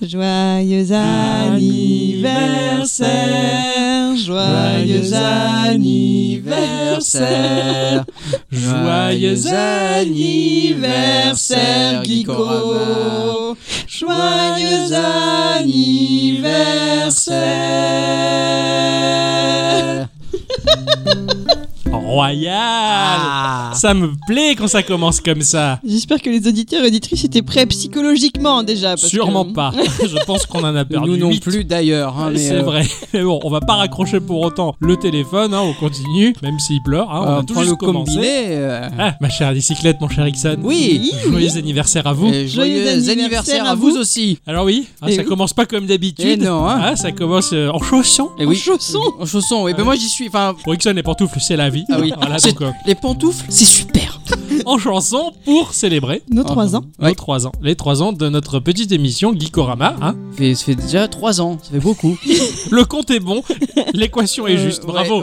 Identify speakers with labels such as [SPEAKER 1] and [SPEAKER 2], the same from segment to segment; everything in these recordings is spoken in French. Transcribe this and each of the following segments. [SPEAKER 1] Joyeux anniversaire, joyeux anniversaire, joyeux anniversaire, Guico, joyeux anniversaire.
[SPEAKER 2] Royal Ah,
[SPEAKER 3] Ah,
[SPEAKER 2] Ça me plaît quand ça commence comme ça.
[SPEAKER 1] J'espère que les auditeurs et auditrices étaient prêts psychologiquement déjà. parce que-
[SPEAKER 2] Sûrement pas. Je pense qu'on en a perdu
[SPEAKER 3] Nous non
[SPEAKER 2] huit.
[SPEAKER 3] plus d'ailleurs. hein, mais,
[SPEAKER 2] C'est
[SPEAKER 3] euh,
[SPEAKER 2] vrai. Mais bon, on va pas raccrocher pour autant le téléphone. hein, on continue, même s'il pleure.
[SPEAKER 3] euh,
[SPEAKER 2] hein, on a
[SPEAKER 3] prends
[SPEAKER 2] tout juste
[SPEAKER 3] le
[SPEAKER 2] commencé.
[SPEAKER 3] combiné. euh,
[SPEAKER 2] Ah, ma chère bicyclette, mon cher Ixon.
[SPEAKER 3] Oui. Eh
[SPEAKER 2] Joyeux anniversaire à vous.
[SPEAKER 3] Et joyeux anniversaire, à vous aussi.
[SPEAKER 2] Alors oui, ah,
[SPEAKER 1] Et
[SPEAKER 2] ça
[SPEAKER 1] oui.
[SPEAKER 2] commence pas comme
[SPEAKER 3] Eh
[SPEAKER 2] d'habitude.
[SPEAKER 3] non, hein.
[SPEAKER 2] Ah, ça commence euh, en chaussons.
[SPEAKER 3] Et
[SPEAKER 1] En
[SPEAKER 3] oui.
[SPEAKER 1] chaussons.
[SPEAKER 3] En chaussons. Oui, ben moi j'y suis. Enfin,
[SPEAKER 2] Pour Ixon, les pantoufles, c'est la vie.
[SPEAKER 3] Ah oui.
[SPEAKER 2] Voilà,
[SPEAKER 3] C'est-
[SPEAKER 2] donc, euh,
[SPEAKER 3] les pantoufles, c'est super.
[SPEAKER 2] en chanson pour célébrer
[SPEAKER 1] Nos
[SPEAKER 3] Ah.
[SPEAKER 1] trois ans.
[SPEAKER 3] Ouais.
[SPEAKER 2] nos 3 ans. Les 3 ans de notre petite émission Geekorama. Hein.
[SPEAKER 3] Ça fait, ça fait déjà 3 ans. Ça fait beaucoup. Euh,
[SPEAKER 2] Le compte est bon, l'équation est juste. Bravo.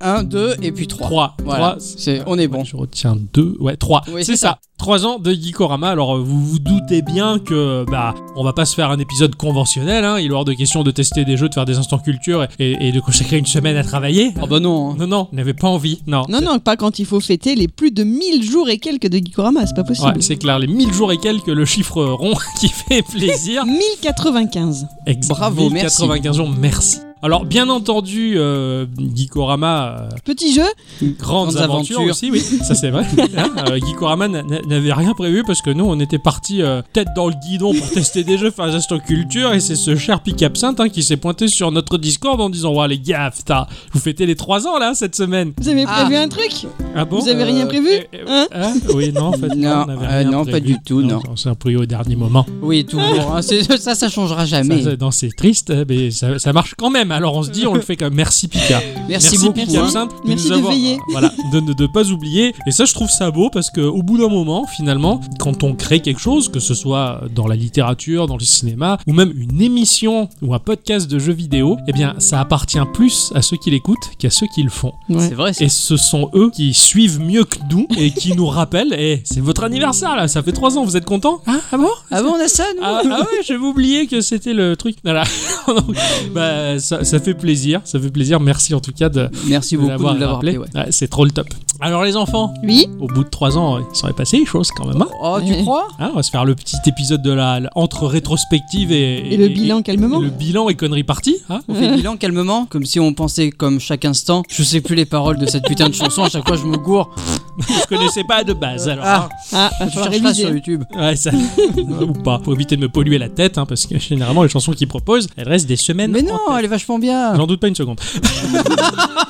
[SPEAKER 3] 1, 2 et puis 3.
[SPEAKER 2] 3.
[SPEAKER 3] Voilà. C'est- on est bon.
[SPEAKER 2] Je retiens 2. Ouais, 3.
[SPEAKER 3] Oui,
[SPEAKER 2] c'est
[SPEAKER 3] c'est
[SPEAKER 2] ça. 3 ans de Geekorama. Alors, euh, vous vous doutez bien que, bah, on va pas se faire un épisode conventionnel. Hein. Il est hors de question de tester des jeux, de faire des instants culture et, et- et de consacrer une semaine à travailler.
[SPEAKER 3] Ah bah non. hein.
[SPEAKER 2] Non, non, on n'avait pas envie. Non.
[SPEAKER 1] Non, non, pas quand il faut fêter les plus de 1000 jours et quelques de Gikorama, c'est pas
[SPEAKER 2] Ouais,
[SPEAKER 1] possible.
[SPEAKER 2] c'est clair, les 1000 jours et quelques, le chiffre rond qui fait plaisir.
[SPEAKER 1] 1095.
[SPEAKER 2] Ex-
[SPEAKER 3] Bravo,
[SPEAKER 2] 1095 jours, merci. Alors, bien entendu, euh, Geekorama, euh,
[SPEAKER 1] Petit jeu,
[SPEAKER 2] grandes,
[SPEAKER 3] Grandes
[SPEAKER 2] aventures,
[SPEAKER 3] aventures.
[SPEAKER 2] aussi, oui, ça c'est vrai. Hein, euh, Guy Corama n'a- n'a- n'avait rien prévu parce que nous, on était partis euh, tête dans le guidon pour tester des jeux, faire des instants culture, et c'est ce cher Pic Absinthe hein, qui s'est pointé sur notre Discord en disant Ouais, les gars, putain, vous fêtez les 3 ans là cette semaine.
[SPEAKER 1] vous avez
[SPEAKER 3] Ah.
[SPEAKER 1] prévu un truc
[SPEAKER 2] Ah bon
[SPEAKER 1] Vous avez rien
[SPEAKER 3] euh,
[SPEAKER 1] prévu
[SPEAKER 2] Eh, eh,
[SPEAKER 1] Hein
[SPEAKER 2] ah, oui, non, en fait,
[SPEAKER 3] Non,
[SPEAKER 2] on n'avait
[SPEAKER 3] euh,
[SPEAKER 2] rien
[SPEAKER 3] non,
[SPEAKER 2] prévu.
[SPEAKER 3] pas du tout, non.
[SPEAKER 2] On s'est pris au dernier moment.
[SPEAKER 3] Oui, toujours. hein. C'est- Ça, ça changera jamais.
[SPEAKER 2] Ça, ça- non, c'est triste, mais ça, ça marche quand même. Alors on se dit, on le fait quand même. Merci Pika.
[SPEAKER 3] Merci,
[SPEAKER 2] Pic
[SPEAKER 3] beaucoup. hein.
[SPEAKER 2] Absinthe,
[SPEAKER 1] Merci
[SPEAKER 2] nous
[SPEAKER 1] de
[SPEAKER 2] avoir- euh,
[SPEAKER 1] veiller.
[SPEAKER 2] Voilà, de ne de pas oublier. Et ça, je trouve ça beau parce que au bout d'un moment, finalement, quand on crée quelque chose, que ce soit dans la littérature, dans le cinéma, ou même une émission ou un podcast de jeux vidéo, eh bien, ça appartient plus à ceux qui l'écoutent qu'à ceux qui le font.
[SPEAKER 3] C'est vrai. c'est-
[SPEAKER 2] Et ce sont eux qui suivent mieux que nous et qui nous rappellent. Et c'est votre anniversaire là, ça fait trois ans, vous êtes contents Ah, ah bon
[SPEAKER 3] Ah bon, on a ça, nous
[SPEAKER 2] ah, ah ouais, j'avais oublié que c'était le truc. Voilà. bah, ça, ça fait plaisir, ça fait plaisir. Merci en tout cas de,
[SPEAKER 3] Merci
[SPEAKER 2] de
[SPEAKER 3] beaucoup de
[SPEAKER 2] l'avoir
[SPEAKER 3] l'avoir
[SPEAKER 2] rappelé.
[SPEAKER 3] rappelé. ouais.
[SPEAKER 2] Ouais, c'est trop le top. Alors les enfants,
[SPEAKER 1] Oui
[SPEAKER 2] au bout de 3 ans, euh, il s'en est passé des choses quand même. hein.
[SPEAKER 3] Oh, tu
[SPEAKER 1] Ouais.
[SPEAKER 3] crois
[SPEAKER 2] Hein, on va se faire le petit épisode de la, la- entre rétrospective et,
[SPEAKER 1] Et le bilan calmement
[SPEAKER 2] et le bilan et conneries parties. hein.
[SPEAKER 3] On fait le bilan calmement, comme si on pensait comme chaque instant. Je sais plus les paroles de cette putain de chanson, à chaque fois je me gourre.
[SPEAKER 2] Je connaissais pas de base alors. hein.
[SPEAKER 3] Ah,
[SPEAKER 1] Ah, va
[SPEAKER 3] je
[SPEAKER 1] falloir
[SPEAKER 3] cherche pas sur
[SPEAKER 1] réviser.
[SPEAKER 3] YouTube.
[SPEAKER 2] Ouais, ça... Ou pas. Faut éviter de me polluer la tête hein, parce que généralement les chansons qu'ils proposent, elles restent des semaines.
[SPEAKER 3] Mais
[SPEAKER 2] en
[SPEAKER 3] non,
[SPEAKER 2] tête.
[SPEAKER 3] elle est vachement bien.
[SPEAKER 2] J'en doute pas une seconde.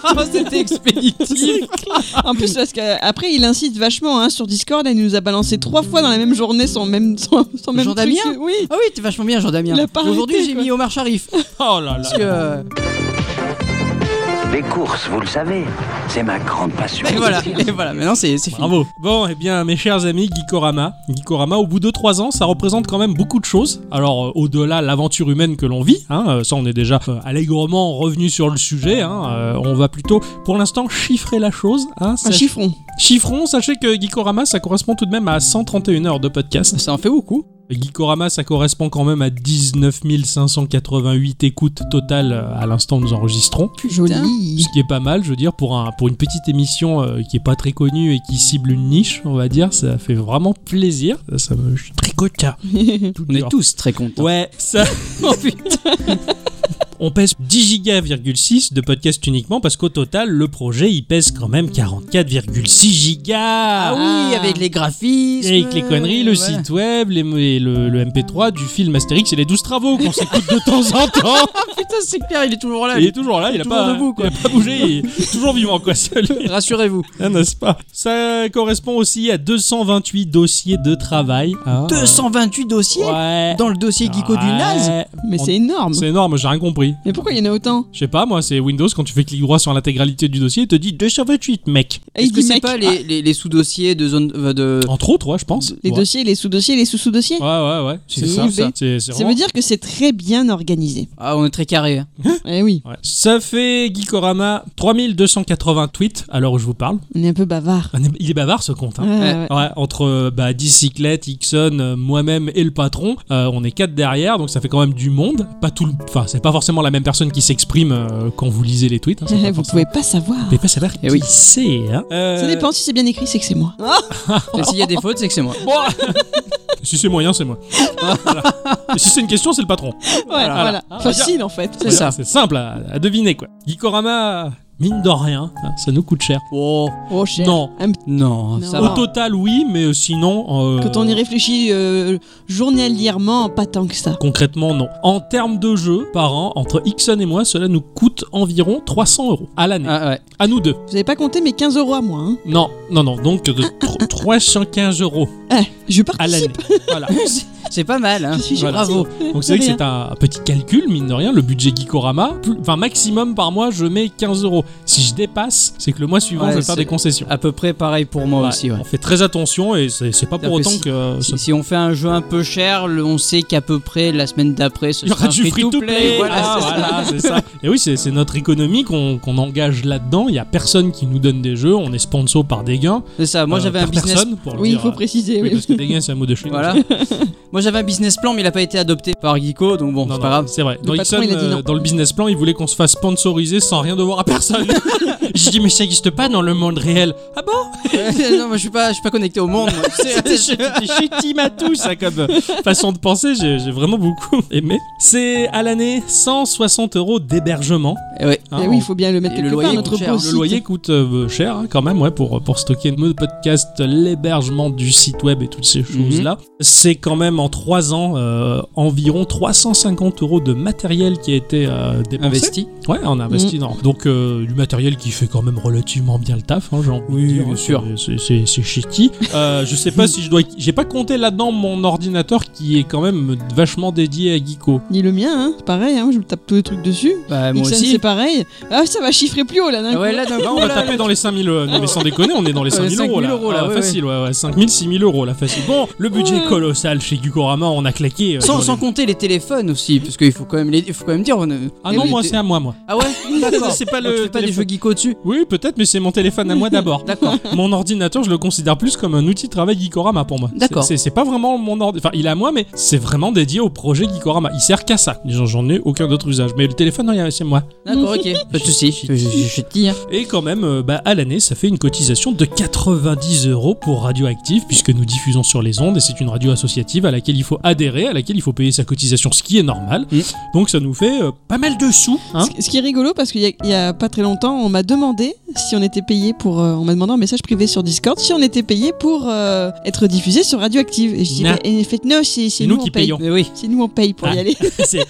[SPEAKER 2] Ah,
[SPEAKER 3] C'était expéditif.
[SPEAKER 1] En plus, parce qu'après, il incite vachement hein, sur Discord. Elle nous a balancé trois fois dans la même journée son même, son, son même
[SPEAKER 3] Jean
[SPEAKER 1] truc.
[SPEAKER 3] Damien
[SPEAKER 1] Oui.
[SPEAKER 3] Ah oui, t'es vachement bien, Jean Damien.
[SPEAKER 1] Il a pas
[SPEAKER 3] Aujourd'hui,
[SPEAKER 1] arrêté,
[SPEAKER 3] j'ai
[SPEAKER 1] quoi.
[SPEAKER 3] mis Omar Sharif.
[SPEAKER 2] Oh là là.
[SPEAKER 3] Parce que. euh,
[SPEAKER 4] Les courses, vous le savez, c'est ma grande passion.
[SPEAKER 3] Et voilà, et voilà, maintenant c'est c'est fini.
[SPEAKER 2] Bravo. Bon, eh bien, mes chers amis, Geekorama. Geekorama, au bout de 3 ans, ça représente quand même beaucoup de choses. Alors, euh, au-delà de l'aventure humaine que l'on vit, hein, euh, ça, on est déjà euh, allègrement revenu sur le sujet. hein, euh, on va plutôt, pour l'instant, chiffrer la chose. Hein,
[SPEAKER 1] Un
[SPEAKER 2] Sach-
[SPEAKER 1] chiffon.
[SPEAKER 2] Chiffrons, sachez que Geekorama, ça correspond tout de même à 131 heures de podcast.
[SPEAKER 3] Ça en fait beaucoup.
[SPEAKER 2] Geekorama, ça correspond quand même à 19 588 écoutes totales euh, à l'instant où nous enregistrons.
[SPEAKER 1] Joli.
[SPEAKER 2] Ce qui est pas mal, je veux dire, pour, un, pour une petite émission euh, qui est pas très connue et qui cible une niche, on va dire, ça fait vraiment plaisir. Ça, ça me, je suis très content. Tout
[SPEAKER 3] On est
[SPEAKER 2] dur.
[SPEAKER 3] tous très contents.
[SPEAKER 2] Ouais, ça.
[SPEAKER 3] Oh putain.
[SPEAKER 2] On pèse 10 gigas,6 de podcast uniquement parce qu'au total, le projet, il pèse quand même 44,6 gigas.
[SPEAKER 3] Ah oui, avec les graphismes.
[SPEAKER 2] Et avec les conneries, le
[SPEAKER 3] voilà.
[SPEAKER 2] site web, les, et le, le MP3 du film Astérix et les 12 travaux qu'on s'écoute de temps en temps.
[SPEAKER 3] Putain, c'est clair, il est toujours là.
[SPEAKER 2] Il est toujours là, il a,
[SPEAKER 3] Toujours
[SPEAKER 2] pas,
[SPEAKER 3] debout, quoi.
[SPEAKER 2] il a pas bougé, il est toujours vivant quoi, celui
[SPEAKER 3] Rassurez-vous.
[SPEAKER 2] Ah, n'est-ce pas Ça correspond aussi à 228 dossiers de travail. hein.
[SPEAKER 1] Ah.
[SPEAKER 3] 228 dossiers
[SPEAKER 2] Ouais.
[SPEAKER 3] dans le dossier Geeko du
[SPEAKER 2] Ouais.
[SPEAKER 3] Naze.
[SPEAKER 1] Mais
[SPEAKER 2] On-
[SPEAKER 1] c'est énorme.
[SPEAKER 2] C'est énorme, j'ai rien compris. oui.
[SPEAKER 1] Mais pourquoi il y en a autant
[SPEAKER 2] Je sais pas, moi, c'est Windows, quand tu fais clic droit sur l'intégralité du dossier, il te dit 228, mec.
[SPEAKER 1] Et
[SPEAKER 3] Est-ce
[SPEAKER 1] il
[SPEAKER 3] que
[SPEAKER 1] dit
[SPEAKER 3] c'est
[SPEAKER 1] mec.
[SPEAKER 3] pas
[SPEAKER 1] Ah,
[SPEAKER 3] les, les, les sous-dossiers de zone euh, de
[SPEAKER 2] Entre autres, ouais, je pense.
[SPEAKER 1] les
[SPEAKER 2] ouais.
[SPEAKER 1] dossiers, les sous-dossiers, les sous-sous-dossiers.
[SPEAKER 2] Ouais, ouais, ouais. C'est
[SPEAKER 3] C'est
[SPEAKER 2] ça.
[SPEAKER 3] ouf, ça.
[SPEAKER 2] C'est c'est
[SPEAKER 1] Ça
[SPEAKER 2] vraiment-
[SPEAKER 1] veut dire que c'est très bien organisé.
[SPEAKER 3] Ah, on est très carré. hein.
[SPEAKER 1] Eh oui,
[SPEAKER 2] Ouais. Ça fait Geekorama 3280 tweets à l'heure où je vous parle.
[SPEAKER 1] on est un peu bavard.
[SPEAKER 2] On est- Il est bavard ce compte. hein.
[SPEAKER 1] Ouais, ouais.
[SPEAKER 2] Ouais, entre euh, bah, Dicyclette, Ixon, euh, moi-même et le patron, euh, on est quatre derrière, donc ça fait quand même du monde. Pas tout, le- enfin c'est pas forcément la même personne qui s'exprime euh, quand vous lisez les tweets. hein, c'est pas
[SPEAKER 1] Vous
[SPEAKER 2] forcément-
[SPEAKER 1] pouvez pas savoir.
[SPEAKER 2] Mais pas savoir
[SPEAKER 3] Eh
[SPEAKER 2] qui
[SPEAKER 3] oui.
[SPEAKER 2] c'est. hein. Euh,
[SPEAKER 1] Ça dépend si c'est bien écrit, c'est que c'est moi.
[SPEAKER 3] Et s'il y a des fautes, c'est que c'est moi.
[SPEAKER 2] bon. si c'est moyen, c'est moi. Voilà. Et si c'est une question, c'est le patron.
[SPEAKER 1] Ouais, voilà.
[SPEAKER 2] Ah,
[SPEAKER 1] Facile en fait.
[SPEAKER 3] C'est
[SPEAKER 2] Voilà,
[SPEAKER 3] ça.
[SPEAKER 2] C'est simple à, à deviner quoi. Gikorama, mine de rien, hein, ça nous coûte cher.
[SPEAKER 3] Oh,
[SPEAKER 1] Oh, cher.
[SPEAKER 2] Non.
[SPEAKER 1] Un petit-
[SPEAKER 3] non,
[SPEAKER 1] Non.
[SPEAKER 3] ça
[SPEAKER 2] Au
[SPEAKER 3] va.
[SPEAKER 2] total, oui, mais euh, sinon. euh,
[SPEAKER 1] Quand on y réfléchit euh, journalièrement, pas tant que ça.
[SPEAKER 2] Concrètement, non. En termes de jeux par an, entre Ixon et moi, cela nous coûte environ 300 euros à l'année.
[SPEAKER 3] Ah ouais.
[SPEAKER 2] À nous deux.
[SPEAKER 1] Vous avez pas compté mes 15 euros à moi. Hein
[SPEAKER 2] Non, non, non. Donc de tro- 315 euros
[SPEAKER 1] eh, je
[SPEAKER 2] à l'année.
[SPEAKER 1] participe.
[SPEAKER 2] Voilà.
[SPEAKER 3] C'est pas mal, hein.
[SPEAKER 1] Je suis
[SPEAKER 2] Voilà.
[SPEAKER 1] gentille.
[SPEAKER 3] Bravo.
[SPEAKER 2] Donc c'est vrai que
[SPEAKER 1] Rien.
[SPEAKER 2] c'est un petit calcul, mine de rien, le budget Gikorama. Plus- Enfin, maximum par mois, je mets 15 euros. Si je dépasse, c'est que le mois suivant,
[SPEAKER 3] Ouais,
[SPEAKER 2] je vais faire
[SPEAKER 3] c'est-
[SPEAKER 2] des concessions.
[SPEAKER 3] À peu près pareil pour moi
[SPEAKER 2] Ouais,
[SPEAKER 3] aussi, ouais.
[SPEAKER 2] On fait très attention et c'est c'est pas pour
[SPEAKER 3] C'est-à-dire
[SPEAKER 2] autant
[SPEAKER 3] que
[SPEAKER 2] que. euh, ça-
[SPEAKER 3] Si, si on fait un jeu un peu cher, le- on sait qu'à peu près la semaine d'après, ce
[SPEAKER 2] Il y
[SPEAKER 3] sera
[SPEAKER 2] aura
[SPEAKER 3] un
[SPEAKER 2] du free to play.
[SPEAKER 3] Voilà,
[SPEAKER 2] Ah,
[SPEAKER 3] c'est ça.
[SPEAKER 2] voilà, c'est ça. Et oui, c'est c'est notre économie qu'on qu'on engage là-dedans. Il y a personne qui nous donne des jeux. On est sponsor par des gains.
[SPEAKER 3] C'est ça. Moi,
[SPEAKER 2] Euh,
[SPEAKER 3] j'avais un
[SPEAKER 2] par
[SPEAKER 3] business.
[SPEAKER 2] personne, pour le
[SPEAKER 1] Oui, il
[SPEAKER 2] dire. euh,
[SPEAKER 1] faut préciser.
[SPEAKER 2] Oui,
[SPEAKER 1] oui.
[SPEAKER 2] parce que des gains, c'est un mot de chine.
[SPEAKER 3] Voilà. Moi, j'avais un business plan, mais il a pas été adopté par Geeko, donc bon,
[SPEAKER 2] Non,
[SPEAKER 3] c'est
[SPEAKER 2] non,
[SPEAKER 3] pas grave.
[SPEAKER 2] C'est vrai.
[SPEAKER 1] Le
[SPEAKER 2] Dans,
[SPEAKER 1] patron,
[SPEAKER 2] Ixon,
[SPEAKER 1] il a dit
[SPEAKER 2] euh,
[SPEAKER 1] non.
[SPEAKER 2] dans le business plan, il voulait qu'on se fasse sponsoriser sans rien devoir à personne. J'ai dit, mais ça n'existe pas dans le monde réel. Ah bon
[SPEAKER 3] non, moi, je suis pas, je suis pas connecté au monde. moi, tu sais.
[SPEAKER 2] C'était chez Matou, ça, comme euh, façon de penser. J'ai j'ai vraiment beaucoup aimé. C'est à l'année 160 euros d'hébergement.
[SPEAKER 3] Eh ouais.
[SPEAKER 2] hein,
[SPEAKER 1] Eh oui,
[SPEAKER 2] en
[SPEAKER 1] il faut bien le mettre
[SPEAKER 3] Et
[SPEAKER 1] quelque
[SPEAKER 3] le
[SPEAKER 1] part,
[SPEAKER 3] loyer
[SPEAKER 1] notre
[SPEAKER 3] coûte cher,
[SPEAKER 1] beau
[SPEAKER 3] le
[SPEAKER 2] Le
[SPEAKER 1] site.
[SPEAKER 2] loyer coûte euh, cher hein, quand même, ouais, pour, pour stocker nos podcasts, l'hébergement du site web et toutes
[SPEAKER 3] Mhm.
[SPEAKER 2] ces choses-là. C'est quand même en 3 ans euh, environ 350 euros de matériel qui a été euh, dépensé.
[SPEAKER 3] Investi. Mhm.
[SPEAKER 2] Ouais, on a investi dans. Donc euh, du matériel qui fait quand même relativement bien le taf, hein, j'ai envie de
[SPEAKER 3] Oui,
[SPEAKER 2] dire,
[SPEAKER 3] bien
[SPEAKER 2] hein,
[SPEAKER 3] sûr.
[SPEAKER 2] c'est- C'est c'est shitty. Euh, je sais pas si je dois. J'ai pas compté là-dedans mon ordinateur qui est quand même vachement dédié à Geeko.
[SPEAKER 1] Ni le mien, hein. c'est pareil, hein, je me tape tous les trucs dessus.
[SPEAKER 3] Bah, moi
[SPEAKER 1] Ixon,
[SPEAKER 3] aussi.
[SPEAKER 1] c'est pareil. Ah, ça va chiffrer plus haut là d'un
[SPEAKER 3] Ah ouais,
[SPEAKER 1] coup.
[SPEAKER 3] là, d'un
[SPEAKER 2] Là,
[SPEAKER 3] coup,
[SPEAKER 2] bah, on va
[SPEAKER 3] là,
[SPEAKER 2] taper dans les 5000 euh, non mais sans déconner on est dans les
[SPEAKER 3] Ouais,
[SPEAKER 2] 5000
[SPEAKER 3] 5
[SPEAKER 2] euros là,
[SPEAKER 3] 000 euros, là,
[SPEAKER 2] Ah,
[SPEAKER 3] ouais,
[SPEAKER 2] facile ouais, ouais 5000 6000 euros là facile bon le budget est colossal chez Gukorama on a claqué euh,
[SPEAKER 3] Sans,
[SPEAKER 2] dans
[SPEAKER 3] sans
[SPEAKER 2] les-
[SPEAKER 3] compter les téléphones aussi, parce qu'il faut quand même les, il faut quand même dire. on a-
[SPEAKER 2] ah non
[SPEAKER 3] les
[SPEAKER 2] moi
[SPEAKER 3] té-
[SPEAKER 2] c'est à moi moi
[SPEAKER 3] Ah ouais, d'accord.
[SPEAKER 2] C'est pas
[SPEAKER 3] Donc,
[SPEAKER 2] le
[SPEAKER 3] Tu fais pas des
[SPEAKER 2] téléphone.
[SPEAKER 3] jeux geeko dessus.
[SPEAKER 2] oui peut-être mais c'est mon téléphone à moi d'abord
[SPEAKER 3] D'accord.
[SPEAKER 2] mon ordinateur je le considère plus comme un outil de travail Gikorama pour moi
[SPEAKER 3] D'accord.
[SPEAKER 2] c'est c'est pas vraiment mon ordi enfin il est à moi mais c'est vraiment dédié au projet Gikorama il sert qu'à ça J'en- j'en ai aucun d'autre usage mais le téléphone non, il y a- c'est moi
[SPEAKER 3] D'accord, ok. Pas de soucis. Je, je, je- je te dis. hein.
[SPEAKER 2] Et quand même, euh, bah, à l'année, ça fait une cotisation de 90 euros pour Radioactive, puisque nous diffusons sur les ondes et c'est une radio associative à laquelle il faut adhérer, à laquelle il faut payer sa cotisation, ce qui est normal.
[SPEAKER 3] Mm.
[SPEAKER 2] Donc ça nous fait euh, pas mal de sous. Hein
[SPEAKER 1] Ce- Ce qui est rigolo, parce qu'il y, a- il y a pas très longtemps, on m'a demandé si on était payé pour. euh, on m'a demandé en message privé sur Discord si on était payé pour euh, être diffusé sur Radioactive. Et je dis,
[SPEAKER 2] Non.
[SPEAKER 1] bah, eh, faites non, c'est c'est
[SPEAKER 2] C'est nous
[SPEAKER 1] nous, on
[SPEAKER 2] qui
[SPEAKER 1] paye.
[SPEAKER 2] payons.
[SPEAKER 3] Mais Eh oui.
[SPEAKER 1] C'est nous, on paye pour y
[SPEAKER 2] Ah.
[SPEAKER 1] aller.
[SPEAKER 2] c'est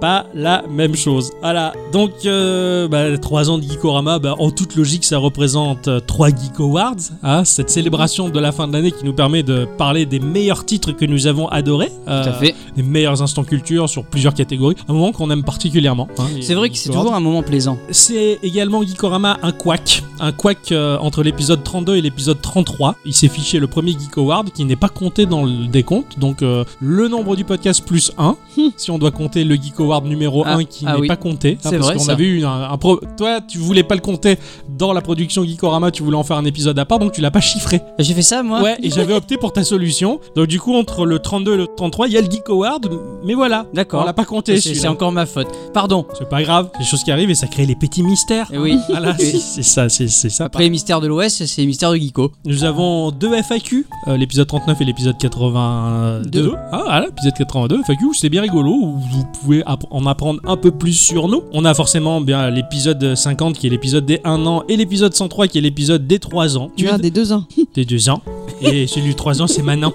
[SPEAKER 2] pas la même chose. Voilà, donc euh, bah, 3 ans de Geekorama, bah, en toute logique, ça représente 3 Geek Awards, hein, cette célébration de la fin de l'année qui nous permet de parler des meilleurs titres que nous avons adorés.
[SPEAKER 3] Tout
[SPEAKER 2] euh,
[SPEAKER 3] à fait.
[SPEAKER 2] des meilleurs instants culture sur plusieurs catégories. Un moment qu'on aime particulièrement. hein, les-
[SPEAKER 3] C'est vrai
[SPEAKER 2] les
[SPEAKER 3] que c'est
[SPEAKER 2] Geekorama.
[SPEAKER 3] toujours un moment plaisant.
[SPEAKER 2] C'est également Geekorama un quack. Un quack euh, entre l'épisode 32 et l'épisode 33. Il s'est fiché le premier Geek Award qui n'est pas compté dans le décompte. Donc euh, le nombre du podcast plus 1. si on doit compter le Geek Award numéro
[SPEAKER 3] Hmm. Ah,
[SPEAKER 2] 1 qui
[SPEAKER 3] ah
[SPEAKER 2] n'est
[SPEAKER 3] oui.
[SPEAKER 2] pas compté. hein,
[SPEAKER 3] C'est
[SPEAKER 2] parce
[SPEAKER 3] vrai,
[SPEAKER 2] qu'on
[SPEAKER 3] ça.
[SPEAKER 2] avait eu un, un pro- Toi, tu voulais pas le compter dans la production Geekorama. Tu voulais en faire un épisode à part. Donc tu l'as pas chiffré.
[SPEAKER 3] J'ai fait ça moi.
[SPEAKER 2] Ouais, et j'avais opté pour ta solution. Donc du coup, entre le 32 et le 33, il y a le Geek Award, mais voilà.
[SPEAKER 3] D'accord.
[SPEAKER 2] On l'a pas compté.
[SPEAKER 3] C'est
[SPEAKER 2] celui-là.
[SPEAKER 3] c'est encore ma faute. Pardon.
[SPEAKER 2] C'est pas grave, c'est des choses qui arrivent et ça crée les petits mystères.
[SPEAKER 3] Eh oui.
[SPEAKER 2] Voilà, c'est c'est ça, c'est c'est ça.
[SPEAKER 3] Après les mystères de l'Ouest, c'est les mystères de Geeko.
[SPEAKER 2] Nous avons deux FAQ, euh, l'épisode 39 et l'épisode 82.
[SPEAKER 1] Deux.
[SPEAKER 2] Ah, voilà, l'épisode 82, FAQ, c'est bien rigolo, où vous pouvez app- en apprendre un peu plus sur nous. On a forcément bien l'épisode 50 qui est l'épisode des 1 an et l'épisode 103 qui est l'épisode des 3 ans.
[SPEAKER 1] Tu as des deux ans.
[SPEAKER 2] des 2 ans. Et celui du 3 ans, c'est maintenant.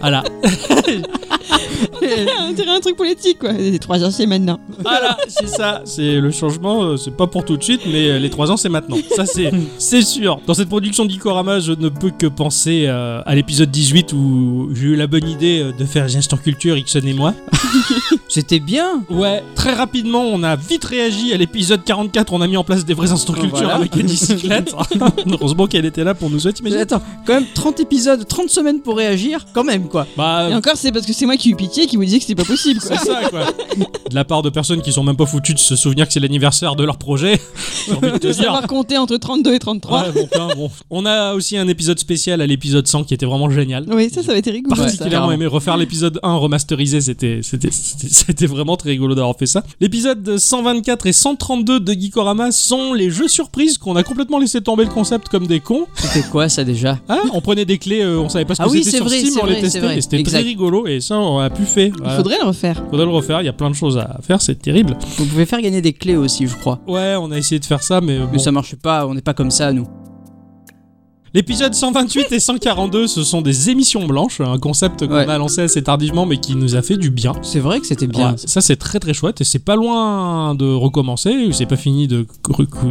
[SPEAKER 2] Voilà.
[SPEAKER 1] On dirait un truc politique, quoi. Les trois ans, c'est maintenant.
[SPEAKER 2] Voilà, c'est ça. C'est le changement, euh, c'est pas pour tout de suite, mais euh, les 3 ans, c'est maintenant. Ça, c'est c'est sûr. Dans cette production d'Ikorama, je ne peux que penser euh, à l'épisode 18 où j'ai eu la bonne idée euh, de faire Gestion Culture, Ixon et moi.
[SPEAKER 3] C'était bien.
[SPEAKER 2] Ouais, très rapidement, on a vite réagi à l'épisode 44. On a mis en place des vrais instants culture
[SPEAKER 3] Oh, Voilà.
[SPEAKER 2] avec une bicyclette. Heureusement qu'elle était là pour nous aider.
[SPEAKER 3] Mais
[SPEAKER 2] t'imagines
[SPEAKER 3] attends, quand même 30 épisodes, 30 semaines pour réagir, quand même quoi.
[SPEAKER 2] Bah,
[SPEAKER 1] Et encore, c'est parce que c'est moi qui ai eu pitié qui vous disais que c'était pas possible, quoi.
[SPEAKER 2] C'est ça, quoi. De la part de personnes qui sont même pas foutues de se souvenir que c'est l'anniversaire de leur projet. J'ai envie de te
[SPEAKER 1] De
[SPEAKER 2] dire.
[SPEAKER 1] savoir compter entre 32 et 33.
[SPEAKER 2] Ouais, bon, putain, bon. On a aussi un épisode spécial à l'épisode 100 qui était vraiment génial.
[SPEAKER 1] Oui, ça, ça va être rigolo.
[SPEAKER 3] Parti-
[SPEAKER 1] ça.
[SPEAKER 2] Particulièrement
[SPEAKER 3] carrément.
[SPEAKER 2] aimé refaire l'épisode 1 remasterisé, c'était c'était c'était- c'était vraiment très rigolo d'avoir fait ça. L'épisode 124 et 132 de Geekorama sont les jeux surprises qu'on a complètement laissé tomber le concept comme des cons.
[SPEAKER 3] C'était quoi ça déjà
[SPEAKER 2] Ah, on prenait des clés, euh, on savait pas ce que
[SPEAKER 3] Ah oui,
[SPEAKER 2] c'était
[SPEAKER 3] c'est
[SPEAKER 2] sur
[SPEAKER 3] vrai,
[SPEAKER 2] Steam,
[SPEAKER 3] c'est
[SPEAKER 2] on
[SPEAKER 3] vrai,
[SPEAKER 2] les
[SPEAKER 3] c'est
[SPEAKER 2] testait
[SPEAKER 3] vrai.
[SPEAKER 2] et c'était
[SPEAKER 3] Exact.
[SPEAKER 2] très rigolo et ça on a pu faire.
[SPEAKER 1] Il
[SPEAKER 2] Voilà.
[SPEAKER 1] faudrait le refaire.
[SPEAKER 2] Faudrait le refaire, il y a plein de choses à faire, c'est terrible.
[SPEAKER 3] Vous pouvez faire gagner des clés aussi, je crois.
[SPEAKER 2] Ouais, on a essayé de faire ça, mais bon.
[SPEAKER 3] Mais ça marche pas, on n'est pas comme ça nous.
[SPEAKER 2] L'épisode 128 et 142, ce sont des émissions blanches, un concept qu'on
[SPEAKER 3] Ouais.
[SPEAKER 2] a lancé assez tardivement, mais qui nous a fait du bien.
[SPEAKER 3] C'est vrai que c'était bien.
[SPEAKER 2] Bien. Ça, c'est très très chouette et c'est pas loin de recommencer. C'est pas fini de.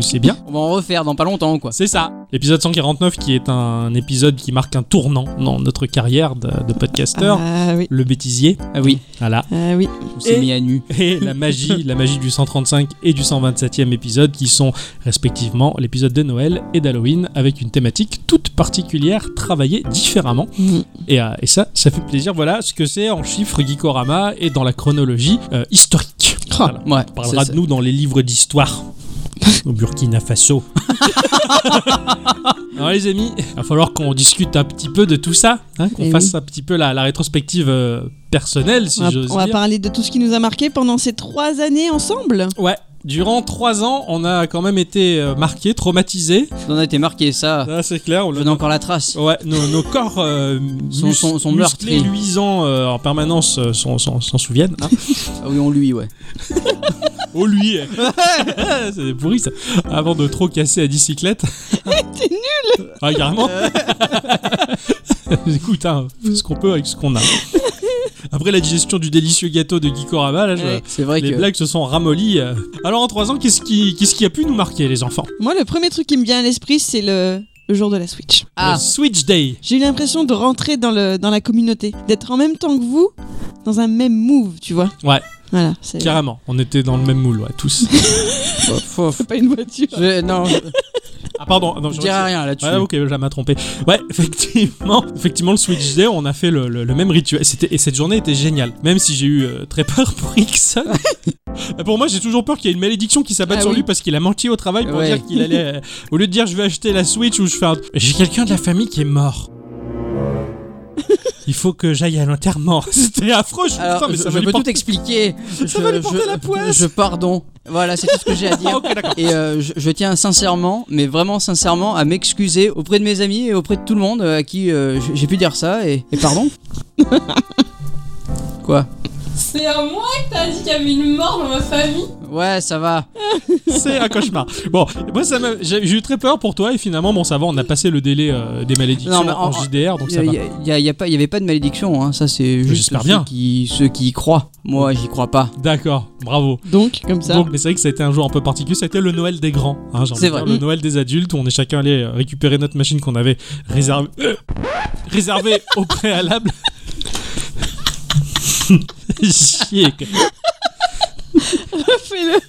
[SPEAKER 2] C'est bien.
[SPEAKER 3] On va en refaire dans pas longtemps quoi.
[SPEAKER 2] C'est ça. L'épisode 149, qui est un épisode qui marque un tournant dans notre carrière de, de podcasteur.
[SPEAKER 1] Ah oui.
[SPEAKER 2] Le bêtisier,
[SPEAKER 3] Ah oui,
[SPEAKER 2] voilà.
[SPEAKER 1] Ah oui.
[SPEAKER 3] on s'est
[SPEAKER 2] Et-
[SPEAKER 3] mis à nu.
[SPEAKER 2] Et la magie, la magie du 135 et du 127e épisode, qui sont respectivement l'épisode de Noël et d'Halloween, avec une thématique toute particulière, travaillée différemment.
[SPEAKER 1] Mm.
[SPEAKER 2] Et, euh, et ça, ça fait plaisir. Voilà ce que c'est en chiffres Geekorama et dans la chronologie euh, historique. Voilà.
[SPEAKER 3] Ouais,
[SPEAKER 2] Ah, On parlera
[SPEAKER 3] c'est-
[SPEAKER 2] de nous dans les livres d'histoire. Au Burkina Faso. Alors les amis, il va falloir qu'on discute un petit peu de tout ça, hein, qu'on
[SPEAKER 1] Eh
[SPEAKER 2] fasse un petit peu la, la rétrospective euh, personnelle, si
[SPEAKER 1] on va,
[SPEAKER 2] j'ose
[SPEAKER 1] on va
[SPEAKER 2] dire.
[SPEAKER 1] parler de tout ce qui nous a marqué pendant ces trois années ensemble.
[SPEAKER 2] Ouais, durant trois ans, on a quand même été euh, marqués, traumatisés.
[SPEAKER 3] On en a été marqué ça.
[SPEAKER 2] Là, c'est clair, on
[SPEAKER 3] J'en ai encore la trace.
[SPEAKER 2] Ouais, nos, nos corps euh,
[SPEAKER 3] Sont-
[SPEAKER 2] mus-
[SPEAKER 3] sont- sont
[SPEAKER 2] musclés,
[SPEAKER 3] meurtris.
[SPEAKER 2] luisants euh, en permanence euh, s'en s'en- s'en souviennent. hein.
[SPEAKER 3] Ah oui, on lui, ouais.
[SPEAKER 2] Oh lui C'est pourri ça Avant de trop casser à bicyclette.
[SPEAKER 1] T'es
[SPEAKER 2] nul Ah carrément Écoute, hein, fais ce qu'on peut avec ce qu'on a. Après la digestion du délicieux gâteau de Gikorama, là, je-
[SPEAKER 1] Ouais.
[SPEAKER 3] C'est vrai
[SPEAKER 2] les
[SPEAKER 3] que.
[SPEAKER 2] blagues se sont ramollies. euh. Alors en 3 ans, qu'est-ce qui, qu'est-ce qui a pu nous marquer les enfants
[SPEAKER 1] Moi, le premier truc qui me vient à l'esprit, c'est le, le jour de la Switch.
[SPEAKER 3] Ah,
[SPEAKER 2] Le Euh, Switch Day
[SPEAKER 1] J'ai eu l'impression de rentrer dans, le, dans la communauté, d'être en même temps que vous, dans un même move, tu vois.
[SPEAKER 2] Ouais.
[SPEAKER 1] Voilà, c'est
[SPEAKER 2] Carrément, on était dans le même moule, ouais, tous.
[SPEAKER 3] faut- faut- faut-
[SPEAKER 1] pas une voiture.
[SPEAKER 3] je- non, je,
[SPEAKER 2] ah pardon, non,
[SPEAKER 3] je
[SPEAKER 2] je
[SPEAKER 3] dirai rien là-dessus.
[SPEAKER 2] Ouais, ok, j'ai m'a trompé. Ouais, effectivement, effectivement, le Switch Day, on a fait le, le- le même rituel. C'était, et cette journée était géniale. Même si j'ai eu euh, très peur pour Ixon. pour moi, j'ai toujours peur qu'il y ait une malédiction qui s'abatte
[SPEAKER 1] Ah
[SPEAKER 2] sur
[SPEAKER 1] oui.
[SPEAKER 2] lui parce qu'il a menti au travail pour
[SPEAKER 3] Ouais.
[SPEAKER 2] dire qu'il allait. euh, au lieu de dire je vais acheter la Switch ou je fais un. J'ai quelqu'un de la famille qui est mort. Il faut que j'aille à l'enterrement. C'était affreux, je suis
[SPEAKER 3] Alors,
[SPEAKER 2] putain, mais
[SPEAKER 3] je,
[SPEAKER 2] ça
[SPEAKER 3] je
[SPEAKER 2] va lui
[SPEAKER 3] peux
[SPEAKER 2] porter-
[SPEAKER 3] tout expliquer.
[SPEAKER 2] Ça va lui porter la poisse.
[SPEAKER 3] Je pardon. Voilà, c'est tout ce que j'ai à dire.
[SPEAKER 2] Ah, ok, d'accord.
[SPEAKER 3] Et euh, je, je tiens sincèrement, mais vraiment sincèrement, à m'excuser auprès de mes amis et auprès de tout le monde euh, à qui euh, j- j'ai pu dire ça. Et, et pardon Quoi
[SPEAKER 5] C'est à moi que t'as dit qu'il y avait une mort dans ma famille
[SPEAKER 3] Ouais, ça va.
[SPEAKER 2] C'est un cauchemar. Bon, moi, ça m'a- j'ai j'ai eu très peur pour toi et finalement, bon, ça va, on a passé le délai euh, des malédictions
[SPEAKER 3] Non, mais
[SPEAKER 2] en,
[SPEAKER 3] en-
[SPEAKER 2] JDR, donc
[SPEAKER 3] Il
[SPEAKER 2] ça va.
[SPEAKER 3] n'y a, y a pas- y avait pas de malédiction, hein. ça c'est juste
[SPEAKER 2] J'espère
[SPEAKER 3] ceux,
[SPEAKER 2] bien.
[SPEAKER 3] Qui, ceux qui y croient. Moi, j'y crois pas.
[SPEAKER 2] D'accord, bravo.
[SPEAKER 1] Donc, comme ça.
[SPEAKER 2] Donc, mais c'est vrai que ça a été un jour un peu particulier, ça a été le Noël des grands. hein, j'ai envie
[SPEAKER 3] C'est
[SPEAKER 2] de dire,
[SPEAKER 3] vrai.
[SPEAKER 2] Le Noël des adultes, où on est chacun allé euh, récupérer notre machine qu'on avait réservée réservée au préalable. Chier, quoi.
[SPEAKER 1] Fais-le.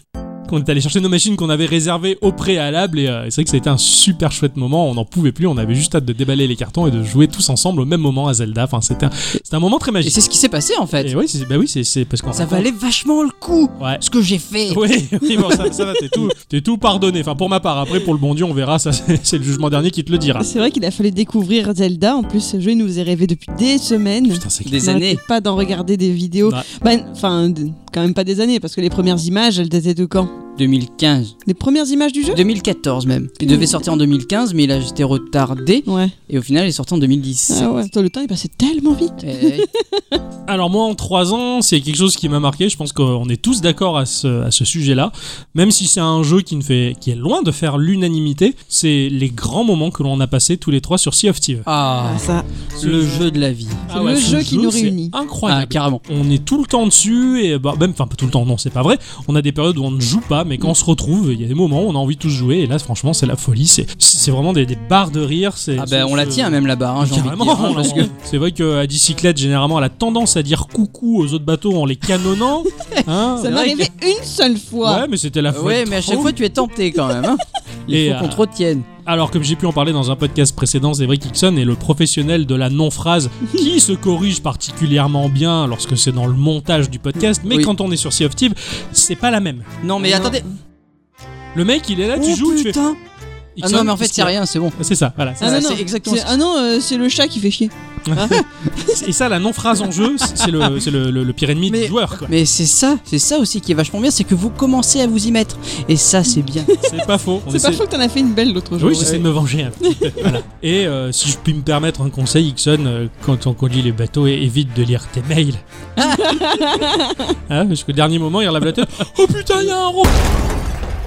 [SPEAKER 2] qu'on est allé chercher nos machines qu'on avait réservées au préalable et, euh, et c'est vrai que ça a été un super chouette moment, on n'en pouvait plus, on avait juste hâte de déballer les cartons et de jouer tous ensemble au même moment à Zelda, enfin c'était un, c'était un moment très
[SPEAKER 3] Et
[SPEAKER 2] magique.
[SPEAKER 3] c'est ce qui s'est passé en fait.
[SPEAKER 2] Et ouais, c'est- bah oui, c'est- c'est parce qu'on
[SPEAKER 3] Ça
[SPEAKER 2] raconte-
[SPEAKER 3] valait vachement le coup,
[SPEAKER 2] Ouais.
[SPEAKER 3] ce que j'ai fait.
[SPEAKER 2] Oui, oui, bon, ça, ça va, t'es tout, t'es tout pardonné. Enfin, pour ma part, après, pour le bon Dieu, on verra, ça, c'est c'est le jugement dernier qui te le dira.
[SPEAKER 1] C'est vrai qu'il a fallu découvrir Zelda. En plus, ce jeu, il nous est rêvé depuis des semaines.
[SPEAKER 2] Putain, c'est
[SPEAKER 3] Des
[SPEAKER 1] On n'arrêtait
[SPEAKER 3] années.
[SPEAKER 1] pas d'en regarder des vidéos. Bah,
[SPEAKER 2] Ouais.
[SPEAKER 1] Ben, Enfin, d- quand même pas des années, parce que les premières images, elles dataient de quand
[SPEAKER 3] 2015.
[SPEAKER 1] Les premières images du jeu
[SPEAKER 3] 2014 même. Il devait sortir en 2015, mais il a été retardé.
[SPEAKER 1] Ouais.
[SPEAKER 3] Et au final, il est sorti en 2010.
[SPEAKER 1] Ah ouais. Toi, le temps est passé tellement vite.
[SPEAKER 3] Eh,
[SPEAKER 2] Alors moi en 3 ans, c'est quelque chose qui m'a marqué, je pense qu'on est tous d'accord à ce, à ce sujet-là, même si c'est un jeu qui, ne fait, qui est loin de faire l'unanimité, c'est les grands moments que l'on a passés tous les trois sur Sea of Thieves.
[SPEAKER 3] Ah,
[SPEAKER 1] Ah, ça.
[SPEAKER 3] le jeu de la vie.
[SPEAKER 2] Ah
[SPEAKER 1] le jeu qui nous
[SPEAKER 2] c'est
[SPEAKER 1] réunit.
[SPEAKER 3] Ah,
[SPEAKER 2] Incroyable.
[SPEAKER 3] carrément.
[SPEAKER 2] on est tout le temps dessus et bah, même enfin pas tout le temps non c'est pas vrai on a des périodes où on ne joue pas mais quand on se retrouve il y a des moments où on a envie de tous jouer et là franchement c'est la folie c'est c'est vraiment des, des barres de rire c'est
[SPEAKER 3] Ah ben
[SPEAKER 2] c'est-
[SPEAKER 3] on la tient même la barre, hein, j'ai envie de
[SPEAKER 2] Carrément,
[SPEAKER 3] dire, hein,
[SPEAKER 2] on
[SPEAKER 3] parce
[SPEAKER 2] l'a- c'est vrai qu'à bicyclette généralement elle a tendance à dire coucou aux autres bateaux en les canonnant hein.
[SPEAKER 1] Ça m'est
[SPEAKER 3] vrai
[SPEAKER 1] arrivé une seule fois.
[SPEAKER 2] ouais mais c'était la
[SPEAKER 3] que-
[SPEAKER 2] folie
[SPEAKER 3] Ouais, mais à chaque fois tu es tenté quand même. hein. Il
[SPEAKER 2] Et,
[SPEAKER 3] faut qu'on
[SPEAKER 2] euh,
[SPEAKER 3] te retienne.
[SPEAKER 2] Alors, comme j'ai pu en parler dans un podcast précédent, c'est vrai qu'Ixon est le professionnel de la non-phrase qui se corrige particulièrement bien lorsque c'est dans le montage du podcast, mais
[SPEAKER 3] Oui.
[SPEAKER 2] quand on est sur Sea of Thieves, c'est pas la même.
[SPEAKER 3] Non mais
[SPEAKER 1] non.
[SPEAKER 3] attendez. Ah,
[SPEAKER 2] Le mec, il est là, tu
[SPEAKER 3] Oh,
[SPEAKER 2] joues, tu fais.
[SPEAKER 3] putain. Ah
[SPEAKER 2] Ixon,
[SPEAKER 3] non mais en fait c'est
[SPEAKER 2] qu'est-ce qu'il y a
[SPEAKER 3] rien, c'est bon.
[SPEAKER 2] C'est ça, voilà.
[SPEAKER 1] Ah
[SPEAKER 3] Ça,
[SPEAKER 1] non, non.
[SPEAKER 3] c'est exactement
[SPEAKER 1] C'est-
[SPEAKER 3] ça.
[SPEAKER 1] Ah non, euh, c'est le chat qui fait chier.
[SPEAKER 2] Et ça, la non-phrase en jeu, c'est le, c'est le, le, le pire ennemi
[SPEAKER 3] Mais-
[SPEAKER 2] du joueur, quoi.
[SPEAKER 3] Mais c'est ça, c'est ça aussi qui est vachement bien, c'est que vous commencez à vous y mettre. Et ça c'est bien.
[SPEAKER 2] C'est pas faux. On
[SPEAKER 1] C'est pas
[SPEAKER 2] essaie-
[SPEAKER 1] faux que t'en as fait une belle l'autre jour.
[SPEAKER 2] Oui, j'essaie de me venger un petit peu. Voilà. Et euh, si je puis me permettre un conseil, Ixon, euh, quand on conduit les bateaux, é- évite de lire tes mails. Hein, parce qu'au dernier moment, il relève la tête. Oh putain, il y a un robot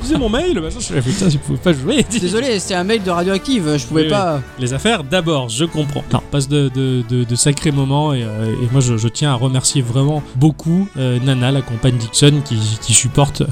[SPEAKER 2] C'est mon mail bah, ça, Je suis là, putain, je pouvais pas jouer.
[SPEAKER 3] Désolé, c'était un mail de Radioactive, je pouvais
[SPEAKER 2] Oui,
[SPEAKER 3] pas.
[SPEAKER 2] Les affaires, d'abord, je comprends. Non, passe de, de, de- de sacrés moments et, euh, et moi je, je tiens à remercier vraiment beaucoup euh, Nana, la compagne d'Ixon, qui, qui supporte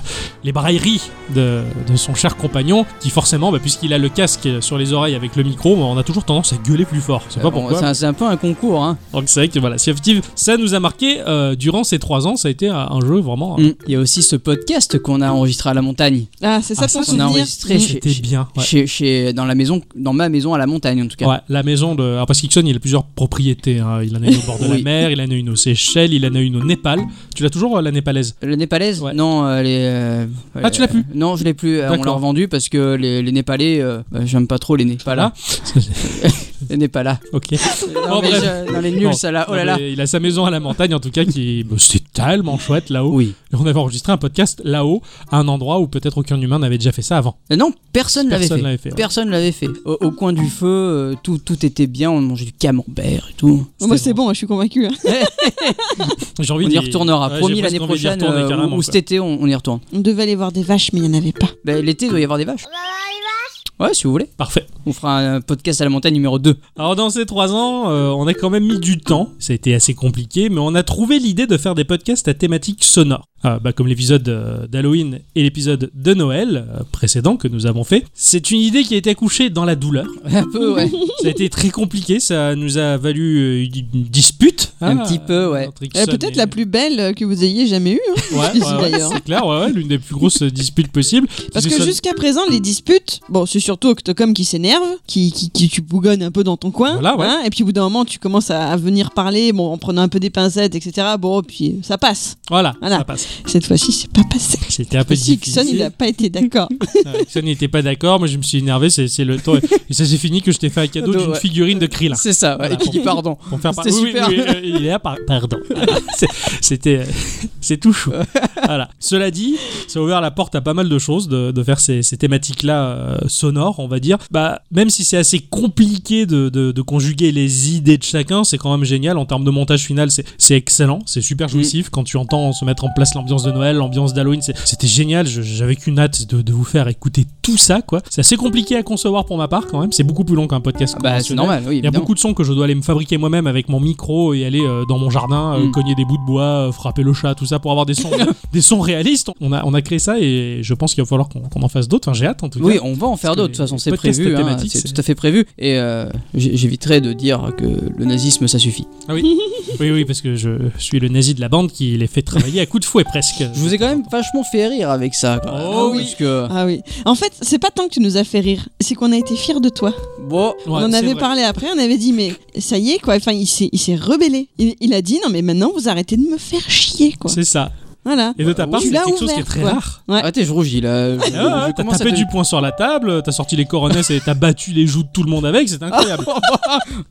[SPEAKER 2] les brailleries de, de son cher compagnon, qui forcément, bah, puisqu'il a le casque sur les oreilles avec le micro, on a toujours tendance à gueuler plus fort. Je sais pas
[SPEAKER 3] Euh, Bon,
[SPEAKER 2] pourquoi.
[SPEAKER 3] c'est un- c'est un peu un concours, hein.
[SPEAKER 2] Donc c'est vrai que voilà, Sea of Thieves, ça nous a marqué euh, durant ces trois ans, ça a été un, un jeu vraiment.
[SPEAKER 3] Mm. Il y a aussi ce podcast qu'on a enregistré à la montagne.
[SPEAKER 1] Ah, c'est ça
[SPEAKER 2] Ah,
[SPEAKER 1] ton
[SPEAKER 2] ça,
[SPEAKER 3] On a
[SPEAKER 1] souvenir
[SPEAKER 3] enregistré
[SPEAKER 1] Mm.
[SPEAKER 3] chez-
[SPEAKER 2] C'était
[SPEAKER 3] chez-
[SPEAKER 2] bien. ouais.
[SPEAKER 3] chez, chez- dans la maison, dans ma maison à la montagne en tout cas.
[SPEAKER 2] Ouais, la maison de. Alors, parce qu'Ixon, il a plusieurs propriétés. hein. Il en a une au bord de la
[SPEAKER 3] Oui.
[SPEAKER 2] mer, il en a une aux Seychelles, il en a une au Népal. Tu l'as toujours, euh, la népalaise
[SPEAKER 3] Le népalaise
[SPEAKER 2] Ouais.
[SPEAKER 3] Non, euh, les. euh,
[SPEAKER 2] Ah, tu l'as plus
[SPEAKER 3] Non, je l'ai plus. euh, on l'a
[SPEAKER 2] D'accord.
[SPEAKER 3] revendu parce que les, les népalais, euh, bah, j'aime pas trop les népalas.
[SPEAKER 2] Ah.
[SPEAKER 3] les népalas.
[SPEAKER 2] Ok.
[SPEAKER 3] Non,
[SPEAKER 2] Bon,
[SPEAKER 3] mais
[SPEAKER 2] bref.
[SPEAKER 3] je- non, les nuls,
[SPEAKER 2] Bon.
[SPEAKER 3] ça là. Oh là
[SPEAKER 2] Non,
[SPEAKER 3] là.
[SPEAKER 2] mais Il a sa maison à la montagne, en tout cas, qui. bah, C'est tellement chouette là-haut.
[SPEAKER 3] Oui.
[SPEAKER 2] Et on avait enregistré un podcast là-haut, à un endroit où peut-être aucun humain n'avait déjà fait ça avant.
[SPEAKER 3] Euh, Non, personne l'avait
[SPEAKER 2] Personne
[SPEAKER 3] fait.
[SPEAKER 2] l'avait fait. ouais.
[SPEAKER 3] Personne l'avait fait. Au, au coin du feu, euh, tout, tout était bien. On mangeait du camembert et tout.
[SPEAKER 1] Oh, Moi, c'est bon, je suis convaincu. hein.
[SPEAKER 2] J'ai envie
[SPEAKER 3] On
[SPEAKER 2] d'y-
[SPEAKER 3] y retournera.
[SPEAKER 2] Ouais, j'ai
[SPEAKER 3] Promis
[SPEAKER 2] presque
[SPEAKER 3] l'année
[SPEAKER 2] envie d'y
[SPEAKER 3] prochaine
[SPEAKER 2] retourner,
[SPEAKER 3] euh,
[SPEAKER 2] carrément,
[SPEAKER 3] ou, ou
[SPEAKER 2] quoi.
[SPEAKER 3] cet été, on, on y retourne.
[SPEAKER 1] On devait aller voir des vaches, mais il n'y en avait pas.
[SPEAKER 3] Bah, L'été, il doit y avoir des vaches. Ouais, si vous voulez.
[SPEAKER 2] Parfait.
[SPEAKER 3] On fera un podcast à la montagne numéro 2.
[SPEAKER 2] Alors dans ces trois ans, euh, on a quand même mis du temps, ça a été assez compliqué, mais on a trouvé l'idée de faire des podcasts à thématique sonore. Ah, bah, comme l'épisode euh, d'Halloween et l'épisode de Noël euh, précédent que nous avons fait. C'est une idée qui a été accouchée dans la douleur.
[SPEAKER 3] Un peu, ouais.
[SPEAKER 2] Ça a été très compliqué, ça nous a valu euh, une une dispute. hein.
[SPEAKER 3] Un petit peu, ouais.
[SPEAKER 2] entre
[SPEAKER 1] Eh,
[SPEAKER 2] Ixon
[SPEAKER 1] Peut-être
[SPEAKER 2] et-
[SPEAKER 1] la plus belle euh, que vous ayez jamais eue. hein.
[SPEAKER 2] Ouais, ouais, ouais,
[SPEAKER 1] d'ailleurs.
[SPEAKER 2] c'est clair, ouais, ouais, l'une des plus grosses euh, disputes possibles.
[SPEAKER 1] Parce que
[SPEAKER 2] ça-
[SPEAKER 1] jusqu'à présent, les disputes, bon, c'est surtout Octocom qui s'énerve, qui, qui, qui- tu bougonnes un peu dans ton coin.
[SPEAKER 2] Voilà, ouais.
[SPEAKER 1] hein, et puis au bout d'un moment, tu commences à, à venir parler, bon, en prenant un peu des pincettes, etc. Bon, puis euh, ça passe.
[SPEAKER 2] Voilà,
[SPEAKER 1] Voilà.
[SPEAKER 2] ça passe.
[SPEAKER 1] Cette fois-ci, c'est pas passé.
[SPEAKER 2] C'était un peu
[SPEAKER 1] Parce que
[SPEAKER 2] difficile.
[SPEAKER 1] Nixon, il n'a pas été d'accord.
[SPEAKER 2] Ouais, Ixon n'était pas d'accord, moi je me suis énervé, c'est c'est le temps. Et ça s'est fini que je t'ai fait un cadeau
[SPEAKER 3] Cadeau,
[SPEAKER 2] d'une
[SPEAKER 3] ouais.
[SPEAKER 2] figurine de Krillin.
[SPEAKER 3] C'est ça, ouais.
[SPEAKER 2] Voilà,
[SPEAKER 3] Et qui dit
[SPEAKER 2] bon.
[SPEAKER 3] pardon.
[SPEAKER 2] Pour faire par-
[SPEAKER 3] C'était
[SPEAKER 2] oui, oui,
[SPEAKER 3] super.
[SPEAKER 2] oui, euh, il est là, par- pardon. C'est- C'était, euh, c'est tout chou. Voilà. Cela dit, ça a ouvert la porte à pas mal de choses de, de faire ces, ces thématiques-là euh, sonores, on va dire. Bah, même si c'est assez compliqué de, de- de conjuguer les idées de chacun, c'est quand même génial en termes de montage final. C'est, c'est excellent, c'est super
[SPEAKER 3] Mm.
[SPEAKER 2] jouissif quand tu entends se mettre en place l'ambiance de Noël, l'ambiance d'Halloween. c'est- C'était génial. Je- j'avais qu'une hâte de, de vous faire écouter tout ça, quoi. C'est assez compliqué à concevoir pour ma part quand même. C'est beaucoup plus long qu'un podcast.
[SPEAKER 3] Ah Bah, c'est
[SPEAKER 2] conventionnel.
[SPEAKER 3] normal, oui.
[SPEAKER 2] Il y a
[SPEAKER 3] évidemment.
[SPEAKER 2] beaucoup de sons que je dois aller me fabriquer moi-même avec mon micro et aller euh, dans mon jardin, euh,
[SPEAKER 3] Mm.
[SPEAKER 2] cogner des bouts de bois, euh, frapper le chat, tout ça pour avoir des sons, des sons réalistes. On a, on a créé ça et je pense qu'il va falloir qu'on qu'on en fasse d'autres. Enfin, j'ai hâte en tout cas.
[SPEAKER 3] Oui, on va en faire
[SPEAKER 2] Parce
[SPEAKER 3] d'autres. De toute
[SPEAKER 2] que
[SPEAKER 3] façon,
[SPEAKER 2] les
[SPEAKER 3] c'est
[SPEAKER 2] podcasts
[SPEAKER 3] prévu. hein,
[SPEAKER 2] thématiques,
[SPEAKER 3] c'est
[SPEAKER 2] c'est-
[SPEAKER 3] tout à fait prévu. Et euh, j'ai- j'éviterai de dire que le nazisme, ça suffit.
[SPEAKER 2] oui, oui, parce que je suis le nazi de la bande qui les fait travailler à coups de fouet presque.
[SPEAKER 3] Je vous ai quand même vachement fait rire avec ça. quoi.
[SPEAKER 2] Oh oui.
[SPEAKER 3] Parce que.
[SPEAKER 1] Ah oui. En fait, c'est pas tant que tu nous as fait rire, c'est qu'on a été fiers de toi.
[SPEAKER 3] Bon.
[SPEAKER 2] Ouais,
[SPEAKER 1] on en
[SPEAKER 2] c'est
[SPEAKER 1] avait
[SPEAKER 2] vrai.
[SPEAKER 1] parlé après, on avait dit, mais ça y est, quoi. Enfin, il s'est il s'est rebellé. Il, il a dit, non, mais maintenant, vous arrêtez de me faire chier, quoi.
[SPEAKER 2] C'est ça.
[SPEAKER 1] Voilà.
[SPEAKER 2] Et de
[SPEAKER 3] Bah,
[SPEAKER 2] ta part,
[SPEAKER 1] Tu
[SPEAKER 2] c'est
[SPEAKER 1] l'as
[SPEAKER 2] quelque chose qui est
[SPEAKER 1] ouvert,
[SPEAKER 2] très
[SPEAKER 1] quoi.
[SPEAKER 2] rare.
[SPEAKER 1] Ouais.
[SPEAKER 3] Arrêtez, je rougis là. Je-
[SPEAKER 2] Ah ouais,
[SPEAKER 3] je
[SPEAKER 2] ouais, t'as
[SPEAKER 3] commence à
[SPEAKER 2] tapé
[SPEAKER 3] te-
[SPEAKER 2] du poing sur la table, t'as sorti les coronets et t'as battu les joues de tout le monde avec, c'est incroyable.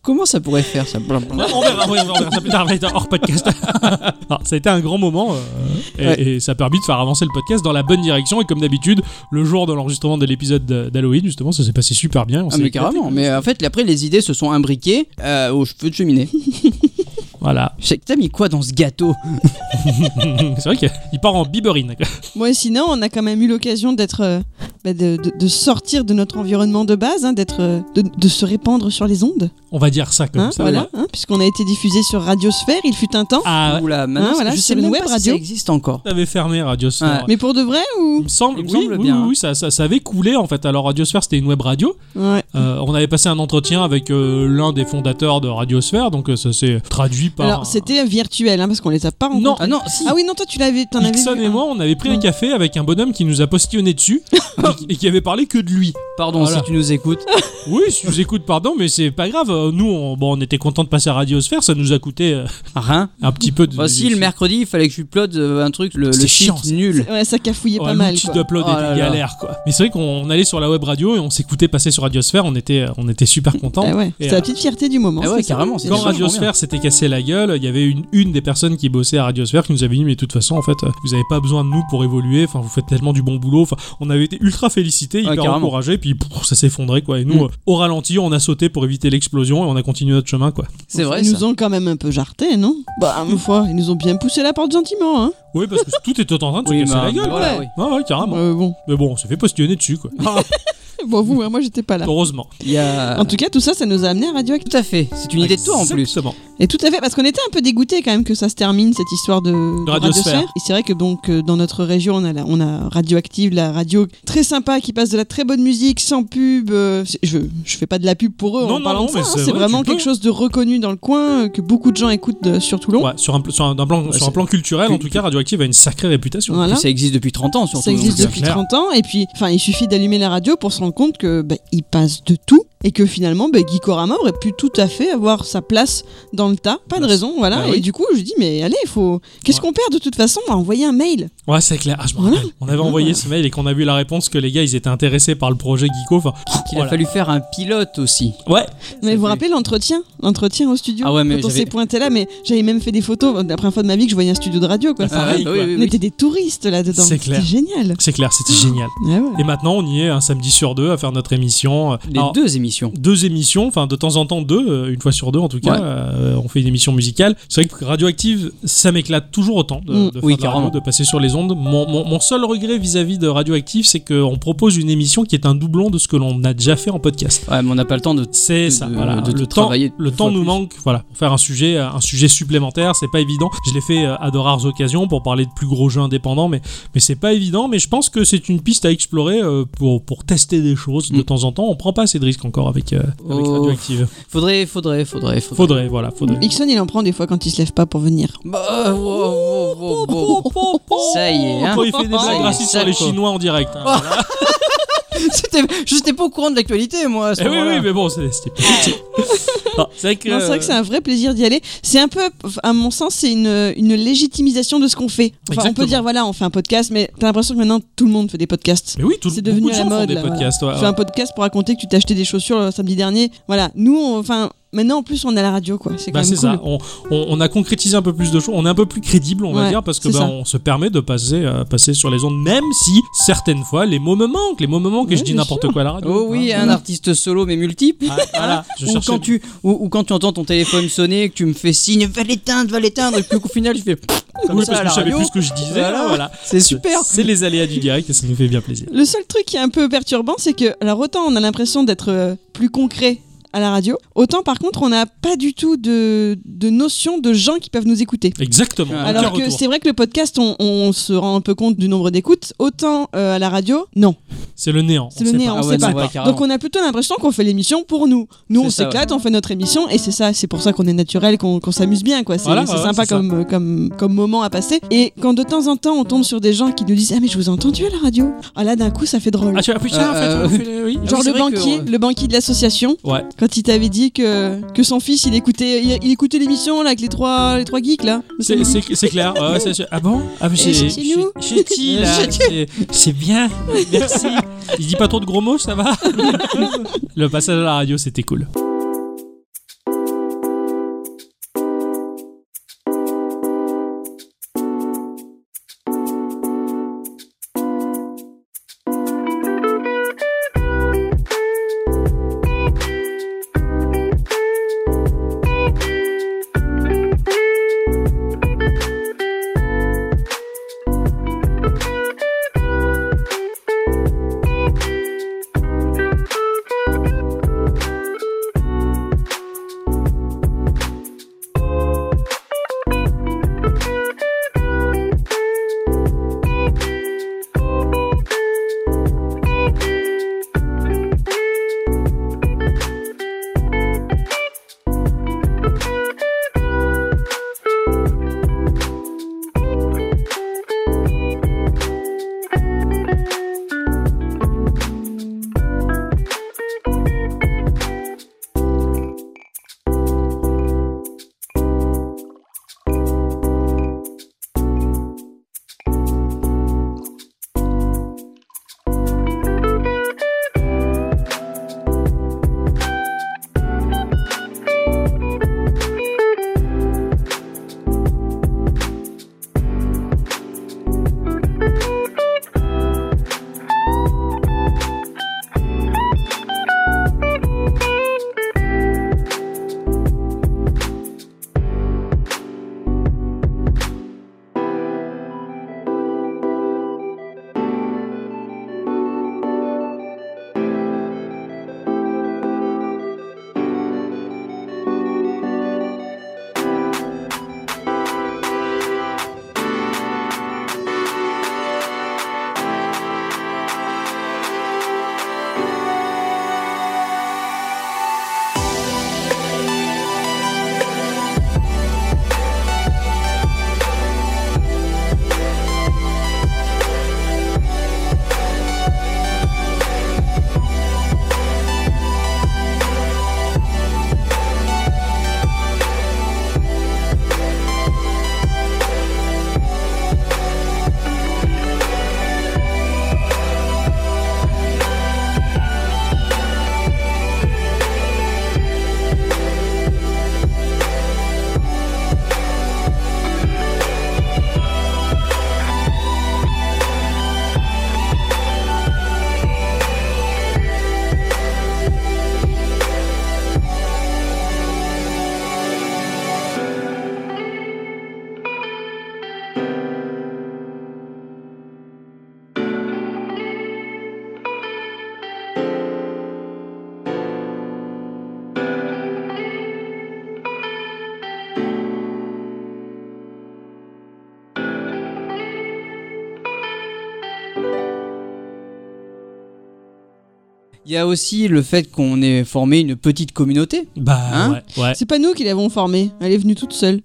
[SPEAKER 3] Comment ça pourrait faire ça
[SPEAKER 2] Ouais, on verra, ouais, on verra ça plus tard, mais hors podcast. Alors, ça a été un grand moment euh, et,
[SPEAKER 3] Ouais.
[SPEAKER 2] et ça a permis de faire avancer le podcast dans la bonne direction. Et comme d'habitude, le jour de l'enregistrement de l'épisode d- d'Halloween, justement, ça s'est passé super bien. On
[SPEAKER 3] Ah
[SPEAKER 2] s'est
[SPEAKER 3] mais
[SPEAKER 2] éclaté.
[SPEAKER 3] carrément, mais en fait après les idées se sont imbriquées euh, aux cheveux de cheminée.
[SPEAKER 2] Voilà.
[SPEAKER 3] Je sais que T'as mis quoi dans ce gâteau
[SPEAKER 2] C'est vrai qu'il part en biberine.
[SPEAKER 1] Bon, et sinon, on a quand même eu l'occasion d'être, euh, bah, de, de- de sortir de notre environnement de base, hein, d'être, euh, de, de se répandre sur les ondes,
[SPEAKER 2] On va dire ça comme
[SPEAKER 1] hein,
[SPEAKER 2] ça.
[SPEAKER 1] voilà, hein, puisqu'on a été diffusé sur Radiosphère, il fut un temps.
[SPEAKER 2] Ah, ouais.
[SPEAKER 3] Oula, maintenant
[SPEAKER 1] Hein, voilà,
[SPEAKER 3] je
[SPEAKER 1] sur
[SPEAKER 3] sais
[SPEAKER 1] une
[SPEAKER 3] même
[SPEAKER 1] web
[SPEAKER 3] pas si
[SPEAKER 1] radio.
[SPEAKER 3] ça existe encore.
[SPEAKER 2] T'avais fermé Radio Sphère.
[SPEAKER 3] Ouais.
[SPEAKER 1] Mais pour de vrai ou
[SPEAKER 2] Il me semble,
[SPEAKER 3] Il me
[SPEAKER 2] oui,
[SPEAKER 3] semble
[SPEAKER 2] oui,
[SPEAKER 3] bien.
[SPEAKER 2] oui, ça, ça, ça avait coulé en fait. Alors Radiosphère, c'était une web radio.
[SPEAKER 1] Ouais.
[SPEAKER 3] Mm.
[SPEAKER 2] Euh, on avait passé un entretien avec euh, l'un des fondateurs de Radiosphère, donc euh, ça s'est traduit par.
[SPEAKER 1] Alors, c'était virtuel, hein, parce qu'on les a pas rencontrés.
[SPEAKER 2] Non.
[SPEAKER 3] Ah non, si.
[SPEAKER 1] Ah oui, non, toi, tu l'avais, t'en avais
[SPEAKER 2] Ixon
[SPEAKER 1] vu
[SPEAKER 2] et
[SPEAKER 1] un.
[SPEAKER 2] moi, on avait pris un café avec un bonhomme qui nous a postillonné dessus et qui- et qui avait parlé que de lui.
[SPEAKER 3] Pardon
[SPEAKER 2] Voilà.
[SPEAKER 3] si tu nous écoutes.
[SPEAKER 2] Oui, si vous écoute, pardon, mais c'est pas grave. Euh, Nous, on, bon, on était contents de passer à Radiosphère, ça nous a coûté euh,
[SPEAKER 3] Rien.
[SPEAKER 2] un petit peu de.
[SPEAKER 3] Bah si le mercredi il fallait que je uploade euh, un truc le, le
[SPEAKER 2] C'est
[SPEAKER 3] site
[SPEAKER 2] chiant, ça.
[SPEAKER 3] nul.
[SPEAKER 1] Ouais, ça cafouillait
[SPEAKER 2] Oh,
[SPEAKER 1] pas mal.
[SPEAKER 2] l'outil
[SPEAKER 1] quoi.
[SPEAKER 2] d'upload
[SPEAKER 3] Oh là
[SPEAKER 2] était
[SPEAKER 3] là.
[SPEAKER 2] galère quoi. Mais c'est vrai qu'on allait sur la web radio et on s'écoutait passer sur Radiosphère, on était, euh, on était super contents.
[SPEAKER 1] Ah ouais,
[SPEAKER 2] Et,
[SPEAKER 1] c'était
[SPEAKER 2] euh,
[SPEAKER 1] la petite fierté du moment.
[SPEAKER 3] Ah ouais
[SPEAKER 1] c'est ça.
[SPEAKER 3] carrément, c'est
[SPEAKER 2] Quand
[SPEAKER 3] vachement bien.
[SPEAKER 2] Radiosphère s'était cassé la gueule, il y avait une, une des personnes qui bossait à Radiosphère qui nous avait dit mais de toute façon en fait euh, vous avez pas besoin de nous pour évoluer, enfin vous faites tellement du bon boulot, enfin on avait été ultra félicités, hyper
[SPEAKER 3] Ouais, carrément.
[SPEAKER 2] encouragés, puis pouf, ça s'est effondré quoi. Et nous
[SPEAKER 3] Mm.
[SPEAKER 2] euh, au ralenti on a sauté pour éviter l'explosion et on a continué notre chemin quoi.
[SPEAKER 3] C'est vrai
[SPEAKER 1] Ils
[SPEAKER 3] ça. hum.
[SPEAKER 1] nous ont quand même un peu jarté, non Bah, ma foi, ils nous ont bien poussé la porte gentiment, hein.
[SPEAKER 2] Oui parce que tout était en train de se
[SPEAKER 3] Oui,
[SPEAKER 2] casser
[SPEAKER 3] bah, Ah,
[SPEAKER 2] la gueule.
[SPEAKER 3] voilà,
[SPEAKER 1] ouais.
[SPEAKER 3] oui.
[SPEAKER 2] Ouais ouais carrément.
[SPEAKER 1] Euh, bon.
[SPEAKER 2] Mais Ah bon on s'est fait postillonner dessus quoi.
[SPEAKER 1] Bon, vous, hein, moi, j'étais pas là.
[SPEAKER 2] Heureusement.
[SPEAKER 3] Il y a
[SPEAKER 1] En tout cas, tout ça, ça nous a amené à Radioactive.
[SPEAKER 3] tout à fait, c'est une idée de toi en plus.
[SPEAKER 2] Exactement.
[SPEAKER 1] Et tout à fait, parce qu'on était un peu dégoûté quand même que ça se termine cette histoire de, de
[SPEAKER 2] Radiosphère.
[SPEAKER 1] Et c'est vrai que donc euh, dans notre région, on a, la- on a Radioactive, la radio très sympa qui passe de la très bonne musique sans pub. euh, c'est- je je fais pas de la pub pour eux
[SPEAKER 2] Non,
[SPEAKER 1] en
[SPEAKER 2] non,
[SPEAKER 1] parlant
[SPEAKER 2] non,
[SPEAKER 1] de ça.
[SPEAKER 2] mais
[SPEAKER 1] hein,
[SPEAKER 2] c'est
[SPEAKER 1] c'est
[SPEAKER 2] vrai,
[SPEAKER 1] vraiment
[SPEAKER 2] tu peux.
[SPEAKER 1] quelque chose de reconnu dans le coin euh, que beaucoup de gens écoutent de- sur Toulon.
[SPEAKER 2] Ouais, sur un, pl- sur un- d'un plan, sur un
[SPEAKER 3] c'est-
[SPEAKER 2] plan culturel, en tout cas, Radioactive a une sacrée réputation.
[SPEAKER 1] Voilà.
[SPEAKER 3] Ça existe depuis 30 ans surtout.
[SPEAKER 1] Ça
[SPEAKER 3] donc,
[SPEAKER 1] existe
[SPEAKER 3] euh,
[SPEAKER 1] depuis
[SPEAKER 2] clair.
[SPEAKER 1] 30 ans et puis enfin il suffit d'allumer la radio pour se rendre compte que bah, il passe de tout et que finalement bah, Guy Corama aurait pu tout à fait avoir sa place dans le tas pas de
[SPEAKER 2] Bah,
[SPEAKER 1] raison voilà
[SPEAKER 2] bah
[SPEAKER 1] et
[SPEAKER 2] oui.
[SPEAKER 1] du coup je dis mais allez il faut qu'est-ce
[SPEAKER 2] Ouais.
[SPEAKER 1] qu'on perd de toute façon on va envoyer un mail
[SPEAKER 2] Ouais, c'est clair. Ah, je me
[SPEAKER 1] Voilà.
[SPEAKER 2] rappelle. On avait envoyé ce mail et qu'on a vu la réponse que les gars, ils étaient intéressés par le projet Geeko. Enfin,
[SPEAKER 3] Il
[SPEAKER 2] voilà.
[SPEAKER 3] a fallu faire un pilote aussi.
[SPEAKER 2] Ouais,
[SPEAKER 1] mais vous vous
[SPEAKER 3] fait-
[SPEAKER 1] rappelez l'entretien l'entretien au studio
[SPEAKER 3] Ah ouais, mais
[SPEAKER 1] quand on
[SPEAKER 3] j'avais-
[SPEAKER 1] s'est pointé là mais j'avais même fait des photos la première fois de ma vie que je voyais un studio de radio quoi
[SPEAKER 2] Ah, pareil,
[SPEAKER 3] bah
[SPEAKER 2] quoi.
[SPEAKER 1] on était des touristes là dedans
[SPEAKER 2] C'est clair.
[SPEAKER 1] génial Ah
[SPEAKER 2] c'est clair, c'était génial.
[SPEAKER 1] Ouais, ouais.
[SPEAKER 2] Et maintenant, on y est un samedi sur deux à faire notre émission.
[SPEAKER 3] Les
[SPEAKER 2] Alors,
[SPEAKER 3] deux émissions.
[SPEAKER 2] deux émissions, enfin de temps en temps deux, euh, une fois sur deux en tout cas,
[SPEAKER 3] Ouais.
[SPEAKER 2] euh, on fait une émission musicale. C'est vrai que Radioactive, ça m'éclate toujours autant de,
[SPEAKER 1] Mm.
[SPEAKER 2] de faire
[SPEAKER 3] Oui,
[SPEAKER 2] de la radio,
[SPEAKER 3] carrément.
[SPEAKER 2] de passer sur les ondes. Mon, mon- mon seul regret vis-à-vis de Radioactive, c'est qu'on propose une émission qui est un doublon de ce que l'on a déjà fait en podcast.
[SPEAKER 3] Ouais, mais on n'a pas le temps de
[SPEAKER 2] C'est
[SPEAKER 3] de-
[SPEAKER 2] ça,
[SPEAKER 3] de-
[SPEAKER 2] voilà.
[SPEAKER 3] de- de
[SPEAKER 2] le temps,
[SPEAKER 3] travailler
[SPEAKER 2] le
[SPEAKER 3] deux
[SPEAKER 2] temps
[SPEAKER 3] fois
[SPEAKER 2] nous
[SPEAKER 3] plus.
[SPEAKER 2] manque, voilà, pour faire un sujet, euh, un sujet supplémentaire, c'est pas évident. Je l'ai fait euh, à de rares occasions pour parler de plus gros jeux indépendants, mais, mais c'est pas évident. Mais je pense que c'est une piste à explorer euh, pour, pour tester des choses de
[SPEAKER 3] Mm.
[SPEAKER 2] temps en temps. On prend pas assez de risques encore avec, euh, avec
[SPEAKER 3] Oh.
[SPEAKER 2] Radioactive.
[SPEAKER 3] Faudrait, faudrait, faudrait, faudrait.
[SPEAKER 2] Faudrait, voilà, faudrait.
[SPEAKER 1] Ixon il en prend des fois quand il se lève pas pour venir
[SPEAKER 3] Bah, wow, wow, wow, wow.
[SPEAKER 2] Oh,
[SPEAKER 3] Ça y est, hein.
[SPEAKER 2] Quand il fait des
[SPEAKER 3] Ça y
[SPEAKER 2] blagues
[SPEAKER 3] est,
[SPEAKER 2] racistes sur
[SPEAKER 3] ça,
[SPEAKER 2] les
[SPEAKER 3] quoi.
[SPEAKER 2] Chinois en direct. hein.
[SPEAKER 3] C'était- Je n'étais pas au courant de l'actualité, moi. à ce
[SPEAKER 2] Eh oui,
[SPEAKER 3] moment-là.
[SPEAKER 2] oui, mais bon, c'est- c'était petit. Ah, C'est vrai que.
[SPEAKER 1] Non, c'est vrai que c'est un vrai plaisir d'y aller. C'est un peu, à mon sens, c'est une, une légitimisation de ce qu'on fait. Enfin, on
[SPEAKER 2] Exactement.
[SPEAKER 1] peut dire, voilà, on fait un podcast, mais t'as l'impression que maintenant tout le monde fait des podcasts.
[SPEAKER 2] Mais oui, tout,
[SPEAKER 1] C'est
[SPEAKER 2] beaucoup
[SPEAKER 1] devenu
[SPEAKER 2] de
[SPEAKER 1] la
[SPEAKER 2] gens font
[SPEAKER 1] mode,
[SPEAKER 2] des
[SPEAKER 1] là, voilà.
[SPEAKER 2] podcasts. ouais,
[SPEAKER 1] Tu
[SPEAKER 2] ouais.
[SPEAKER 1] fais un podcast pour raconter que tu t'es acheté des chaussures le samedi dernier. Voilà, nous, on- enfin, maintenant en plus, on a la radio, quoi. C'est quand
[SPEAKER 2] Bah,
[SPEAKER 1] même
[SPEAKER 2] c'est
[SPEAKER 1] cool.
[SPEAKER 2] ça, on, on- on a concrétisé un peu plus de choses, on est un peu plus crédible, on va
[SPEAKER 1] Ouais,
[SPEAKER 2] dire, parce que
[SPEAKER 1] c'est
[SPEAKER 2] bah,
[SPEAKER 1] ça.
[SPEAKER 2] on se permet de passer, euh, passer sur les ondes, même si certaines fois les mots me manquent, les mots me manquent et
[SPEAKER 1] Ouais,
[SPEAKER 2] je dis
[SPEAKER 1] bien
[SPEAKER 2] n'importe
[SPEAKER 1] sûr.
[SPEAKER 2] quoi à la radio.
[SPEAKER 3] Oh oui,
[SPEAKER 2] Hein.
[SPEAKER 3] un artiste solo mais multiple.
[SPEAKER 2] Ah, voilà, je
[SPEAKER 3] ou,
[SPEAKER 2] cherchais-
[SPEAKER 3] quand tu, ou, ou quand tu entends ton téléphone sonner et que tu me fais signe, va l'éteindre, va l'éteindre, et puis qu'au final tu fais.
[SPEAKER 2] Ah oui,
[SPEAKER 3] ça à
[SPEAKER 2] parce que
[SPEAKER 3] la
[SPEAKER 2] je savais
[SPEAKER 3] radio.
[SPEAKER 2] plus ce que je disais.
[SPEAKER 3] Voilà.
[SPEAKER 2] voilà.
[SPEAKER 3] C'est super.
[SPEAKER 2] C'est les aléas du direct et ça nous fait bien plaisir.
[SPEAKER 1] Le seul truc qui est un peu perturbant, c'est que, alors autant on a l'impression d'être euh, plus concret à la radio, autant par contre, on n'a pas du tout de, de notion de gens qui peuvent nous écouter.
[SPEAKER 2] Exactement.
[SPEAKER 3] Ouais.
[SPEAKER 2] aucun
[SPEAKER 1] Alors que
[SPEAKER 2] retour.
[SPEAKER 1] c'est vrai que le podcast, on, on se rend un peu compte du nombre d'écoutes, autant euh, à la radio, non.
[SPEAKER 2] C'est le néant.
[SPEAKER 1] C'est
[SPEAKER 2] on
[SPEAKER 1] le
[SPEAKER 2] sait
[SPEAKER 1] néant,
[SPEAKER 2] pas.
[SPEAKER 1] on
[SPEAKER 3] Ah ouais,
[SPEAKER 1] sait
[SPEAKER 3] non,
[SPEAKER 1] pas.
[SPEAKER 3] ouais, carrément.
[SPEAKER 1] Donc on a plutôt l'impression qu'on fait l'émission pour nous. Nous, on
[SPEAKER 3] C'est ça,
[SPEAKER 1] s'éclate, on fait notre émission et c'est ça, c'est pour ça qu'on est naturel, qu'on qu'on s'amuse bien, quoi. C'est
[SPEAKER 2] Voilà,
[SPEAKER 1] c'est
[SPEAKER 2] ouais,
[SPEAKER 1] sympa
[SPEAKER 2] c'est ça.
[SPEAKER 1] comme, comme, comme moment à passer. Et quand de temps en temps on tombe sur des gens qui nous disent Ah, mais je vous ai entendu à la radio. Ah là, d'un coup, ça fait drôle.
[SPEAKER 2] Ah, tu as putain, en fait,
[SPEAKER 3] Euh,
[SPEAKER 2] on fait les- oui.
[SPEAKER 3] oui,
[SPEAKER 1] Genre
[SPEAKER 3] c'est
[SPEAKER 1] le
[SPEAKER 3] vrai
[SPEAKER 1] banquier,
[SPEAKER 3] que-
[SPEAKER 1] le banquier de l'association,
[SPEAKER 2] Ouais.
[SPEAKER 1] quand il t'avait dit que, que son fils il écoutait il, il écoutait l'émission là avec les trois les trois geeks là.
[SPEAKER 2] C'est, c'est- c'est clair. Ouais, ouais, c'est- c'est- ah bon ah, mais
[SPEAKER 1] Et chez nous
[SPEAKER 2] chez- chez qui, là c'est, c'est bien. Merci. Il dit pas trop de gros mots, ça va Le passage à la radio, c'était cool.
[SPEAKER 3] Il y a aussi le fait qu'on ait formé une petite communauté.
[SPEAKER 2] Bah
[SPEAKER 3] Hein
[SPEAKER 2] ouais, ouais.
[SPEAKER 1] C'est pas nous qui l'avons formée, elle est venue toute seule.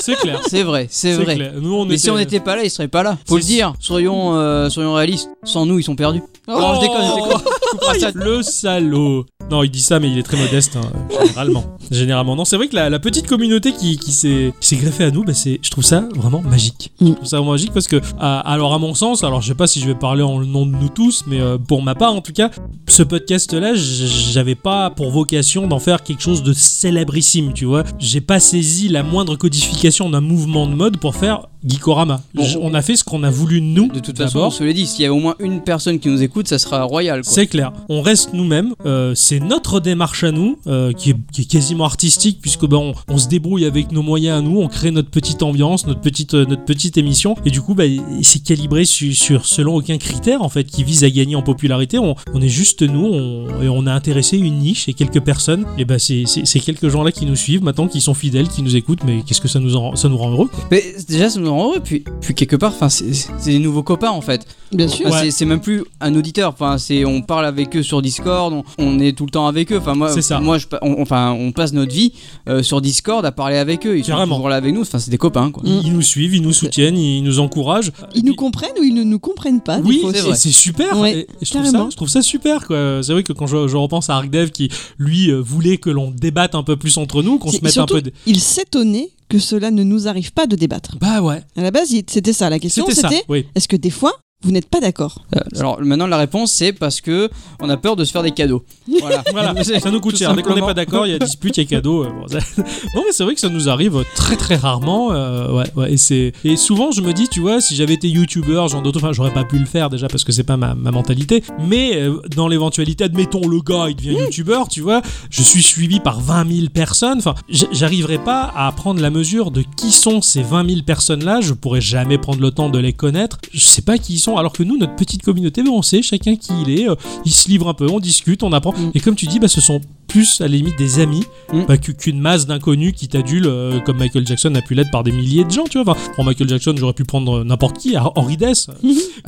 [SPEAKER 2] C'est clair.
[SPEAKER 3] C'est vrai, c'est
[SPEAKER 2] C'est
[SPEAKER 3] vrai.
[SPEAKER 2] clair. Nous, on
[SPEAKER 3] Mais
[SPEAKER 2] était...
[SPEAKER 3] si on n'était pas là, ils seraient pas là.
[SPEAKER 2] C'est-
[SPEAKER 3] Faut le dire. Soyons, euh, soyons réalistes. Sans nous, ils sont perdus.
[SPEAKER 1] Oh,
[SPEAKER 3] non, je déconne, je déconne.
[SPEAKER 2] Oh, Le salaud Non, il dit ça, mais il est très modeste, hein, généralement. Généralement. Non, c'est vrai que la, la petite communauté qui, qui s'est qui s'est greffée à nous, bah, c'est, je trouve ça vraiment magique.
[SPEAKER 1] Mm.
[SPEAKER 2] Je trouve ça vraiment magique parce que, à- alors à mon sens, alors je sais pas si je vais parler en le nom de nous tous, mais euh, pour ma part en tout cas, ce podcast-là, j- j'avais pas pour vocation d'en faire quelque chose de célébrissime, tu vois. J'ai pas saisi la moindre codification d'un mouvement de mode pour faire Geekorama.
[SPEAKER 3] Bon.
[SPEAKER 2] J- on a fait ce qu'on a voulu nous,
[SPEAKER 3] De toute façon, on
[SPEAKER 2] d'abord.
[SPEAKER 3] se les dit. S'il y a au moins une personne qui nous écoute, ça sera royal. Quoi.
[SPEAKER 2] C'est clair. On reste nous-mêmes. euh, c'est notre démarche à nous, euh, qui, est, qui est quasiment artistique, puisque ben, on, on se débrouille avec nos moyens à nous, on crée notre petite ambiance, notre petite, euh, notre petite émission, et du coup, ben, c'est calibré su- sur, selon aucun critère en fait qui vise à gagner en popularité. On, on est juste nous, on, et on a intéressé une niche et quelques personnes. Et ben, c'est c'est- c'est quelques gens là qui nous suivent maintenant, qui sont fidèles, qui nous écoutent, mais qu'est-ce que ça nous en- ça nous rend heureux quoi.
[SPEAKER 3] Mais déjà, ça nous rend rend heureux. Puis, puis quelque part, enfin, c'est c'est des nouveaux copains en fait.
[SPEAKER 1] Bien sûr.
[SPEAKER 3] Enfin,
[SPEAKER 2] Ouais.
[SPEAKER 3] c'est- C'est même plus un auditeur. Enfin, c'est on parle avec eux sur Discord. On, on est tout le temps avec eux. Enfin, moi,
[SPEAKER 2] C'est ça.
[SPEAKER 3] moi, je pa- on, enfin, on passe notre vie euh, sur Discord à parler avec eux. Ils sont
[SPEAKER 2] Carrément. Mm.
[SPEAKER 3] toujours là avec nous. Enfin, c'est des copains quoi.
[SPEAKER 2] Ils nous suivent, ils nous soutiennent, ils nous encouragent.
[SPEAKER 1] Mm. Ils nous comprennent ou ils ne nous comprennent pas. Ah, des
[SPEAKER 2] Oui,
[SPEAKER 1] fois
[SPEAKER 3] c'est
[SPEAKER 1] aussi.
[SPEAKER 2] et c'est super.
[SPEAKER 1] Ouais,
[SPEAKER 2] et- et je, trouve ça,
[SPEAKER 1] carrément.
[SPEAKER 2] je trouve ça super. quoi. C'est vrai que quand je, je repense à Arkdev qui, lui, euh, voulait que l'on débatte un peu plus entre nous, qu'on se
[SPEAKER 1] C'est-
[SPEAKER 2] mette
[SPEAKER 1] surtout,
[SPEAKER 2] un peu. de-
[SPEAKER 1] Ils s'étonnaient que cela ne nous arrive pas de débattre.
[SPEAKER 2] Bah ouais,
[SPEAKER 1] À la base, il- c'était ça la question.
[SPEAKER 2] c'était ça.
[SPEAKER 1] C'était
[SPEAKER 2] Oui.
[SPEAKER 1] est-ce que des fois vous n'êtes pas d'accord
[SPEAKER 3] Euh, Alors maintenant, la réponse c'est parce que on a peur de se faire des cadeaux. Voilà.
[SPEAKER 2] Voilà, ça nous coûte
[SPEAKER 3] Tout
[SPEAKER 2] cher. Dès qu'on n'est
[SPEAKER 3] simplement.
[SPEAKER 2] pas d'accord, il y a dispute, il y a cadeau. euh, Bon, ça- Bon, mais c'est vrai que ça nous arrive très très rarement. euh, ouais, ouais, et, c'est... et souvent, je me dis, tu vois, si j'avais été youtubeur, genre d'autres, enfin, j'aurais pas pu le faire déjà parce que c'est pas ma, ma mentalité. Mais euh, dans l'éventualité, admettons, le gars, il devient youtubeur, tu vois, je suis suivi par 20 000 personnes. Enfin, j- j'arriverai pas à prendre la mesure de qui sont ces 20 000 personnes-là. Je pourrais jamais prendre le temps de les connaître. Je sais pas qui ils sont. Alors que nous, notre petite communauté, ben, on sait chacun qui il est. euh, il se livre un peu, on discute, on apprend.
[SPEAKER 3] Mm.
[SPEAKER 2] Et comme tu dis, bah, ce sont plus à la limite des amis
[SPEAKER 3] Mm.
[SPEAKER 2] bah, que- qu'une masse d'inconnus qui t'adulent euh, comme Michael Jackson a pu l'être par des milliers de gens, tu vois. Enfin, pour Michael Jackson, j'aurais pu prendre euh, n'importe qui, Har- Henri Dess.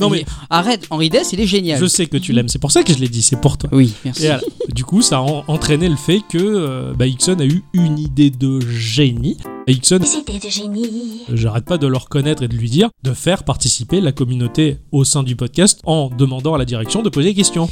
[SPEAKER 2] non mais
[SPEAKER 3] Arrête, Henri Dess, il est génial.
[SPEAKER 2] je sais que tu l'aimes, c'est pour ça que je l'ai dit, c'est pour toi.
[SPEAKER 3] Oui, merci.
[SPEAKER 2] Et voilà. du coup, ça a en- entraîné le fait que euh, bah, Hickson a eu une idée de génie. Et Hickson, Euh,
[SPEAKER 6] C'était de génie.
[SPEAKER 2] j'arrête pas de le reconnaître et de lui dire de faire participer la communauté au sein du podcast en demandant à la direction de poser des questions.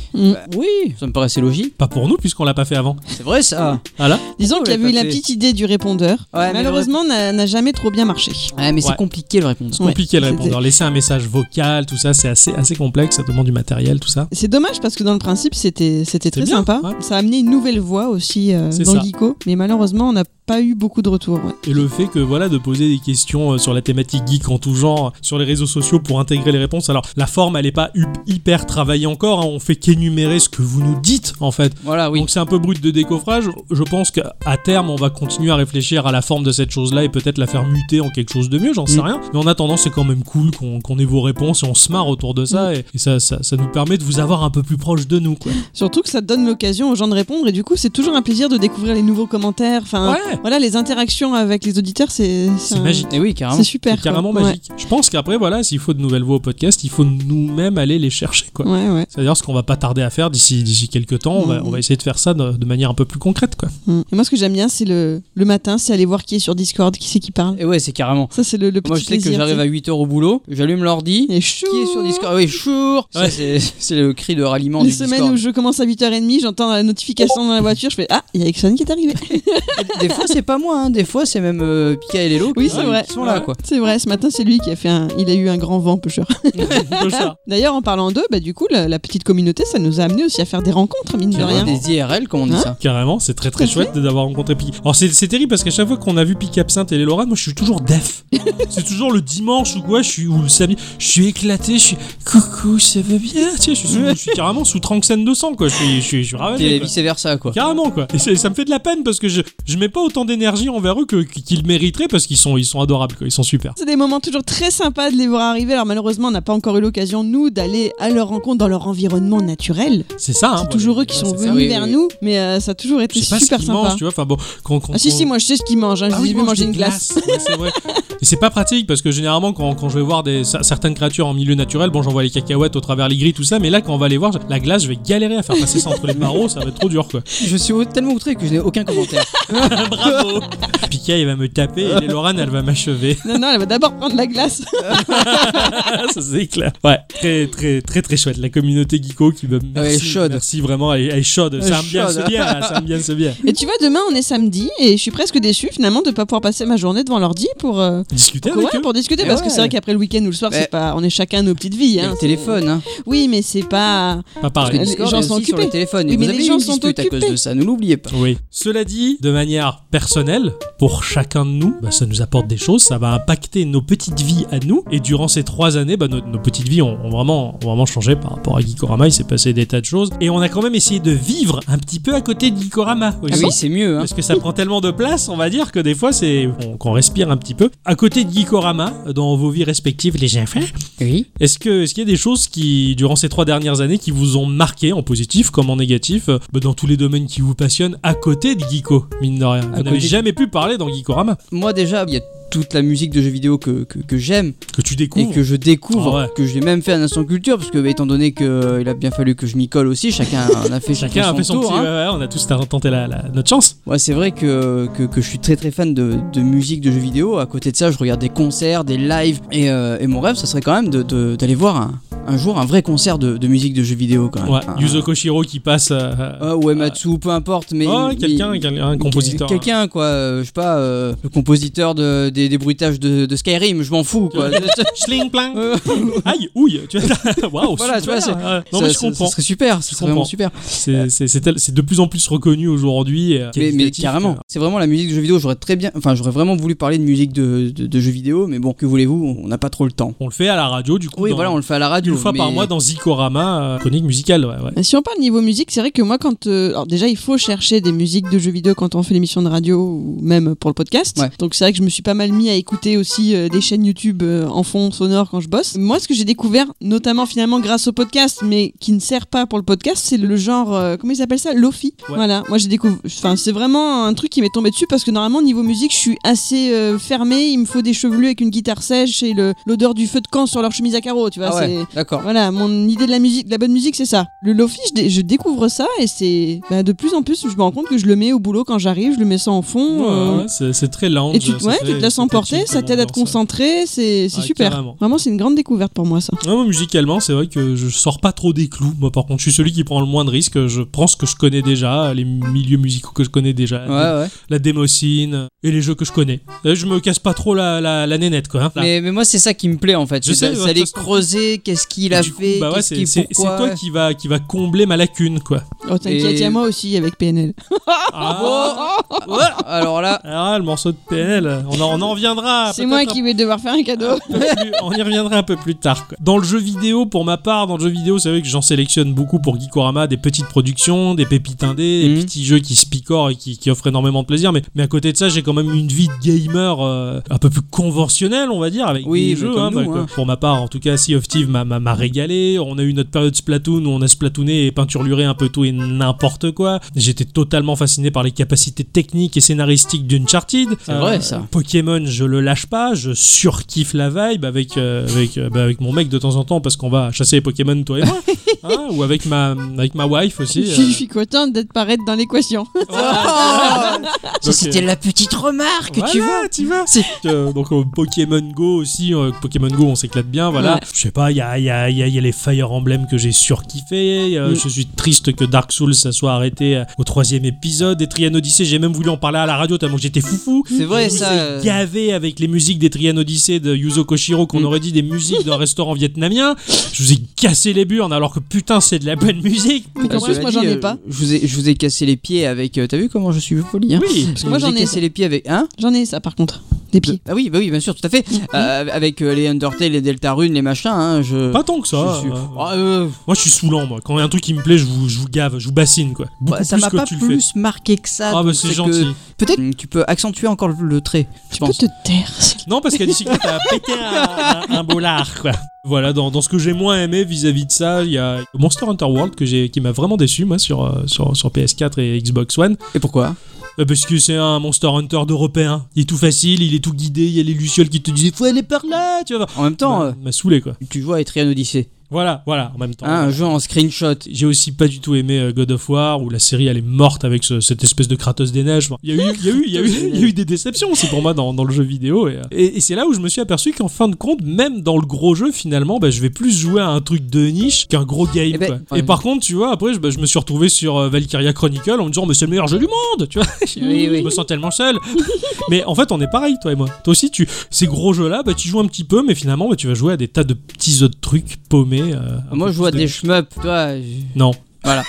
[SPEAKER 3] Oui, ça me paraissait logique.
[SPEAKER 2] Pas pour nous, puisqu'on l'a pas fait avant.
[SPEAKER 3] C'est vrai ça.
[SPEAKER 2] Voilà.
[SPEAKER 1] Disons qu'il
[SPEAKER 3] Ouais,
[SPEAKER 1] avait eu
[SPEAKER 3] t'as
[SPEAKER 1] la
[SPEAKER 3] fait-
[SPEAKER 1] petite idée du répondeur.
[SPEAKER 3] Ouais, mais
[SPEAKER 1] Malheureusement, n'a n'a jamais trop bien marché.
[SPEAKER 3] Ouais, mais
[SPEAKER 2] Ouais.
[SPEAKER 3] c'est compliqué de répondre.
[SPEAKER 1] Ouais,
[SPEAKER 2] compliqué le
[SPEAKER 1] c'était-
[SPEAKER 2] répondeur. Laisser un message vocal, tout ça, c'est assez, assez complexe, ça demande du matériel, tout ça.
[SPEAKER 1] C'est dommage parce que dans le principe, c'était c'était très
[SPEAKER 2] bien,
[SPEAKER 1] sympa.
[SPEAKER 2] ouais.
[SPEAKER 1] Ça a amené une nouvelle voix aussi euh,
[SPEAKER 2] C'est
[SPEAKER 1] dans
[SPEAKER 2] ça.
[SPEAKER 1] le Geeko. Mais malheureusement, on n'a pas eu beaucoup de retours. ouais.
[SPEAKER 2] Et le fait que, voilà, de poser des questions euh, sur la thématique geek en tout genre, sur les réseaux sociaux pour intégrer les réponses. Alors, la forme, elle est pas hup- hyper travaillée encore, hein, on fait qu'énumérer ce que vous nous dites, en fait.
[SPEAKER 3] Voilà, oui.
[SPEAKER 2] Donc c'est un peu brut de décoffrage. Je pense qu'à terme, on va continuer à réfléchir à la forme de cette chose-là et peut-être la faire muter en quelque chose de mieux, j'en sais
[SPEAKER 3] Mm.
[SPEAKER 2] rien. Mais en attendant, c'est quand même cool qu'on qu'on ait vos réponses et on se marre autour de
[SPEAKER 3] Mm.
[SPEAKER 2] ça. Et, et ça, ça, ça nous permet de vous avoir un peu plus proche de nous, quoi.
[SPEAKER 1] Surtout que ça donne l'occasion aux gens de répondre. Et du coup, c'est toujours un plaisir de découvrir les nouveaux commentaires. Enfin,
[SPEAKER 2] Ouais.
[SPEAKER 1] voilà, les interactions avec les auditeurs, c'est
[SPEAKER 2] C'est
[SPEAKER 1] un-
[SPEAKER 2] magique.
[SPEAKER 3] Et oui, carrément.
[SPEAKER 1] C'est super.
[SPEAKER 2] C'est carrément
[SPEAKER 1] quoi. Ouais.
[SPEAKER 2] magique. Je pense qu'après, voilà, s'il faut de nouvelles voix au podcast, il faut nous-mêmes aller les chercher, quoi.
[SPEAKER 1] Ouais, ouais.
[SPEAKER 2] C'est d'ailleurs ce qu'on va pas tarder à faire d'ici d'ici quelques temps. On va,
[SPEAKER 1] Mhm.
[SPEAKER 2] on va essayer de faire ça de, de manière un peu plus concrète, quoi.
[SPEAKER 1] Mm. Et moi, ce que j'aime bien, c'est le, le matin, c'est aller voir qui est sur Discord, qui c'est qui parle.
[SPEAKER 3] Et ouais, c'est carrément.
[SPEAKER 1] Ça, c'est le, le petit
[SPEAKER 3] Moi, je sais que
[SPEAKER 1] plaisir,
[SPEAKER 3] j'arrive
[SPEAKER 1] tu
[SPEAKER 3] à 8h au boulot, j'allume l'ordi.
[SPEAKER 1] sais. Et chou
[SPEAKER 3] Qui est sur Discord Ah Oui, chour Ça,
[SPEAKER 2] Ouais.
[SPEAKER 3] c'est- C'est le cri de ralliement
[SPEAKER 1] Les
[SPEAKER 3] du
[SPEAKER 1] semaines
[SPEAKER 3] Discord.
[SPEAKER 1] où je commence à 8h30, j'entends la notification dans la voiture, je fais Ah, il y a Exxon qui est arrivé.
[SPEAKER 3] Des fois, c'est pas moi, hein. des fois, c'est même euh, Pika et Lelo qui-
[SPEAKER 1] Oui, c'est vrai.
[SPEAKER 3] qui sont là, quoi.
[SPEAKER 1] C'est vrai, ce matin, c'est lui qui a fait un. Il a eu un grand vent, pêcheur.
[SPEAKER 2] Peu ça.
[SPEAKER 1] D'ailleurs, en parlant d'eux, bah, du coup, la, la petite communauté, ça nous a amené aussi à faire des rencontres, mine de rien.
[SPEAKER 3] Des IRL, comme on dit
[SPEAKER 1] Hein
[SPEAKER 3] ça.
[SPEAKER 2] Carrément, c'est très très
[SPEAKER 1] Tout à
[SPEAKER 2] chouette d'avoir rencontré Pic. Alors c'est c'est terrible parce qu'à chaque fois qu'on a vu Pic Absinthe et les Lorraine, moi je suis toujours def. c'est toujours le dimanche ou quoi, je suis ou le samedi, je suis éclaté, je suis coucou, ça va bien. Tu sais, je suis, sous- je suis carrément sous tranxène de sang quoi, je suis je suis, je suis ravalé,
[SPEAKER 3] Et
[SPEAKER 2] quoi.
[SPEAKER 3] vice versa, quoi.
[SPEAKER 2] Carrément quoi. Et c'est- ça me fait de la peine parce que je, je mets pas autant d'énergie envers eux que qu'ils mériteraient parce qu'ils sont ils sont adorables quoi, ils sont super.
[SPEAKER 1] C'est des moments toujours très sympas de les voir arriver. Alors, malheureusement, on n'a pas encore eu l'occasion, nous, d'aller à leur rencontre dans leur environnement naturel.
[SPEAKER 2] C'est ça. hein,
[SPEAKER 1] C'est
[SPEAKER 2] moi,
[SPEAKER 1] toujours
[SPEAKER 2] je-
[SPEAKER 1] eux qui
[SPEAKER 2] ouais,
[SPEAKER 1] sont
[SPEAKER 2] c'est ça.
[SPEAKER 1] venus
[SPEAKER 3] Oui, oui,
[SPEAKER 1] vers
[SPEAKER 3] oui.
[SPEAKER 1] nous, mais euh, ça a toujours été
[SPEAKER 2] Je sais pas
[SPEAKER 1] super
[SPEAKER 2] ce qu'ils
[SPEAKER 1] sympa.
[SPEAKER 2] mangent, tu vois. Enfin bon, quand, quand-
[SPEAKER 1] Ah, si,
[SPEAKER 2] quand-
[SPEAKER 1] si, moi, je sais ce qu'ils mangent. hein. Je
[SPEAKER 2] Ah
[SPEAKER 1] les
[SPEAKER 2] oui,
[SPEAKER 1] ai vus
[SPEAKER 2] mange
[SPEAKER 1] manger
[SPEAKER 2] des
[SPEAKER 1] une glace.
[SPEAKER 2] glaces. Ouais, c'est vrai. Et c'est pas pratique parce que généralement quand, quand je vais voir des, cer- certaines créatures en milieu naturel, bon j'envoie les cacahuètes au travers les grilles tout ça, mais là quand on va les voir, je- la glace je vais galérer à faire passer ça entre les barreaux, ça va être trop dur quoi.
[SPEAKER 3] Je suis au- tellement outré que je n'ai aucun commentaire.
[SPEAKER 2] Bravo. Pika il va me taper et les Lorraine elle va m'achever,
[SPEAKER 1] Non, non, elle va d'abord prendre la glace.
[SPEAKER 2] ça c'est clair. Ouais, très très très très chouette la communauté geeko qui me merci,
[SPEAKER 3] est chaude.
[SPEAKER 2] merci vraiment, elle, elle est chaude,
[SPEAKER 3] Elle
[SPEAKER 2] ça aime
[SPEAKER 3] est
[SPEAKER 2] bien
[SPEAKER 3] chaude.
[SPEAKER 2] ce bien, là, ça aime bien ce bien.
[SPEAKER 1] Et tu vois, demain, on est samedi, et je suis presque déçue, finalement, de pas pouvoir passer ma journée devant l'ordi pour. euh,
[SPEAKER 2] Discuter
[SPEAKER 1] pour-
[SPEAKER 2] avec
[SPEAKER 1] ouais,
[SPEAKER 2] eux.
[SPEAKER 1] pour discuter,
[SPEAKER 3] Mais
[SPEAKER 1] parce que
[SPEAKER 3] ouais.
[SPEAKER 1] c'est vrai qu'après le week-end ou le soir,
[SPEAKER 3] Mais-
[SPEAKER 1] c'est pas, on est chacun nos petites vies.
[SPEAKER 3] Il y a
[SPEAKER 1] Hein,
[SPEAKER 3] le téléphone, hein.
[SPEAKER 1] Oui, mais c'est pas.
[SPEAKER 3] Parce que
[SPEAKER 2] Pas pareil.
[SPEAKER 1] les
[SPEAKER 3] Discord
[SPEAKER 1] gens
[SPEAKER 3] est
[SPEAKER 1] sont
[SPEAKER 3] aussi sur le
[SPEAKER 1] occupés.
[SPEAKER 3] téléphone.
[SPEAKER 1] Oui,
[SPEAKER 3] Et vous
[SPEAKER 1] mais
[SPEAKER 3] avez
[SPEAKER 1] les
[SPEAKER 3] eu
[SPEAKER 1] gens
[SPEAKER 3] une
[SPEAKER 1] sont
[SPEAKER 3] dispute à cause de
[SPEAKER 1] occupés.
[SPEAKER 3] ça, ne l'oubliez pas.
[SPEAKER 2] Oui. Cela dit, de manière personnelle, pour chacun de nous, bah, ça nous apporte des choses, ça va impacter nos petites vies à nous. Et durant ces trois années, bah, nos, nos petites vies ont, ont vraiment, ont vraiment changé par rapport à Gikorama. Il s'est passé des tas de choses. Et on a quand même essayé de vivre un petit peu à côté de Gikorama
[SPEAKER 3] Ah
[SPEAKER 2] aussi.
[SPEAKER 3] oui, c'est mieux, hein.
[SPEAKER 2] Parce que ça prend tellement de place, on va dire que des fois c'est on- qu'on respire un petit peu. À côté de Gikorama, dans vos vies respectives, les enfants,
[SPEAKER 3] Oui.
[SPEAKER 2] Est-ce que est-ce qu'il y a des choses qui durant ces trois dernières années qui vous ont marqué en positif comme en négatif euh, bah, dans tous les domaines qui vous passionnent à côté de Geeko mine de rien. Vous
[SPEAKER 3] côté
[SPEAKER 2] n'avez
[SPEAKER 3] de-
[SPEAKER 2] jamais pu parler dans Geekorama
[SPEAKER 3] Moi déjà, il y a toute la musique de jeux vidéo que, que, que j'aime
[SPEAKER 2] que tu
[SPEAKER 3] et
[SPEAKER 2] découvres.
[SPEAKER 3] que je découvre,
[SPEAKER 2] Ah ouais.
[SPEAKER 3] que j'ai même fait un instant culture, parce que bah, étant donné qu'il a bien fallu que je m'y colle aussi, chacun en a fait,
[SPEAKER 2] Chacun a fait son
[SPEAKER 3] tour.
[SPEAKER 2] petit.
[SPEAKER 3] hein.
[SPEAKER 2] ouais, ouais, on a tous tenté la- la- notre chance.
[SPEAKER 3] Ouais, c'est vrai que, que, que je suis très très fan de, de musique, de jeux vidéo. À côté de ça, je regarde des concerts, des lives. Et, euh, et mon rêve, ça serait quand même de- de- d'aller voir un, un jour un vrai concert de, de musique de jeux vidéo. Quand même.
[SPEAKER 2] Ouais.
[SPEAKER 3] Un-
[SPEAKER 2] Yuzo Koshiro qui passe. euh,
[SPEAKER 3] euh, ou Ematsu, peu importe. ah. Mais,
[SPEAKER 2] ouais,
[SPEAKER 3] mais-
[SPEAKER 2] Oh, quelqu'un, quel- un compositeur. hein.
[SPEAKER 3] Quelqu'un, quoi. euh, je sais pas, euh, le compositeur de, des, des bruitages de, de Skyrim, je m'en fous, quoi.
[SPEAKER 2] Schling pling.
[SPEAKER 3] Euh,
[SPEAKER 2] Aïe, ouille. Tu vois, Waouh.
[SPEAKER 3] Voilà, tu
[SPEAKER 2] super.
[SPEAKER 3] vois, c'est-
[SPEAKER 2] Euh, Non mais
[SPEAKER 3] ça-
[SPEAKER 2] je
[SPEAKER 3] ça-
[SPEAKER 2] comprends.
[SPEAKER 3] Ça serait super, ça serait
[SPEAKER 2] comprends.
[SPEAKER 3] vraiment super.
[SPEAKER 2] C'est- C'est c'est tel- c'est de plus en plus reconnu aujourd'hui. et, euh,
[SPEAKER 3] Ah, Mais, mais
[SPEAKER 2] qualitatif,
[SPEAKER 3] carrément,
[SPEAKER 2] euh,
[SPEAKER 3] c'est vraiment la musique de jeux vidéo. J'aurais très bien, enfin, j'aurais vraiment voulu parler de musique de, de, de jeux vidéo, mais bon, que voulez-vous, on n'a pas trop le temps.
[SPEAKER 2] On le fait à la radio du coup.
[SPEAKER 3] Oui,
[SPEAKER 2] dans-
[SPEAKER 3] voilà, on le fait à la radio.
[SPEAKER 2] une fois par
[SPEAKER 3] mais-
[SPEAKER 2] mois dans Zikorama, euh, chronique musicale. Ouais, ouais.
[SPEAKER 1] Mais Si on parle niveau musique, c'est vrai que moi, quand. euh, alors, déjà, il faut chercher des musiques de jeux vidéo quand on fait l'émission de radio ou même pour le podcast.
[SPEAKER 3] Ouais.
[SPEAKER 1] Donc, c'est vrai que je me suis pas mal mis à écouter aussi euh, des chaînes YouTube euh, en fond sonore quand je bosse. Moi, ce que j'ai découvert, notamment finalement grâce au podcast, mais qui ne sert pas pour le podcast, c'est le genre. euh, comment ils appellent ça Lofi.
[SPEAKER 2] Ouais.
[SPEAKER 1] Voilà. Moi, j'ai découvert. Enfin, c'est vraiment un truc qui m'est tombé dessus parce que normalement, niveau musique, je suis assez euh, fermée. Il me faut des chevelus avec une guitare sèche et le- l'odeur du feu de camp sur leur chemise à carreaux, tu vois.
[SPEAKER 3] Ah ouais,
[SPEAKER 1] c'est-
[SPEAKER 3] d'accord.
[SPEAKER 1] voilà, mon idée de la musique, de la bonne musique, c'est ça. Le lofi, je, dé- je découvre ça et c'est bah, de plus en plus, je me rends compte que je le mets au boulot quand j'arrive, je le mets ça en
[SPEAKER 3] Mmh.
[SPEAKER 1] fond. euh,
[SPEAKER 2] Ouais, ouais, c'est c'est très lent.
[SPEAKER 1] Et tu, ouais, tu te laisses emporter, ça t'aide à te concentrer, c'est c'est
[SPEAKER 2] Ah,
[SPEAKER 1] super.
[SPEAKER 2] carrément.
[SPEAKER 1] Vraiment, c'est une grande découverte pour moi ça.
[SPEAKER 2] musicalement, c'est vrai que je sors pas trop des clous. Moi, par contre, je suis celui qui prend le moins de risques. Je prends ce que je connais déjà, les milieux musicaux que je connais déjà,
[SPEAKER 3] Ouais, ouais.
[SPEAKER 2] la démocine euh, et les jeux que je connais. Et je me casse pas trop la, la, la nénette, quoi. hein.
[SPEAKER 3] Mais, mais moi, c'est ça qui me plaît en fait.
[SPEAKER 2] Je
[SPEAKER 3] C'est d'a-
[SPEAKER 2] sais, ouais,
[SPEAKER 3] c'est
[SPEAKER 2] de
[SPEAKER 3] aller
[SPEAKER 2] toute façon.
[SPEAKER 3] creuser, qu'est-ce qu'il
[SPEAKER 2] Et
[SPEAKER 3] a
[SPEAKER 2] du coup,
[SPEAKER 3] fait,
[SPEAKER 2] bah ouais,
[SPEAKER 3] qu'est-ce
[SPEAKER 2] c'est
[SPEAKER 3] qu'il
[SPEAKER 2] c'est- c'est
[SPEAKER 3] pourquoi.
[SPEAKER 2] toi qui va, qui va combler ma lacune, quoi.
[SPEAKER 1] Oh, t'inquiète,
[SPEAKER 3] Et-
[SPEAKER 1] il y a moi aussi avec PNL.
[SPEAKER 3] oh,
[SPEAKER 2] Ah,
[SPEAKER 3] Ouais, alors là,
[SPEAKER 2] ah, le morceau de PL, on en, on en reviendra.
[SPEAKER 1] c'est moi
[SPEAKER 2] Ah, peut-être Ah,
[SPEAKER 1] qui vais devoir faire un cadeau.
[SPEAKER 2] peu plus- on y reviendra un peu plus tard. quoi. Dans le jeu vidéo, pour ma part, dans le jeu vidéo, c'est vrai que j'en sélectionne beaucoup pour Geekorama, des petites productions, des pépites indées, des
[SPEAKER 3] Mhm.
[SPEAKER 2] petits jeux qui se picorent et qui, qui offrent énormément de plaisir. Mais, mais à côté de ça, j'ai quand même une vie de gamer euh, un peu plus conventionnelle, on va dire, avec
[SPEAKER 3] Oui,
[SPEAKER 2] des
[SPEAKER 3] mais
[SPEAKER 2] jeux. bah,
[SPEAKER 3] comme nous,
[SPEAKER 2] quoi.
[SPEAKER 3] hein.
[SPEAKER 2] euh, Pour ma part, en tout cas, Sea of Thieves m'a- m'a m'a régalé. On a eu notre période Splatoon où on a splatooné et peinturluré un peu tout et n'importe quoi. J'étais totalement fasciné par les capacités techniques et scénaristiques d'Uncharted. Euh,
[SPEAKER 3] C'est vrai, ça.
[SPEAKER 2] Pokémon, je le lâche pas, je surkiffe la vibe avec, euh, avec, euh, bah, avec mon mec de temps en temps parce qu'on va chasser les Pokémon, toi et moi. Hein, ou avec ma, avec ma wife aussi.
[SPEAKER 1] je
[SPEAKER 2] euh.
[SPEAKER 1] suis- je suis contente d'être paraître dans l'équation.
[SPEAKER 3] ça,
[SPEAKER 2] Ah. Donc,
[SPEAKER 3] Ah.
[SPEAKER 2] euh,
[SPEAKER 3] c'était la petite remarque, tu vois. Ah,
[SPEAKER 2] tu vas.
[SPEAKER 3] C'est-
[SPEAKER 2] Euh, donc euh, Pokémon Go aussi, euh, Pokémon Go on s'éclate bien, voilà.
[SPEAKER 1] Ouais.
[SPEAKER 2] Je sais pas, il y a, il y a- il y a- il y a les Fire Emblem que j'ai surkiffé, euh,
[SPEAKER 3] Mm.
[SPEAKER 2] je suis triste que Dark Souls ça soit arrêté euh, au troisième épisode, et Trian Odyssey j'ai même voulu en parler à la radio tellement que j'étais foufou.
[SPEAKER 3] C'est vrai,
[SPEAKER 2] Je vous
[SPEAKER 3] ça,
[SPEAKER 2] ai
[SPEAKER 3] euh.
[SPEAKER 2] gavé avec les musiques des Trian Odyssey de Yuzo Koshiro qu'on
[SPEAKER 3] Mm.
[SPEAKER 2] aurait dit des musiques d'un restaurant vietnamien. Je vous ai cassé les burnes alors que putain c'est de la bonne musique.
[SPEAKER 1] Mais qu'en
[SPEAKER 3] Cela
[SPEAKER 1] plus, moi
[SPEAKER 3] dit,
[SPEAKER 1] j'en ai
[SPEAKER 3] euh,
[SPEAKER 1] pas.
[SPEAKER 3] Je vous ai, je vous ai cassé les pieds avec. euh, T'as vu comment je suis poli hein
[SPEAKER 2] Oui.
[SPEAKER 3] Parce
[SPEAKER 1] que moi,
[SPEAKER 3] je vous
[SPEAKER 1] j'en ai ça.
[SPEAKER 3] cassé les pieds avec. Hein
[SPEAKER 1] J'en ai ça par contre. Des pieds.
[SPEAKER 3] Ah oui, bah oui, bien sûr, tout à fait. Euh, avec euh, les Undertale, les Deltarune, les machins. Hein, je...
[SPEAKER 2] Pas tant que ça.
[SPEAKER 3] je suis-
[SPEAKER 2] euh,
[SPEAKER 3] Ah, euh,
[SPEAKER 2] Moi, je suis saoulant, moi. Quand il y a un truc qui me plaît, je vous, je vous gave, je vous bassine, quoi. Beaucoup
[SPEAKER 3] bah, ça
[SPEAKER 2] plus
[SPEAKER 3] m'a
[SPEAKER 2] que
[SPEAKER 3] pas
[SPEAKER 2] tu le fais.
[SPEAKER 3] plus marqué que ça.
[SPEAKER 2] Ah, bah,
[SPEAKER 3] donc
[SPEAKER 2] c'est
[SPEAKER 3] que
[SPEAKER 2] gentil.
[SPEAKER 3] Peut-être mm, tu peux accentuer encore le, le trait. Je
[SPEAKER 1] Tu peux
[SPEAKER 3] pense.
[SPEAKER 1] te taire. s'il te
[SPEAKER 2] Non, parce qu'à bicyclette, t'as pété un, un, un bollard, quoi. Voilà, dans, dans ce que j'ai moins aimé vis-à-vis de ça, il y a Monster Hunter World que j'ai, qui m'a vraiment déçu, moi, sur, euh, sur, sur PS4 et Xbox One.
[SPEAKER 3] Et pourquoi
[SPEAKER 2] Euh, Parce que c'est un Monster Hunter d'européen. Il est tout facile, il est tout guidé, il y a les Lucioles qui te disent Faut aller par là, tu vas voir.
[SPEAKER 3] En même temps,
[SPEAKER 2] M'a- m'a saoulé, quoi.
[SPEAKER 3] euh, tu vois Etrian Odyssey.
[SPEAKER 2] Voilà, voilà, en même temps.
[SPEAKER 3] Hein, un jeu en screenshot.
[SPEAKER 2] J'ai aussi pas du tout aimé euh, God of War où la série elle est morte avec ce- cette espèce de Kratos des neiges. Enfin, Il y a eu, il y a eu, il y a eu, il y a eu des déceptions aussi pour moi dans, dans le jeu vidéo et, euh, et- et c'est là où je me suis aperçu qu'en fin de compte même dans le gros jeu finalement bah, je vais plus jouer à un truc de niche qu'un gros game.
[SPEAKER 3] Eh ben,
[SPEAKER 2] quoi.
[SPEAKER 3] ouais.
[SPEAKER 2] et par contre tu vois après je, bah, je me suis retrouvé sur euh, Valkyria Chronicle en me disant mais c'est le meilleur jeu du monde tu vois.
[SPEAKER 3] Oui, oui.
[SPEAKER 2] Je me sens tellement seul. mais en fait on est pareil toi et moi. Toi aussi tu ces gros jeux là bah, tu joues un petit peu mais finalement bah, tu vas jouer à des tas de petits autres trucs paumés. euh, un
[SPEAKER 3] Moi,
[SPEAKER 2] peu
[SPEAKER 3] je vois
[SPEAKER 2] plus de-
[SPEAKER 3] des shmups. Toi, je-
[SPEAKER 2] non.
[SPEAKER 3] Voilà.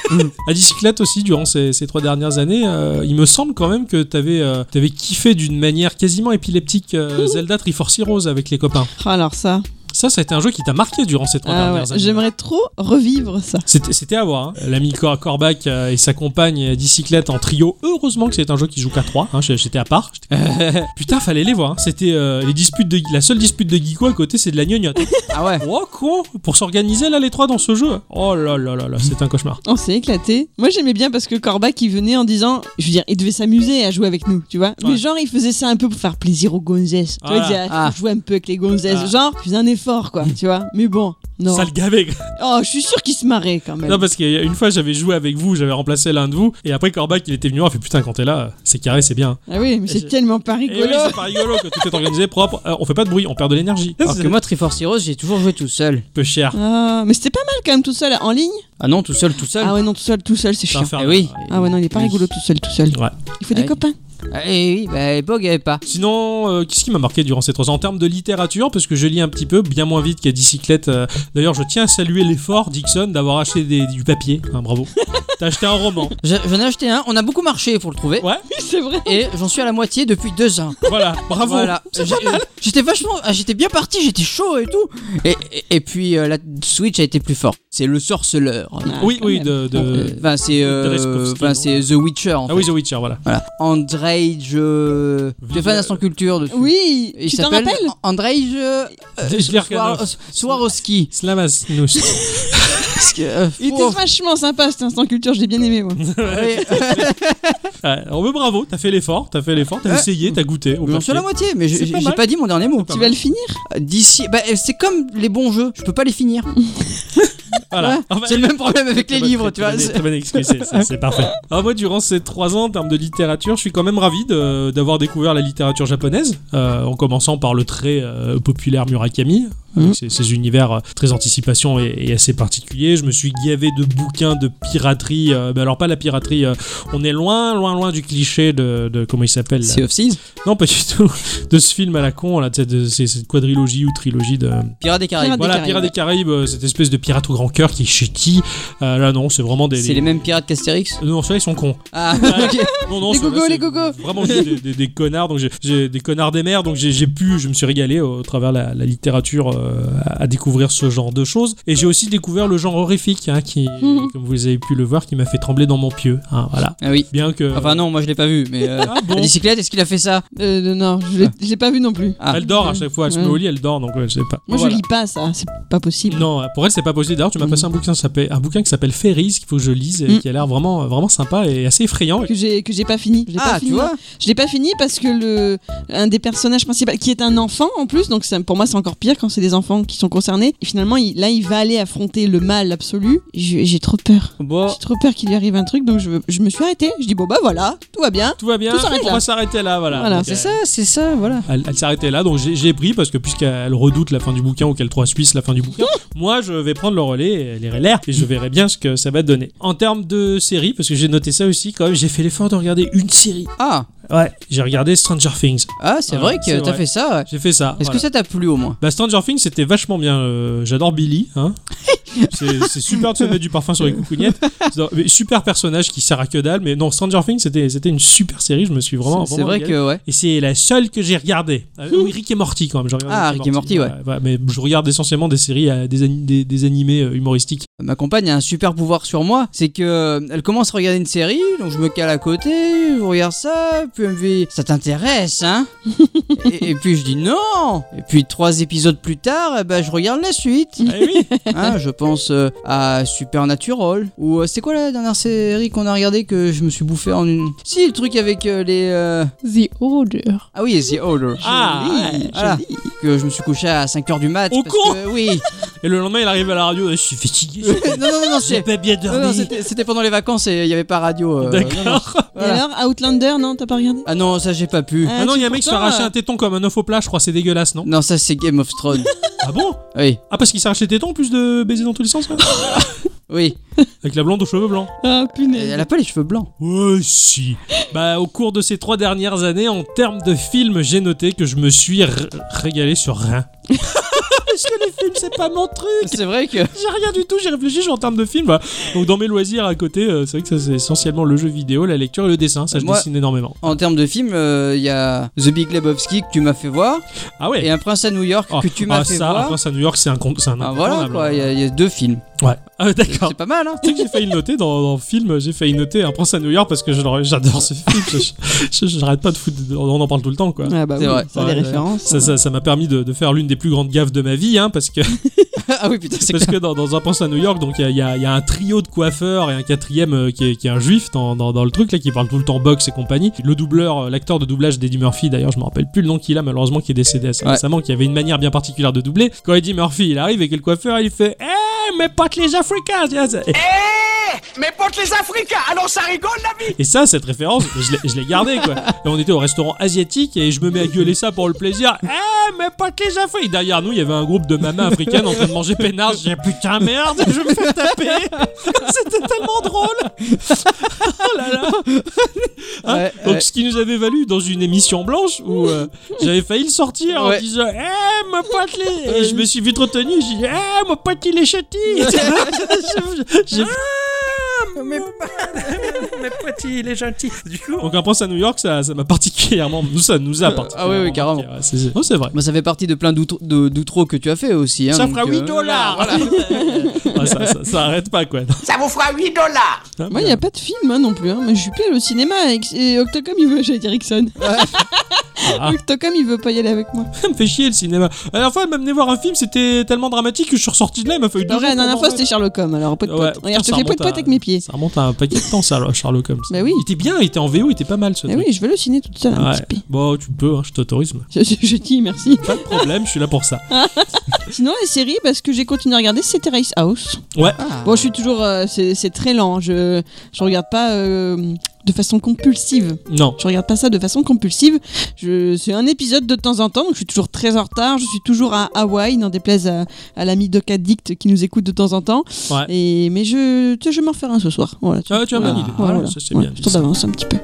[SPEAKER 2] À bicyclette aussi, durant ces, ces trois dernières années, euh, il me semble quand même que t'avais euh,
[SPEAKER 1] Mmh.
[SPEAKER 2] t'avais kiffé d'une manière quasiment épileptique euh, Zelda Triforce Heroes avec les copains.
[SPEAKER 1] Ah, Alors ça,
[SPEAKER 2] Ça, ça a été un jeu qui t'a marqué durant ces trois
[SPEAKER 1] Ah ouais,
[SPEAKER 2] dernières années.
[SPEAKER 1] J'aimerais trop revivre ça.
[SPEAKER 2] C'était c'était à voir. Hein. L'ami Cor- Corbac euh, et sa compagne euh, bicyclette en trio. Heureusement que c'est un jeu qui joue qu'à 3. J'étais à part. J'étais- Putain, fallait les voir. hein. C'était euh, les disputes de la seule dispute de Geeko à côté, c'est de la gnognotte.
[SPEAKER 3] Ah ouais.
[SPEAKER 2] oh con Pour s'organiser là les trois dans ce jeu. Oh là là là là, c'est un cauchemar.
[SPEAKER 1] On s'est éclaté. Moi j'aimais bien parce que Corbac il venait en disant, je veux dire, il devait s'amuser à jouer avec nous, tu vois.
[SPEAKER 2] Ouais.
[SPEAKER 1] Mais genre il faisait ça un peu pour faire plaisir aux gonzesses. Tu vois, il
[SPEAKER 2] Ah.
[SPEAKER 1] disait, ah, faut
[SPEAKER 3] Ah.
[SPEAKER 1] jouer un peu avec les gonzesses.
[SPEAKER 2] Ah.
[SPEAKER 1] Genre, fais un effort quoi, tu vois. Mais bon, non.
[SPEAKER 2] Ça le gavait.
[SPEAKER 1] Oh, je suis sûr qu'il se marrait quand même.
[SPEAKER 2] Non parce qu'une fois j'avais joué avec vous, j'avais remplacé l'un de vous et après Corbac il était venu voir, il fait putain quand t'es là, euh, c'est carré, c'est bien.
[SPEAKER 1] Ah oui, mais
[SPEAKER 2] je-
[SPEAKER 1] c'est tellement pas
[SPEAKER 2] Et
[SPEAKER 1] rigolo.
[SPEAKER 2] oui, c'est pas rigolo que tout est organisé propre. Euh, on fait pas de bruit, on perd de l'énergie.
[SPEAKER 3] Alors
[SPEAKER 2] C'est
[SPEAKER 3] que moi, Triforce Heroes, j'ai toujours joué tout seul.
[SPEAKER 2] peu cher.
[SPEAKER 1] Ah, mais c'était pas mal quand même tout seul en ligne.
[SPEAKER 3] Ah non, tout seul, tout seul.
[SPEAKER 1] Ah ouais non tout seul tout seul c'est
[SPEAKER 2] C'est
[SPEAKER 1] chiant.
[SPEAKER 2] infernal.
[SPEAKER 3] Eh oui.
[SPEAKER 1] Ah ouais non il est pas
[SPEAKER 3] Oui.
[SPEAKER 1] rigolo tout seul tout seul.
[SPEAKER 2] Ouais.
[SPEAKER 1] Il faut des
[SPEAKER 3] Ouais.
[SPEAKER 1] copains.
[SPEAKER 3] Ah, eh oui, bah à l'époque, il n'y avait pas.
[SPEAKER 2] Sinon, euh, qu'est-ce qui m'a marqué durant ces trois ans En termes de littérature, parce que je lis un petit peu, bien moins vite qu'à bicyclette. euh, D'ailleurs, je tiens à saluer l'effort, Dixon, d'avoir acheté des- du papier. Hein, bravo. T'as acheté un roman.
[SPEAKER 3] Je- J'en ai acheté un, on a beaucoup marché pour le trouver.
[SPEAKER 2] Ouais,
[SPEAKER 1] Oui c'est vrai.
[SPEAKER 3] Et j'en suis à la moitié depuis deux ans.
[SPEAKER 2] voilà, bravo.
[SPEAKER 3] Voilà. J'ai- euh, J'étais vachement. ah, J'étais bien parti, j'étais chaud et tout. Et, et, et puis euh, la Switch a été plus forte. C'est le sorceleur.
[SPEAKER 1] Ah,
[SPEAKER 2] Oui,
[SPEAKER 1] quand
[SPEAKER 2] oui,
[SPEAKER 1] même.
[SPEAKER 2] de. de-
[SPEAKER 3] Euh, Enfin, c'est. euh,
[SPEAKER 2] Riskovski,
[SPEAKER 3] Enfin,
[SPEAKER 2] non
[SPEAKER 3] c'est The Witcher en
[SPEAKER 2] Ah
[SPEAKER 3] fait.
[SPEAKER 2] oui, The Witcher, voilà.
[SPEAKER 3] Voilà. Andrej. Euh... T'es fan
[SPEAKER 2] euh,
[SPEAKER 3] à son culture dessus.
[SPEAKER 1] Oui.
[SPEAKER 3] Il
[SPEAKER 1] tu t'en
[SPEAKER 3] s'appelle
[SPEAKER 1] rappelles
[SPEAKER 3] Andrej. Euh...
[SPEAKER 2] Je l'ai regardé.
[SPEAKER 3] Swar- Swarovski.
[SPEAKER 2] Slamasnous.
[SPEAKER 3] Parce que, euh,
[SPEAKER 1] Il était
[SPEAKER 3] oh,
[SPEAKER 1] vachement sympa cet instant culture j'ai bien aimé moi.
[SPEAKER 3] ouais.
[SPEAKER 2] Ouais, on veut Ah, oh, bravo, t'as fait l'effort, t'as fait l'effort, t'as
[SPEAKER 3] Ouais.
[SPEAKER 2] essayé, t'as goûté. au
[SPEAKER 3] J'en suis à euh, la
[SPEAKER 2] papier.
[SPEAKER 3] moitié, mais
[SPEAKER 2] C'est
[SPEAKER 3] je-
[SPEAKER 2] pas
[SPEAKER 3] j'ai
[SPEAKER 2] mal.
[SPEAKER 3] pas dit mon dernier mot.
[SPEAKER 1] Tu vas le finir
[SPEAKER 3] D'ici, bah, c'est comme les bons jeux, je peux pas les finir.
[SPEAKER 2] Voilà.
[SPEAKER 3] Ouais,
[SPEAKER 2] Enfin,
[SPEAKER 3] c'est le même problème avec les
[SPEAKER 2] Très bonne-
[SPEAKER 3] livres, tu
[SPEAKER 2] très
[SPEAKER 3] vois.
[SPEAKER 2] bonne-
[SPEAKER 3] c'est-
[SPEAKER 2] Très bonne excuse, c'est- c'est- c'est parfait. Alors moi, durant ces trois ans en termes de littérature, je suis quand même ravi de- d'avoir découvert la littérature japonaise, euh, en commençant par le très euh, populaire Murakami. Avec
[SPEAKER 3] Mm.
[SPEAKER 1] Mhm.
[SPEAKER 2] ses, ses univers euh, très anticipation et, et assez particuliers. Je me suis gavé de bouquins de piraterie. euh, mais alors, pas la piraterie. euh, on est loin, loin, loin du cliché de. de- comment il s'appelle là
[SPEAKER 3] Sea of Thieves,
[SPEAKER 2] Non, pas du tout. De ce film à la con, là, tu sais, de ces- cette quadrilogie ou trilogie de.
[SPEAKER 3] Pirates des Caraïbes.
[SPEAKER 1] Pirates
[SPEAKER 2] Voilà,
[SPEAKER 1] Ah, Caraïbes.
[SPEAKER 2] Pirates des Caraïbes, euh, cette espèce de pirate au grand cœur qui est chéti. Euh, là, non, c'est vraiment des. Euh,
[SPEAKER 3] C'est les mêmes pirates qu'Astérix
[SPEAKER 2] Non, ceux-là, ils sont cons.
[SPEAKER 3] Ah, ok.
[SPEAKER 2] Non, non,
[SPEAKER 1] Les
[SPEAKER 2] ceux-là,
[SPEAKER 1] gogos,
[SPEAKER 2] c'est
[SPEAKER 1] les gogos.
[SPEAKER 2] Vraiment j'ai des, des- des connards, donc j'ai- j'ai des connards des mers, donc j'ai j'ai pu, je me suis régalé au travers la, la littérature euh, à, à découvrir ce genre de choses. Et j'ai aussi découvert le genre horrifique, hein, qui,
[SPEAKER 1] Mhm.
[SPEAKER 2] comme vous avez pu le voir, qui m'a fait trembler dans mon pieu. hein, voilà.
[SPEAKER 3] Ah oui.
[SPEAKER 2] Bien que.
[SPEAKER 3] Enfin, non, moi je l'ai pas vu, mais. euh,
[SPEAKER 2] Ah bon
[SPEAKER 3] La bicyclette, est-ce qu'il a fait ça
[SPEAKER 1] Euh, non, non, je l'ai- je l'ai pas vu non plus.
[SPEAKER 3] Ah.
[SPEAKER 2] Elle dort à chaque fois, elle se met
[SPEAKER 1] Ouais.
[SPEAKER 2] au lit, elle dort, donc ouais, je sais pas.
[SPEAKER 1] Moi,
[SPEAKER 2] Voilà.
[SPEAKER 1] je lis pas ça, c'est pas possible.
[SPEAKER 2] Non, pour elle, c'est pas possible. D'ailleurs, tu m'as
[SPEAKER 1] Mhm.
[SPEAKER 2] passé un bouquin, qui s'appelle- un bouquin qui s'appelle Fairies, qu'il faut que je lise, et
[SPEAKER 1] Mhm.
[SPEAKER 2] qui a l'air vraiment, vraiment sympa et assez effrayant.
[SPEAKER 1] Que j'ai que j'ai pas fini. Je l'ai
[SPEAKER 3] Ah,
[SPEAKER 1] pas
[SPEAKER 3] tu
[SPEAKER 1] fini.
[SPEAKER 3] vois
[SPEAKER 1] Je l'ai pas fini parce que le un des personnages principaux qui est un enfant en plus, donc ça- pour moi c'est encore pire quand c'est des enfants qui sont concernés. Et finalement, il- là, il va aller affronter le mal absolu. J'ai j'ai trop peur.
[SPEAKER 3] Bon.
[SPEAKER 1] J'ai trop peur qu'il lui arrive un truc, donc je, je me suis arrêtée. Je dis bon bah voilà, tout va bien.
[SPEAKER 2] Tout va bien,
[SPEAKER 1] Tout s'arrête
[SPEAKER 2] on va
[SPEAKER 1] là.
[SPEAKER 2] s'arrêter là, voilà.
[SPEAKER 1] Voilà,
[SPEAKER 2] Donc,
[SPEAKER 1] c'est
[SPEAKER 2] euh,
[SPEAKER 3] Ça, c'est ça, voilà.
[SPEAKER 2] Elle, elle s'arrêtait là, donc j'ai j'ai pris parce que puisqu'elle redoute la fin du bouquin ou qu'elle trois suisse la fin du bouquin,
[SPEAKER 1] Mm.
[SPEAKER 2] moi je vais prendre le relais, et les l'air et je verrai bien ce que ça va donner. En termes de série, parce que j'ai noté ça aussi quand même, j'ai fait l'effort de regarder une série.
[SPEAKER 3] Ah,
[SPEAKER 2] Ouais, j'ai regardé Stranger Things.
[SPEAKER 3] ah c'est
[SPEAKER 2] Ah,
[SPEAKER 3] vrai
[SPEAKER 2] c'est
[SPEAKER 3] que t'as
[SPEAKER 2] vrai.
[SPEAKER 3] fait ça. ouais.
[SPEAKER 2] J'ai fait ça.
[SPEAKER 3] Est-ce que
[SPEAKER 2] voilà.
[SPEAKER 3] ça t'a plu au moins
[SPEAKER 2] bah Stranger Things c'était vachement bien, euh, j'adore Billy, hein. c'est c'est super de se mettre du parfum sur les coucougnettes, Mais super personnage qui sert à que dalle, mais non Stranger Things c'était c'était une super série, je me suis vraiment...
[SPEAKER 3] C'est c'est
[SPEAKER 2] vraiment
[SPEAKER 3] vrai
[SPEAKER 2] régalé.
[SPEAKER 3] que, ouais.
[SPEAKER 2] Et c'est la seule que j'ai regardée. Euh, oui, Rick et Morty quand même. j'ai regardé
[SPEAKER 3] Ah, Rick et Morty, ouais.
[SPEAKER 2] ouais, Mais je regarde essentiellement des séries, euh, des, ani- des, des animés euh, humoristiques.
[SPEAKER 3] Ma compagne a un super pouvoir sur moi, c'est que euh, elle commence à regarder une série, donc je me cale à côté, je regarde ça, puis elle me dit ça t'intéresse, hein et, et puis je dis non. Et puis trois épisodes plus tard, eh ben, je regarde la suite.
[SPEAKER 2] Eh oui,
[SPEAKER 3] Hein, je pense euh, à Supernatural ou euh, c'est quoi la dernière série qu'on a regardée que je me suis bouffé en une. Si le truc avec euh, les euh,
[SPEAKER 5] The Order.
[SPEAKER 3] ah oui The Order.
[SPEAKER 2] Ah, ouais,
[SPEAKER 3] Voilà. que je me suis couché à 5h du mat.
[SPEAKER 2] Au
[SPEAKER 3] parce
[SPEAKER 2] con
[SPEAKER 3] que- Oui.
[SPEAKER 2] Et le lendemain, il arrive à la radio. Je suis fatigué.
[SPEAKER 3] non non non non
[SPEAKER 2] J'ai
[SPEAKER 3] c'est
[SPEAKER 2] pas bien
[SPEAKER 3] non, non,
[SPEAKER 2] dormi.
[SPEAKER 3] c'était c'était pendant les vacances et il n'y avait pas radio. euh, non, non.
[SPEAKER 2] D'accord.
[SPEAKER 1] Et
[SPEAKER 3] Voilà.
[SPEAKER 1] alors Outlander, non, t'as pas regardé
[SPEAKER 3] Ah non, ça j'ai pas pu.
[SPEAKER 2] Ah non, il y a un mec qui
[SPEAKER 1] qui
[SPEAKER 2] s'est arraché un téton comme un œuf au plat, je crois, c'est dégueulasse, non
[SPEAKER 3] Non, ça c'est Game of Thrones.
[SPEAKER 2] Ah bon
[SPEAKER 3] oui,
[SPEAKER 2] Ah, parce qu'il s'est arraché le téton en plus de baiser dans tous les sens, ouais
[SPEAKER 3] oui.
[SPEAKER 2] Avec la blonde aux cheveux blancs.
[SPEAKER 1] Ah
[SPEAKER 3] Et Elle
[SPEAKER 1] punaise.
[SPEAKER 3] a pas les cheveux blancs.
[SPEAKER 2] Ouais, si. Bah, au cours de ces trois dernières années, en termes de films, j'ai noté que je me suis r- régalé sur rien. parce que les films, c'est pas mon truc.
[SPEAKER 3] C'est vrai que.
[SPEAKER 2] J'ai rien du tout, j'ai réfléchi genre, en termes de film. voilà. Donc dans mes loisirs à côté, euh, c'est vrai que ça c'est essentiellement le jeu vidéo, la lecture et le dessin. Ça je
[SPEAKER 3] Moi-
[SPEAKER 2] dessine énormément.
[SPEAKER 3] En termes de film, euh, il y a The Big Lebowski que tu m'as fait voir
[SPEAKER 2] Ah ouais.
[SPEAKER 3] et Un Prince à New York
[SPEAKER 2] Ah,
[SPEAKER 3] que tu m'as
[SPEAKER 2] ah,
[SPEAKER 3] fait
[SPEAKER 2] ça,
[SPEAKER 3] voir.
[SPEAKER 2] après ça, New York, c'est un con- c'est un
[SPEAKER 3] Ah, voilà
[SPEAKER 2] incontournable.
[SPEAKER 3] quoi, il y a- il y, a deux films.
[SPEAKER 2] Ouais. Ah, d'accord.
[SPEAKER 3] C'est pas mal hein.
[SPEAKER 2] Tu sais que j'ai failli le noter dans, dans le film, j'ai failli noter un prince à New York parce que je l'aurais- j'adore ce film. je- je- je- J'arrête pas de foutre, de- on en parle tout le temps quoi.
[SPEAKER 1] Ah bah
[SPEAKER 3] C'est
[SPEAKER 1] oui,
[SPEAKER 3] vrai.
[SPEAKER 1] ça les
[SPEAKER 2] Ouais,
[SPEAKER 1] références. hein.
[SPEAKER 2] Ça ça- ça m'a permis de, de faire l'une des plus grandes gaffes de ma vie, hein, parce que,
[SPEAKER 3] ah oui putain, c'est
[SPEAKER 2] parce que dans, dans un prince à New York, donc il y a, il y a- il y a un trio de coiffeurs et un quatrième euh, qui, est, qui est un juif dans, dans- dans le truc là qui parle tout le temps boxe et compagnie. Le doubleur, euh, l'acteur de doublage d'Eddie Murphy, d'ailleurs, je me rappelle plus le nom qu'il a malheureusement qui est décédé assez
[SPEAKER 3] Ouais.
[SPEAKER 2] récemment, qui avait une manière bien particulière de doubler. Quand Eddie Murphy il arrive et que le coiffeur il fait, eh, mais potes les Africains, tu vois, c'est-
[SPEAKER 6] Eh, Mais porte les Africains, alors ça rigole la vie
[SPEAKER 2] Et ça, cette référence, je l'ai- je l'ai gardée, quoi. Et on était au restaurant asiatique et je me mets à gueuler ça pour le plaisir. Eh, mais pas que les affaires Et derrière nous, il y avait un groupe de mamas africaines en train de manger peinard. J'ai putain, merde, je me fais taper. C'était tellement drôle. Oh là là. Hein
[SPEAKER 3] Ouais,
[SPEAKER 2] Donc,
[SPEAKER 3] ouais.
[SPEAKER 2] ce qui nous avait valu dans une émission blanche où euh, j'avais failli le sortir en
[SPEAKER 3] Ouais.
[SPEAKER 2] disant Eh, mon pote, les. Et je me suis vite retenu. J'ai dit Eh, mon pote, il est châti. J'ai Ah, Donc un prince à New York, ça ça m'a particulièrement, nous ça nous a
[SPEAKER 3] Euh,
[SPEAKER 2] particulièrement.
[SPEAKER 3] ah oui, oui, carrément.
[SPEAKER 2] marqué, ouais, c'est- c'est- oh, c'est vrai.
[SPEAKER 3] Bah, ça fait partie de plein d'outro- de- d'outros que tu as fait aussi. Hein,
[SPEAKER 2] Ça
[SPEAKER 3] donc,
[SPEAKER 2] fera 8
[SPEAKER 3] euh,
[SPEAKER 2] dollars. Ah, ça, ça- ça arrête pas quoi.
[SPEAKER 6] Ça vous fera 8 dollars
[SPEAKER 1] Moi, il n'y a pas de film hein, non plus. Hein. Mais je suis plus allé au cinéma. avec- Et Octocom, il veut. J'allais dire Ixon.
[SPEAKER 2] Ah.
[SPEAKER 1] Octocom, il veut pas y aller avec moi.
[SPEAKER 2] Ça me fait chier le cinéma. La dernière fois, elle m'a amené voir un film, c'était tellement dramatique que je suis ressorti de là, il m'a fallu deux
[SPEAKER 1] En vrai, la
[SPEAKER 2] jours
[SPEAKER 1] dernière
[SPEAKER 2] pour
[SPEAKER 1] fois,
[SPEAKER 2] m'en
[SPEAKER 1] c'était Sherlock Holmes. Alors, pote,
[SPEAKER 2] Ouais,
[SPEAKER 1] pote.
[SPEAKER 2] putain,
[SPEAKER 1] Regarde, je te
[SPEAKER 2] ça
[SPEAKER 1] fais pote,
[SPEAKER 2] remonte à-
[SPEAKER 1] pote avec mes pieds.
[SPEAKER 2] Ça remonte à un paquet de temps, ça, alors, Sherlock Holmes.
[SPEAKER 1] Bah oui.
[SPEAKER 2] Il était bien, il était en VO, il était pas mal ce
[SPEAKER 1] Ah
[SPEAKER 2] truc.
[SPEAKER 1] oui, je veux le ciné toute seule, un
[SPEAKER 2] Ouais.
[SPEAKER 1] petit peu.
[SPEAKER 2] Bon, tu peux, hein, je t'autorise. mais
[SPEAKER 1] Je, je- je dis merci.
[SPEAKER 2] Pas de problème, je suis là pour ça.
[SPEAKER 1] Sinon, les séries, parce que j'ai continué à regarder, c'était Race House.
[SPEAKER 2] Ouais.
[SPEAKER 3] Ah.
[SPEAKER 1] Bon, je suis toujours. euh, c'est c'est très lent. hein. Je, je regarde pas euh, de façon compulsive.
[SPEAKER 2] Non.
[SPEAKER 1] Je regarde pas ça de façon compulsive. Je, c'est un épisode de temps en temps, donc je suis toujours très en retard. Je suis toujours à Hawaï, n'en déplaise à, à l'ami Doc Addict qui nous écoute de temps en temps.
[SPEAKER 2] Ouais.
[SPEAKER 1] Et, mais je, tu sais, je vais m'en refaire un ce soir. Voilà, tu
[SPEAKER 2] Ah, tu as
[SPEAKER 1] vois.
[SPEAKER 2] bonne idée.
[SPEAKER 1] Voilà,
[SPEAKER 2] Ah,
[SPEAKER 1] voilà.
[SPEAKER 2] Ça, c'est
[SPEAKER 1] Ouais,
[SPEAKER 2] bien. dit,
[SPEAKER 1] histoire
[SPEAKER 2] ça.
[SPEAKER 1] d'avance un petit peu.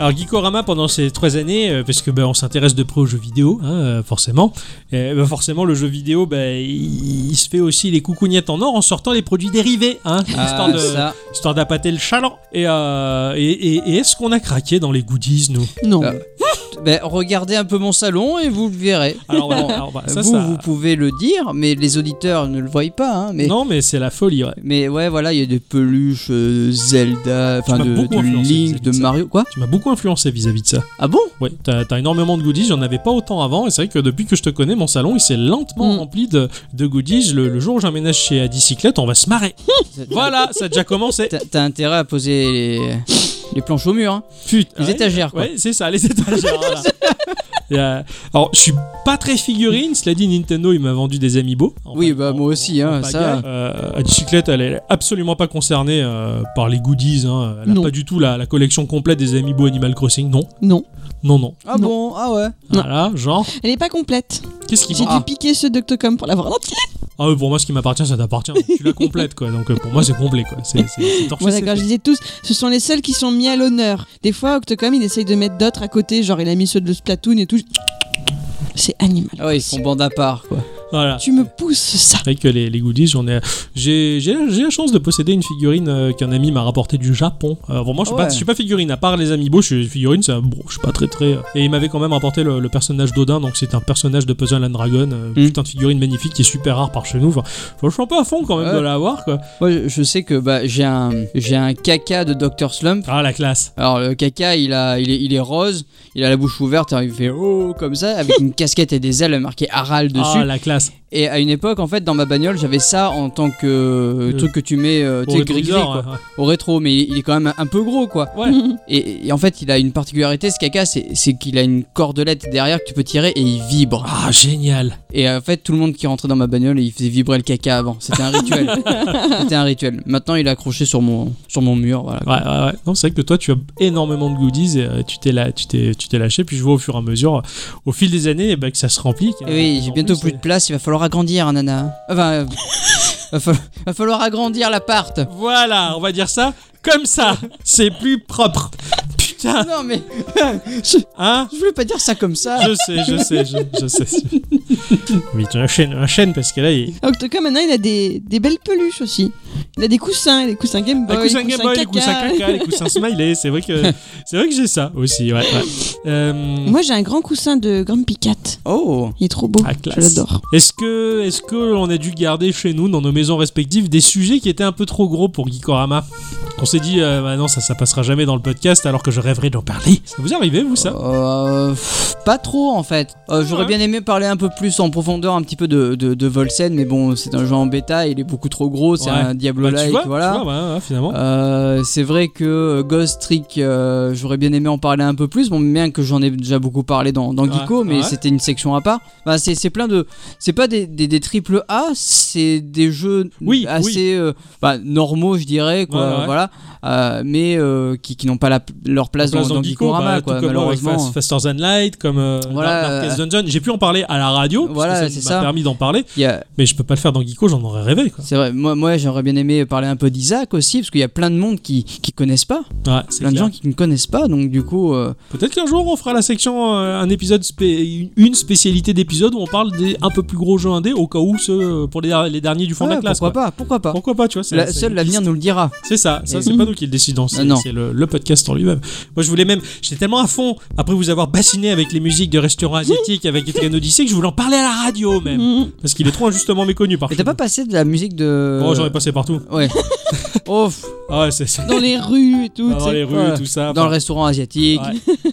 [SPEAKER 2] Alors Geekorama pendant ces trois années, euh, parce que ben, on s'intéresse de près aux jeux vidéo, hein, euh, forcément. Et, ben, forcément, le jeu vidéo, ben, il, il se fait aussi les coucougnettes en or en sortant les produits dérivés, hein, histoire
[SPEAKER 3] Ah,
[SPEAKER 2] de
[SPEAKER 3] ça.
[SPEAKER 2] histoire d'appâter le chaland. Et, euh, et, et- et est-ce qu'on a craqué dans les goodies, nous
[SPEAKER 1] Non.
[SPEAKER 3] Ah. Ben, regardez un peu mon salon et vous le verrez.
[SPEAKER 2] Alors, voilà, alors, bah, ça,
[SPEAKER 3] Euh, vous,
[SPEAKER 2] ça-
[SPEAKER 3] vous pouvez le dire, mais les auditeurs ne le voient pas. hein, mais...
[SPEAKER 2] Non, mais c'est la folie, ouais.
[SPEAKER 3] Mais ouais, voilà, il y a des peluches euh, Zelda, enfin
[SPEAKER 2] m'as
[SPEAKER 3] de,
[SPEAKER 2] beaucoup
[SPEAKER 3] de
[SPEAKER 2] influencé
[SPEAKER 3] Link,
[SPEAKER 2] vis-à-vis de
[SPEAKER 3] de
[SPEAKER 2] ça.
[SPEAKER 3] Mario. Quoi
[SPEAKER 2] Tu m'as beaucoup influencé vis-à-vis de ça.
[SPEAKER 3] Ah bon
[SPEAKER 2] Ouais, t'as t'as énormément de goodies, j'en avais pas autant avant, et c'est vrai que depuis que je te connais, mon salon il s'est lentement
[SPEAKER 1] Mm.
[SPEAKER 2] rempli de, de goodies. Le, le jour où j'emménage chez Adicyclette, on va se marrer. voilà, ça a déjà commencé.
[SPEAKER 3] T'as t'as intérêt à poser les, les planches au mur, hein.
[SPEAKER 2] Putain.
[SPEAKER 3] les
[SPEAKER 2] ouais.
[SPEAKER 3] étagères, quoi.
[SPEAKER 2] Ouais, c'est ça, les étagères. voilà. Il y a- Alors, je suis pas très figurine, cela dit, Nintendo, il m'a vendu des Amiibo. En
[SPEAKER 3] Oui,
[SPEAKER 2] fait,
[SPEAKER 3] bah,
[SPEAKER 2] en-
[SPEAKER 3] moi aussi,
[SPEAKER 2] en
[SPEAKER 3] hein,
[SPEAKER 2] pagaille.
[SPEAKER 3] ça.
[SPEAKER 2] Euh, Adicyclette, elle est absolument pas concernée euh, par les goodies. hein. Elle a
[SPEAKER 1] Non.
[SPEAKER 2] pas du tout la, la collection complète des Amiibo Animal Crossing, non.
[SPEAKER 1] Non,
[SPEAKER 2] Non, non.
[SPEAKER 3] Ah
[SPEAKER 1] Non.
[SPEAKER 3] bon Ah ouais
[SPEAKER 1] Non.
[SPEAKER 2] Voilà, genre,
[SPEAKER 1] elle est pas complète.
[SPEAKER 2] qu'est-ce qui
[SPEAKER 1] J'ai
[SPEAKER 3] Ah.
[SPEAKER 1] dû piquer ce Doctocom pour l'avoir en entier.
[SPEAKER 2] Ah oui, pour moi, ce qui m'appartient, ça t'appartient. Tu la complètes, quoi. Donc euh, pour moi, c'est complet, quoi. C'est c'est- c'est torché,
[SPEAKER 1] Voilà,
[SPEAKER 2] c'est
[SPEAKER 1] quand je
[SPEAKER 2] fait.
[SPEAKER 1] disais tous, ce sont les seuls qui sont mis à l'honneur. Des fois, Octocom, il essaye de mettre d'autres à côté, genre il a mis ceux de Splatoon et tout. C'est animal.
[SPEAKER 3] Ah ouais, ils sont bande à part, quoi.
[SPEAKER 2] Voilà.
[SPEAKER 1] Tu me pousses ça.
[SPEAKER 2] C'est vrai que les, les goodies, j'en ai. J'ai j'ai la j'ai la chance de posséder une figurine euh, qu'un ami m'a rapportée du Japon. Euh, bon, moi, je suis, pas,
[SPEAKER 3] Ouais.
[SPEAKER 2] je suis pas figurine. À part les amiibo, je suis figurine, c'est un- bon, je suis pas très très. euh, Et il m'avait quand même rapporté le, le personnage d'Odin, donc c'est un personnage de Puzzle and Dragon. euh,
[SPEAKER 3] Mm.
[SPEAKER 2] Putain de figurine magnifique qui est super rare par chez nous. Enfin, faut- je suis un peu à fond quand même
[SPEAKER 3] Ouais.
[SPEAKER 2] de l'avoir, quoi.
[SPEAKER 3] Moi, je, je sais que bah, j'ai un, j'ai un caca de Dr. Slump.
[SPEAKER 2] Ah, la classe.
[SPEAKER 3] Alors, le caca, il, a, il, est, il est rose, il a la bouche ouverte, alors il fait oh comme ça, avec une casquette et des ailes marquées Harald dessus.
[SPEAKER 2] Ah, la classe.
[SPEAKER 3] Et à une époque, en fait, dans ma bagnole, j'avais ça en tant que euh,
[SPEAKER 2] Euh,
[SPEAKER 3] truc que tu mets euh, tu
[SPEAKER 2] Pour
[SPEAKER 3] sais,
[SPEAKER 2] Oh, le
[SPEAKER 3] gris-gris,
[SPEAKER 2] Drizor,
[SPEAKER 3] quoi,
[SPEAKER 2] ouais, ouais.
[SPEAKER 3] au rétro, mais il est quand même un peu gros, quoi.
[SPEAKER 2] Ouais.
[SPEAKER 3] Et, et en fait, il a une particularité, ce caca, c'est c'est qu'il a une cordelette derrière que tu peux tirer et il vibre.
[SPEAKER 2] Ah, génial.
[SPEAKER 3] Et euh, en fait, tout le monde qui rentrait dans ma bagnole, il faisait vibrer le caca avant. C'était un rituel. C'était un rituel. Maintenant, il est accroché sur mon, sur mon mur, voilà.
[SPEAKER 2] Ouais, ouais, ouais. Non, c'est vrai que toi, tu as énormément de goodies et euh, tu t'es là, tu t'es, tu t'es lâché. Puis je vois au fur et à mesure, euh, au fil des années, eh ben, que ça se remplit. euh, qu'il y
[SPEAKER 3] Et oui,
[SPEAKER 2] en a de plus
[SPEAKER 3] j'ai
[SPEAKER 2] en
[SPEAKER 3] bientôt plus de
[SPEAKER 2] et-
[SPEAKER 3] place, il va falloir agrandir, hein, nana. Enfin, euh, va, falloir, va falloir agrandir l'appart.
[SPEAKER 2] Voilà, on va dire ça comme ça. C'est plus propre. Putain,
[SPEAKER 3] Non, mais
[SPEAKER 2] hein
[SPEAKER 3] je voulais pas dire ça comme ça.
[SPEAKER 2] Je sais, je sais, je, je sais. Mais tu enchaînes, enchaînes parce que là, il.
[SPEAKER 1] Octocom, maintenant, il a des, des belles peluches aussi. Il a des coussins, des coussins Game
[SPEAKER 3] Bah,
[SPEAKER 2] Les
[SPEAKER 1] Boy,
[SPEAKER 2] coussins Game Boy, les coussins
[SPEAKER 1] caca.
[SPEAKER 2] caca, les coussins smiley, c'est vrai que c'est vrai que j'ai ça aussi, ouais. ouais. Euh,
[SPEAKER 1] Moi, j'ai un grand coussin de Grumpy Cat.
[SPEAKER 3] Oh
[SPEAKER 1] Il est trop beau.
[SPEAKER 2] Ah,
[SPEAKER 1] je
[SPEAKER 2] classe.
[SPEAKER 1] l'adore.
[SPEAKER 2] Est-ce que, est-ce que on a dû garder chez nous, dans nos maisons respectives, des sujets qui étaient un peu trop gros pour Geekorama On s'est dit, euh, bah non, ça, ça passera jamais dans le podcast, alors que je rêverais d'en parler. Ça vous arrivez, vous, ça
[SPEAKER 3] Euh, pff, Pas trop en fait. Euh, J'aurais
[SPEAKER 2] Ouais.
[SPEAKER 3] bien aimé parler un peu plus en profondeur, un petit peu de, de, de Volsen, mais bon, c'est un jeu en bêta, il est beaucoup trop gros, c'est
[SPEAKER 2] Ouais.
[SPEAKER 3] un
[SPEAKER 2] Bah,
[SPEAKER 3] Diablo-like,
[SPEAKER 2] Tu vois,
[SPEAKER 3] voilà.
[SPEAKER 2] tu vois, bah, ouais, finalement.
[SPEAKER 3] Euh, c'est vrai que Ghost Trick, euh, j'aurais bien aimé en parler un peu plus. Bon, bien que j'en ai déjà beaucoup parlé dans, dans
[SPEAKER 2] Ouais,
[SPEAKER 3] Geeko, mais
[SPEAKER 2] ouais.
[SPEAKER 3] c'était une section à part. Bah, c'est c'est plein de. C'est pas des, des, des triple A, c'est des jeux
[SPEAKER 2] Oui,
[SPEAKER 3] assez euh, bah, normaux, je dirais, quoi,
[SPEAKER 2] Ouais, ouais.
[SPEAKER 3] voilà. Euh, mais euh, qui, qui n'ont pas la- leur place,
[SPEAKER 2] Place
[SPEAKER 3] dans,
[SPEAKER 2] dans
[SPEAKER 3] dans
[SPEAKER 2] Geeko,
[SPEAKER 3] Geekorama,
[SPEAKER 2] bah, tout
[SPEAKER 3] quoi,
[SPEAKER 2] comme moi avec
[SPEAKER 3] malheureusement.
[SPEAKER 2] Fast- Faster Than Light, comme euh,
[SPEAKER 3] Voilà,
[SPEAKER 2] Dark- Darkest
[SPEAKER 3] euh,
[SPEAKER 2] Dungeon. J'ai pu en parler à la radio, parce que
[SPEAKER 3] Voilà, c'est
[SPEAKER 2] ça m'a
[SPEAKER 3] ça.
[SPEAKER 2] permis d'en parler,
[SPEAKER 3] Il y a-
[SPEAKER 2] mais je peux pas le faire dans Geeko, j'en aurais rêvé. Quoi.
[SPEAKER 3] C'est vrai, moi, moi j'aurais bien aimé parler un peu d'Isaac aussi, parce qu'il y a plein de monde qui, qui connaissent pas,
[SPEAKER 2] Ouais, c'est
[SPEAKER 3] plein de
[SPEAKER 2] clair.
[SPEAKER 3] gens qui ne connaissent pas, donc du coup, euh,
[SPEAKER 2] Peut-être qu'un jour on fera la section euh, un épisode spé- une spécialité d'épisode où on parle des un peu plus gros jeux indés au cas où ceux euh, pour les, les derniers du fond de
[SPEAKER 3] ouais,
[SPEAKER 2] la classe.
[SPEAKER 3] pourquoi pas,
[SPEAKER 2] quoi.
[SPEAKER 3] pourquoi pas.
[SPEAKER 2] Pourquoi pas, tu vois c'est-
[SPEAKER 3] La-
[SPEAKER 2] c'est
[SPEAKER 3] seul
[SPEAKER 2] une
[SPEAKER 3] l'avenir
[SPEAKER 2] piste.
[SPEAKER 3] nous le dira.
[SPEAKER 2] C'est ça, ça
[SPEAKER 3] Et-
[SPEAKER 2] c'est pas nous qui le décidons, c'est
[SPEAKER 3] Ah non.
[SPEAKER 2] c'est le, le podcast en lui-même. Moi je voulais même, j'étais tellement à fond après vous avoir bassiné avec les musiques de restaurants
[SPEAKER 3] Mm.
[SPEAKER 2] asiatiques avec Etrian Odyssey que je voulais en parler à la radio même.
[SPEAKER 1] Mhm.
[SPEAKER 2] Parce qu'il est trop injustement méconnu par
[SPEAKER 3] Et t'as
[SPEAKER 2] chez
[SPEAKER 3] pas euh, passé de la musique de.
[SPEAKER 2] nous. Oh, j'en ai passé partout.
[SPEAKER 3] Ouais. Oh, pff, Ah,
[SPEAKER 2] Ah ouais, c'est c'est-
[SPEAKER 1] Dans les rues et tout. tu
[SPEAKER 2] dans
[SPEAKER 1] sais.
[SPEAKER 2] les rues,
[SPEAKER 3] ouais.
[SPEAKER 2] tout ça.
[SPEAKER 3] dans le
[SPEAKER 2] enfin,
[SPEAKER 3] restaurant asiatique.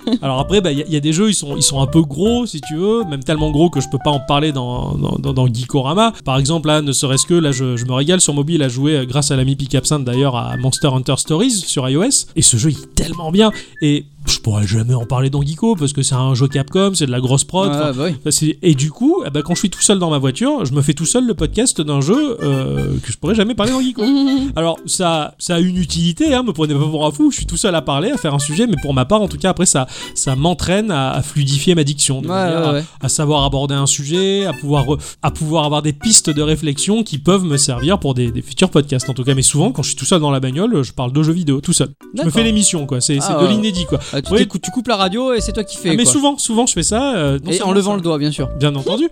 [SPEAKER 2] ouais. Alors après, il y, a- y a des jeux, ils sont, ils sont un peu gros, si tu veux, même tellement gros que je peux pas en parler dans, dans, dans, dans Geekorama. Par exemple, là, ne serait-ce que, là, je, je me régale sur mobile à jouer, euh, grâce à l'ami Picapsint d'ailleurs, à Monster Hunter Stories sur iOS. Et ce jeu, il est tellement bien. Et je pourrais jamais en parler dans Geeko, parce que c'est un jeu Capcom, c'est de la grosse prod.
[SPEAKER 3] Ouais,
[SPEAKER 2] enfin,
[SPEAKER 3] bah oui.
[SPEAKER 2] bah, c'est- Et du coup, eh ben, quand je suis tout seul dans ma voiture, je me fais tout seul le podcast d'un jeu euh, que je pourrais jamais parler dans Geeko. Alors, ça, ça a une utilité, hein, me prenez pas pour un fou, je suis tout seul à parler, à faire un sujet, mais pour ma part, en tout cas, après, ça, ça m'entraîne à, à fluidifier ma diction, de
[SPEAKER 3] Ouais,
[SPEAKER 2] manière
[SPEAKER 3] ouais,
[SPEAKER 2] à-
[SPEAKER 3] ouais.
[SPEAKER 2] À, savoir aborder un sujet, à pouvoir, re- à pouvoir avoir des pistes de réflexion qui peuvent me servir pour des, des futurs podcasts, en tout cas. Mais souvent, quand je suis tout seul dans la bagnole, je parle de jeux vidéo, tout seul. Je me
[SPEAKER 3] D'accord.
[SPEAKER 2] fais l'émission, quoi, c'est c'est
[SPEAKER 3] Ah,
[SPEAKER 2] de
[SPEAKER 3] ouais.
[SPEAKER 2] l'inédit, quoi.
[SPEAKER 3] Euh, tu,
[SPEAKER 2] Oui.
[SPEAKER 3] t'écoutes- tu coupes la radio et c'est toi qui fais.
[SPEAKER 2] Ah, mais
[SPEAKER 3] quoi.
[SPEAKER 2] souvent, souvent, je fais ça. euh, non
[SPEAKER 3] Et
[SPEAKER 2] seulement
[SPEAKER 3] en levant
[SPEAKER 2] ça-
[SPEAKER 3] le doigt, bien sûr.
[SPEAKER 2] Bien entendu.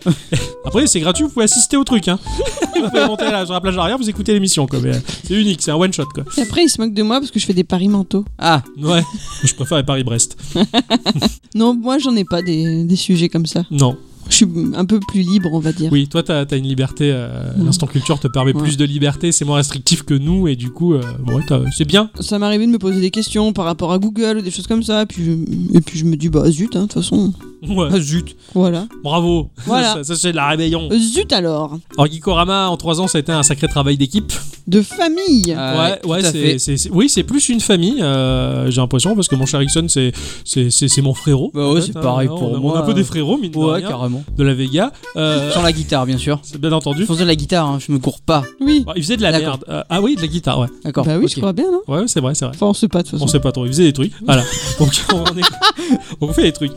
[SPEAKER 2] Après, c'est gratuit, vous pouvez assister au truc. Hein. vous pouvez monter là, sur la plage arrière, vous écoutez l'émission. quoi, mais, euh, C'est unique, c'est un one shot. Quoi.
[SPEAKER 1] Et après, il se moque de moi parce que je fais des paris mentaux.
[SPEAKER 3] Ah,
[SPEAKER 2] Ouais, je préfère les Paris-Brest.
[SPEAKER 1] Non, moi, j'en ai pas des, des sujets comme ça.
[SPEAKER 2] Non,
[SPEAKER 1] Je suis un peu plus libre, on va dire.
[SPEAKER 2] oui, toi, t'as as une liberté. euh,
[SPEAKER 1] Mm.
[SPEAKER 2] L'instant culture te permet
[SPEAKER 1] Ouais.
[SPEAKER 2] plus de liberté, c'est moins restrictif que nous, et du coup, euh, ouais, t'as- c'est bien.
[SPEAKER 1] Ça m'est arrivé de me poser des questions par rapport à Google ou des choses comme ça. Puis je- Et puis je me dis, bah zut, hein, de toute façon.
[SPEAKER 2] Ouais,
[SPEAKER 3] ah, zut.
[SPEAKER 1] Voilà.
[SPEAKER 2] bravo.
[SPEAKER 1] Voilà.
[SPEAKER 2] ça, ça, c'est de la rébellion.
[SPEAKER 1] Euh, Zut alors
[SPEAKER 2] Alors, Gikorama, en 3 ans, ça a été un sacré travail d'équipe.
[SPEAKER 1] De famille
[SPEAKER 2] Ah.
[SPEAKER 3] Euh,
[SPEAKER 2] ouais, ouais,
[SPEAKER 3] tout à fait.
[SPEAKER 2] c'est, c'est- c'est- oui, c'est plus une famille, euh, j'ai l'impression, parce que mon cher Ericsson, c'est, c'est, c'est, c'est mon frérot.
[SPEAKER 3] Bah
[SPEAKER 2] en
[SPEAKER 3] ouais,
[SPEAKER 2] fait, hein.
[SPEAKER 3] c'est pareil
[SPEAKER 2] on a-
[SPEAKER 3] pour
[SPEAKER 2] on a
[SPEAKER 3] moi.
[SPEAKER 2] un peu des frérots, mine de
[SPEAKER 3] Ouais,
[SPEAKER 2] rien,
[SPEAKER 3] carrément.
[SPEAKER 2] de la Vega. Euh,
[SPEAKER 3] Sans la guitare, bien sûr.
[SPEAKER 2] c'est bien entendu.
[SPEAKER 3] Je faisais de la guitare, hein, je me cours pas.
[SPEAKER 1] Oui.
[SPEAKER 2] Bon, il faisait de la
[SPEAKER 3] D'accord.
[SPEAKER 2] merde. Euh, ah oui, de la guitare, ouais.
[SPEAKER 3] D'accord.
[SPEAKER 1] bah oui,
[SPEAKER 3] ok.
[SPEAKER 1] je crois bien, non
[SPEAKER 2] Ouais, c'est vrai, c'est vrai.
[SPEAKER 1] Enfin, on sait pas de toute
[SPEAKER 2] Ah, On
[SPEAKER 1] façon.
[SPEAKER 2] sait pas trop, il faisait des trucs. Voilà. Donc on, est- on fait des trucs.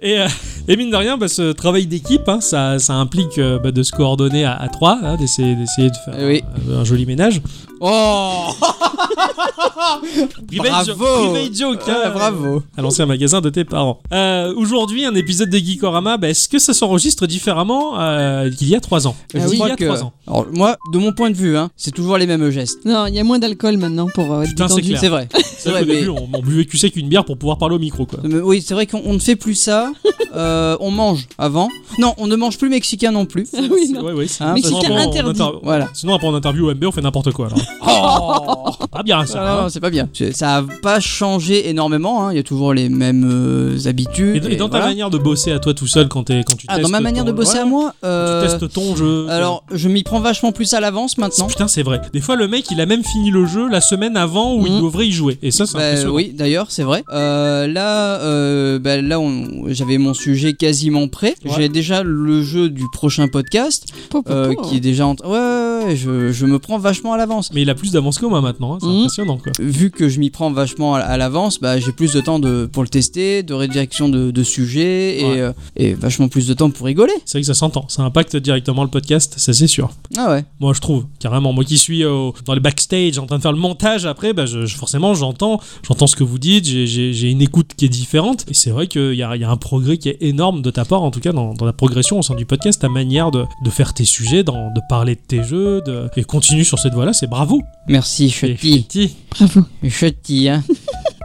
[SPEAKER 2] Et, euh, et mine de rien, bah, ce travail d'équipe, hein, ça, ça implique euh, bah, de se coordonner à, à trois, hein, d'essayer, d'essayer de faire
[SPEAKER 3] Eh oui.
[SPEAKER 2] euh, un, joli ménage.
[SPEAKER 3] Oh
[SPEAKER 2] Private
[SPEAKER 3] Bravo.
[SPEAKER 2] jo- private joke, hein.
[SPEAKER 3] Ah, Bravo
[SPEAKER 2] à l'ancien magasin de tes parents. Euh, Aujourd'hui, un épisode de Geekorama, bah, est-ce que ça s'enregistre différemment euh, qu'il y a 3 ans
[SPEAKER 3] Je
[SPEAKER 2] Qu'il y
[SPEAKER 3] crois
[SPEAKER 2] a
[SPEAKER 3] que.
[SPEAKER 2] trois ans.
[SPEAKER 3] Alors, moi, de mon point de vue, hein, c'est toujours les mêmes gestes.
[SPEAKER 1] Non, il y a moins d'alcool maintenant pour euh, être
[SPEAKER 2] Putain, c'est
[SPEAKER 1] détendu.
[SPEAKER 2] clair.
[SPEAKER 3] C'est vrai.
[SPEAKER 2] C'est
[SPEAKER 3] C'est
[SPEAKER 2] vrai,
[SPEAKER 3] vrai,
[SPEAKER 2] au
[SPEAKER 3] mais.
[SPEAKER 2] début, on, on buvait que c'est qu'une bière pour pouvoir parler au micro, quoi.
[SPEAKER 3] mais oui, c'est vrai qu'on on ne fait plus ça. Euh, on mange avant. Non, on ne mange plus mexicain non plus.
[SPEAKER 1] Ah oui, non.
[SPEAKER 2] Ouais, ouais, c'est-
[SPEAKER 3] Hein,
[SPEAKER 1] Mexicain
[SPEAKER 2] sinon, après, on
[SPEAKER 1] interdit.
[SPEAKER 2] inter-
[SPEAKER 3] Voilà.
[SPEAKER 2] Sinon, après, en interview au MB, on fait n'importe quoi. Alors.
[SPEAKER 3] Oh
[SPEAKER 2] Pas bien, ça.
[SPEAKER 3] Ah non,
[SPEAKER 2] hein.
[SPEAKER 3] non, c'est pas bien. C'est- Ça n'a pas changé énormément. hein. Il y a toujours les mêmes euh, habitudes.
[SPEAKER 2] Et, et dans ta
[SPEAKER 3] voilà.
[SPEAKER 2] manière de bosser à toi tout seul quand, t'es- quand tu
[SPEAKER 3] Ah,
[SPEAKER 2] testes.
[SPEAKER 3] dans ma manière
[SPEAKER 2] ton-
[SPEAKER 3] de bosser
[SPEAKER 2] Ouais,
[SPEAKER 3] à moi euh,
[SPEAKER 2] Tu testes ton jeu. ton-
[SPEAKER 3] Alors, je m'y prends vachement plus à l'avance maintenant.
[SPEAKER 2] Putain, c'est vrai. Des fois, le mec, il a même fini le jeu la semaine avant où il
[SPEAKER 1] Mhm.
[SPEAKER 2] devrait y jouer. Et ça, c'est
[SPEAKER 3] Bah,
[SPEAKER 2] impressionnant.
[SPEAKER 3] oui, d'ailleurs, c'est vrai. Euh, là, euh, bah, là, on- j'avais mon sujet quasiment prêt.
[SPEAKER 2] Ouais. Oh,
[SPEAKER 3] J'ai déjà le jeu du prochain podcast
[SPEAKER 1] Po, po,
[SPEAKER 3] euh,
[SPEAKER 1] po.
[SPEAKER 3] qui est déjà en. Ouais, ouais, ouais, je, je me prends vachement à l'avance.
[SPEAKER 2] Mais il a plus d'avance que moi maintenant. hein. C'est
[SPEAKER 1] Mhm.
[SPEAKER 2] impressionnant, quoi.
[SPEAKER 3] Vu que je m'y prends vachement à, à l'avance, bah, j'ai plus de temps de, pour le tester, de redirection de, de sujets
[SPEAKER 2] Ouais.
[SPEAKER 3] et, euh, et vachement plus de temps pour rigoler.
[SPEAKER 2] C'est vrai que ça s'entend. Ça impacte directement le podcast, ça, c'est sûr.
[SPEAKER 3] Ah ouais.
[SPEAKER 2] Moi, je trouve carrément. Moi qui suis euh, dans les backstage, en train de faire le montage après, bah, je, je- forcément, j'entends, j'entends ce que vous dites. j'ai- J'ai j'ai une écoute qui est différente. Et c'est vrai qu'il y a, il y a un progrès qui est énorme de ta part, en tout cas dans, dans la progression au sein du podcast, ta manière de, de faire tes sujets, dans- de parler de tes jeux, de- et continue sur cette voie-là. C'est bravo.
[SPEAKER 3] Merci,
[SPEAKER 2] Et
[SPEAKER 3] Chucky.
[SPEAKER 2] chouetti.
[SPEAKER 1] Bravo.
[SPEAKER 3] Chucky, hein.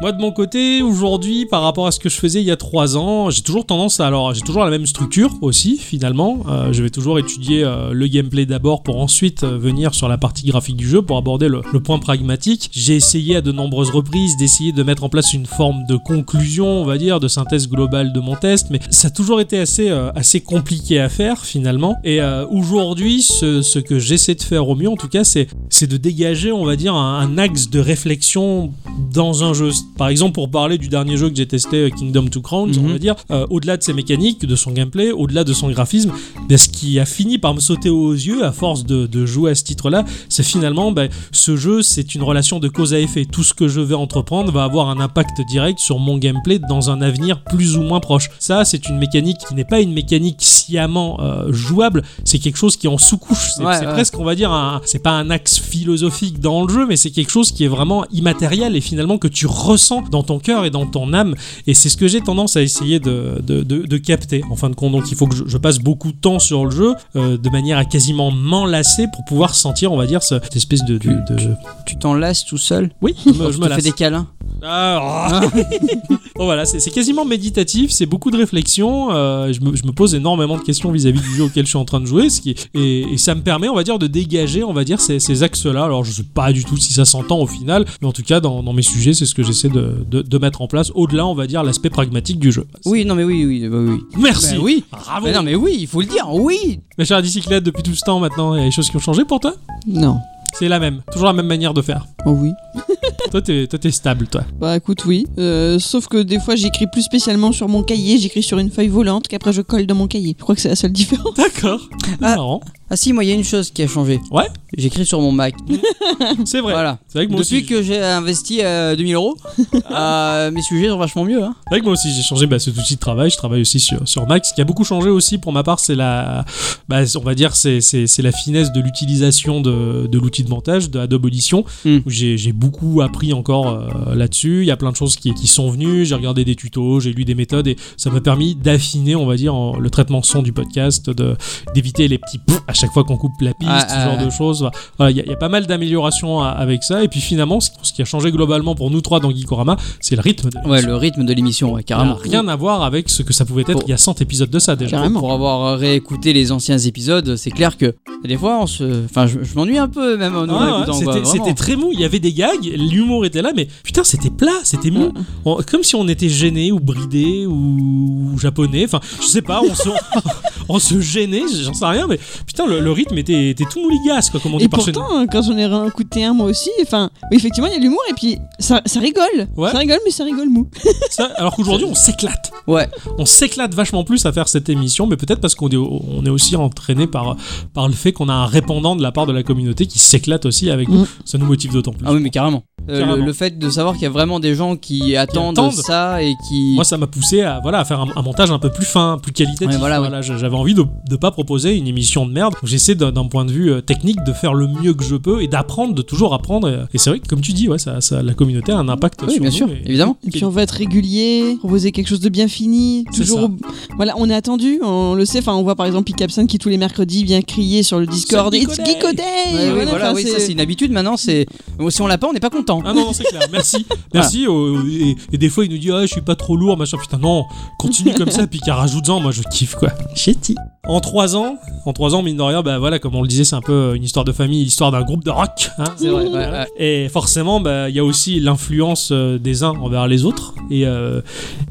[SPEAKER 2] Moi de mon côté, aujourd'hui, par rapport à ce que je faisais il y a trois ans, j'ai toujours tendance à... Alors, j'ai toujours la même structure aussi, finalement. Euh, je vais toujours étudier euh, le gameplay d'abord pour ensuite euh, venir sur la partie graphique du jeu pour aborder le, le point pragmatique. J'ai essayé à de nombreuses reprises d'essayer de mettre en place une forme de conclusion, on va dire, de synthèse globale de mon test, mais ça a toujours été assez, euh, assez compliqué à faire, finalement. Et euh, aujourd'hui, ce, ce que j'essaie de faire au mieux, en tout cas, c'est c'est de dégager, on va dire, un, un axe de réflexion dans un jeu. Par exemple, pour parler du dernier jeu que j'ai testé, euh, Kingdom to Crowns, on
[SPEAKER 3] Mhm.
[SPEAKER 2] va dire, euh, au-delà de ses mécaniques, de son gameplay, au-delà de son graphisme, ben, ce qui a fini par me sauter aux yeux à force de, de jouer à ce titre-là, c'est finalement, ben, ce jeu, c'est une relation de cause à effet. Tout ce que je vais entreprendre va avoir un impact direct sur mon gameplay dans un avenir plus ou moins proche. Ça, c'est une mécanique qui n'est pas une mécanique sciemment euh, jouable, c'est quelque chose qui est en sous-couche. C'est
[SPEAKER 3] Ouais,
[SPEAKER 2] c'est
[SPEAKER 3] ouais.
[SPEAKER 2] presque, on va dire, un- c'est pas un axe philosophique dans le jeu, mais c'est quelque chose qui est vraiment immatériel et finalement que tu ressens dans ton cœur et dans ton âme. Et c'est ce que j'ai tendance à essayer de, de, de- de capter. En fin de compte, donc il faut que je, je passe beaucoup de temps sur le jeu euh, de manière à quasiment m'enlacer pour pouvoir sentir, on va dire, ce- cette espèce de. de- de-
[SPEAKER 3] Tu t'enlaces tout seul
[SPEAKER 2] Oui, je me, je
[SPEAKER 3] Je
[SPEAKER 2] me
[SPEAKER 3] te fais
[SPEAKER 2] lasse.
[SPEAKER 3] des câlins.
[SPEAKER 2] Ah, oh. Bon, voilà, c'est c'est quasiment méditatif, c'est beaucoup de réflexion. euh, je, me, je me pose énormément de questions vis-à-vis du jeu auquel je suis en train de jouer, ce qui et, et ça me permet, on va dire, de dégager, on va dire, ces, ces axes-là. Alors, je sais pas du tout si ça s'entend au final, mais en tout cas, dans, dans mes sujets, c'est ce que j'essaie de, de- de mettre en place. Au-delà, on va dire, l'aspect pragmatique du jeu.
[SPEAKER 3] Oui, non mais oui, oui, bah oui.
[SPEAKER 2] Merci.
[SPEAKER 3] Bah oui.
[SPEAKER 2] Bravo.
[SPEAKER 3] Mais non mais oui, il faut le dire, oui.
[SPEAKER 2] Mes chers bicyclettes, depuis tout ce temps maintenant, il y a des choses qui ont changé pour toi
[SPEAKER 1] Non.
[SPEAKER 2] C'est la même, toujours la même manière de faire.
[SPEAKER 1] Oh oui.
[SPEAKER 2] toi, t'es toi, t'es stable, toi.
[SPEAKER 1] Bah écoute, oui. Euh, sauf que des fois, j'écris plus spécialement sur mon cahier, j'écris sur une feuille volante qu'après je colle dans mon cahier. Je crois que c'est la seule différence.
[SPEAKER 2] D'accord.
[SPEAKER 3] Ah.
[SPEAKER 2] Marrant.
[SPEAKER 3] Ah si, moi il y a une chose qui a changé.
[SPEAKER 2] Ouais.
[SPEAKER 3] J'écris sur mon Mac.
[SPEAKER 2] C'est vrai.
[SPEAKER 3] Voilà.
[SPEAKER 2] C'est vrai que moi
[SPEAKER 3] Depuis
[SPEAKER 2] aussi,
[SPEAKER 3] que j'ai investi euh, 2000 euros, euh, mes sujets sont vachement mieux. Hein.
[SPEAKER 2] C'est vrai que moi aussi j'ai changé bah, cet outil de travail, je travaille aussi sur, sur Mac. Ce qui a beaucoup changé aussi pour ma part, c'est la, bah, on va dire, c'est, c'est, c'est la finesse de l'utilisation de, de l'outil de montage, de Adobe Audition,
[SPEAKER 3] Hmm.
[SPEAKER 2] où j'ai j'ai beaucoup appris encore euh, là-dessus. Il y a plein de choses qui, qui sont venues. J'ai regardé des tutos, j'ai lu des méthodes et ça m'a permis d'affiner, on va dire, en- le traitement son du podcast, de d'éviter les petits pouf à chaque fois qu'on coupe la piste,
[SPEAKER 3] Ah,
[SPEAKER 2] ce
[SPEAKER 3] ah,
[SPEAKER 2] genre
[SPEAKER 3] ah.
[SPEAKER 2] de choses. Voilà, il y, a- il y a pas mal d'améliorations à- avec ça. Et puis finalement, ce ce qui a changé globalement pour nous trois dans Geekorama, c'est le rythme de
[SPEAKER 3] Ouais,
[SPEAKER 2] l'émission.
[SPEAKER 3] le rythme de l'émission, ouais,
[SPEAKER 2] Ça n'a
[SPEAKER 3] carrément.
[SPEAKER 2] rien à voir avec ce que ça pouvait être
[SPEAKER 3] Pour-
[SPEAKER 2] il y a 100 épisodes de ça déjà.
[SPEAKER 1] Carrément.
[SPEAKER 3] Pour avoir réécouté les anciens épisodes, c'est clair que des fois, on se. Enfin, je, je m'ennuie un peu même en nous
[SPEAKER 2] Ah ouais,
[SPEAKER 3] réécoutant. quoi,
[SPEAKER 2] c'était,
[SPEAKER 3] vraiment.
[SPEAKER 2] c'était très mou, il y avait des gags, l'humour était là, mais putain, c'était plat, c'était mou. On- comme si on était gêné ou bridé ou, ou japonais, enfin, je sais pas, on se, on se gênait, j'en sais rien, mais putain, le, le rythme était, était tout mouligasse, quoi, comme on dit
[SPEAKER 1] Et
[SPEAKER 2] par chez nous.
[SPEAKER 1] pourtant, quand j'en ai réécouté un moi aussi, enfin, effectivement, il y a de l'humour et puis ça, ça rigole.
[SPEAKER 2] Ouais.
[SPEAKER 1] Ça rigole, mais ça rigole mou.
[SPEAKER 2] Ça, alors qu'aujourd'hui, on s'éclate.
[SPEAKER 3] Ouais,
[SPEAKER 2] On s'éclate vachement plus à faire cette émission, mais peut-être parce qu'on est, on est aussi entraîné par, par le fait qu'on a un répondant de la part de la communauté qui s'éclate aussi avec nous.
[SPEAKER 1] Mm.
[SPEAKER 2] Ça nous motive d'autant plus.
[SPEAKER 3] ah oui, mais carrément. Euh,
[SPEAKER 2] Carrément.
[SPEAKER 3] le, le fait de savoir qu'il y a vraiment des gens qui attendent,
[SPEAKER 2] attendent.
[SPEAKER 3] ça et qui.
[SPEAKER 2] Moi, ça m'a poussé à, voilà, à faire un, un montage un peu plus fin, plus qualitatif.
[SPEAKER 3] Ouais, voilà,
[SPEAKER 2] j- J'avais envie de ne pas proposer une émission de merde. Donc, J'essaie d'un d'un point de vue euh, technique de faire le mieux que je peux et d'apprendre, de toujours apprendre. Et, et c'est vrai que, comme tu dis, ouais, ça, ça- la communauté a un impact
[SPEAKER 3] oui,
[SPEAKER 2] sur
[SPEAKER 3] bien
[SPEAKER 2] nous
[SPEAKER 3] sûr,
[SPEAKER 2] et-
[SPEAKER 3] évidemment.
[SPEAKER 1] Et puis on va être régulier, proposer quelque chose de bien fini.
[SPEAKER 2] C'est
[SPEAKER 1] Toujours,
[SPEAKER 2] ça.
[SPEAKER 1] au- voilà, on est attendu, on le sait. Enfin, on voit par exemple Picapson qui tous les mercredis vient crier sur le Discord.
[SPEAKER 2] C'est
[SPEAKER 1] It's
[SPEAKER 2] Geeko
[SPEAKER 1] Geeko Day.
[SPEAKER 3] Ouais, oui,
[SPEAKER 1] Voilà,
[SPEAKER 3] voilà,
[SPEAKER 1] enfin,
[SPEAKER 3] oui, ça
[SPEAKER 1] c'est-
[SPEAKER 3] c'est une habitude maintenant. C'est si on l'a pas, on n'est pas content.
[SPEAKER 2] Ah non, non, c'est clair, merci.
[SPEAKER 3] Ah.
[SPEAKER 2] Merci. euh, et, et des fois, il nous dit, ah, je suis pas trop lourd, machin. Putain, non, continue comme ça, puis qu'à rajoute-en, moi je kiffe quoi. Chéti. En trois ans, en trois ans, mine de rien, bah voilà, comme on le disait, c'est un peu une histoire de famille, l'histoire d'un groupe de rock. Hein,
[SPEAKER 3] C'est vrai. ouais, ouais.
[SPEAKER 2] Et forcément, bah, il y a aussi l'influence euh, des uns envers les autres. Et euh,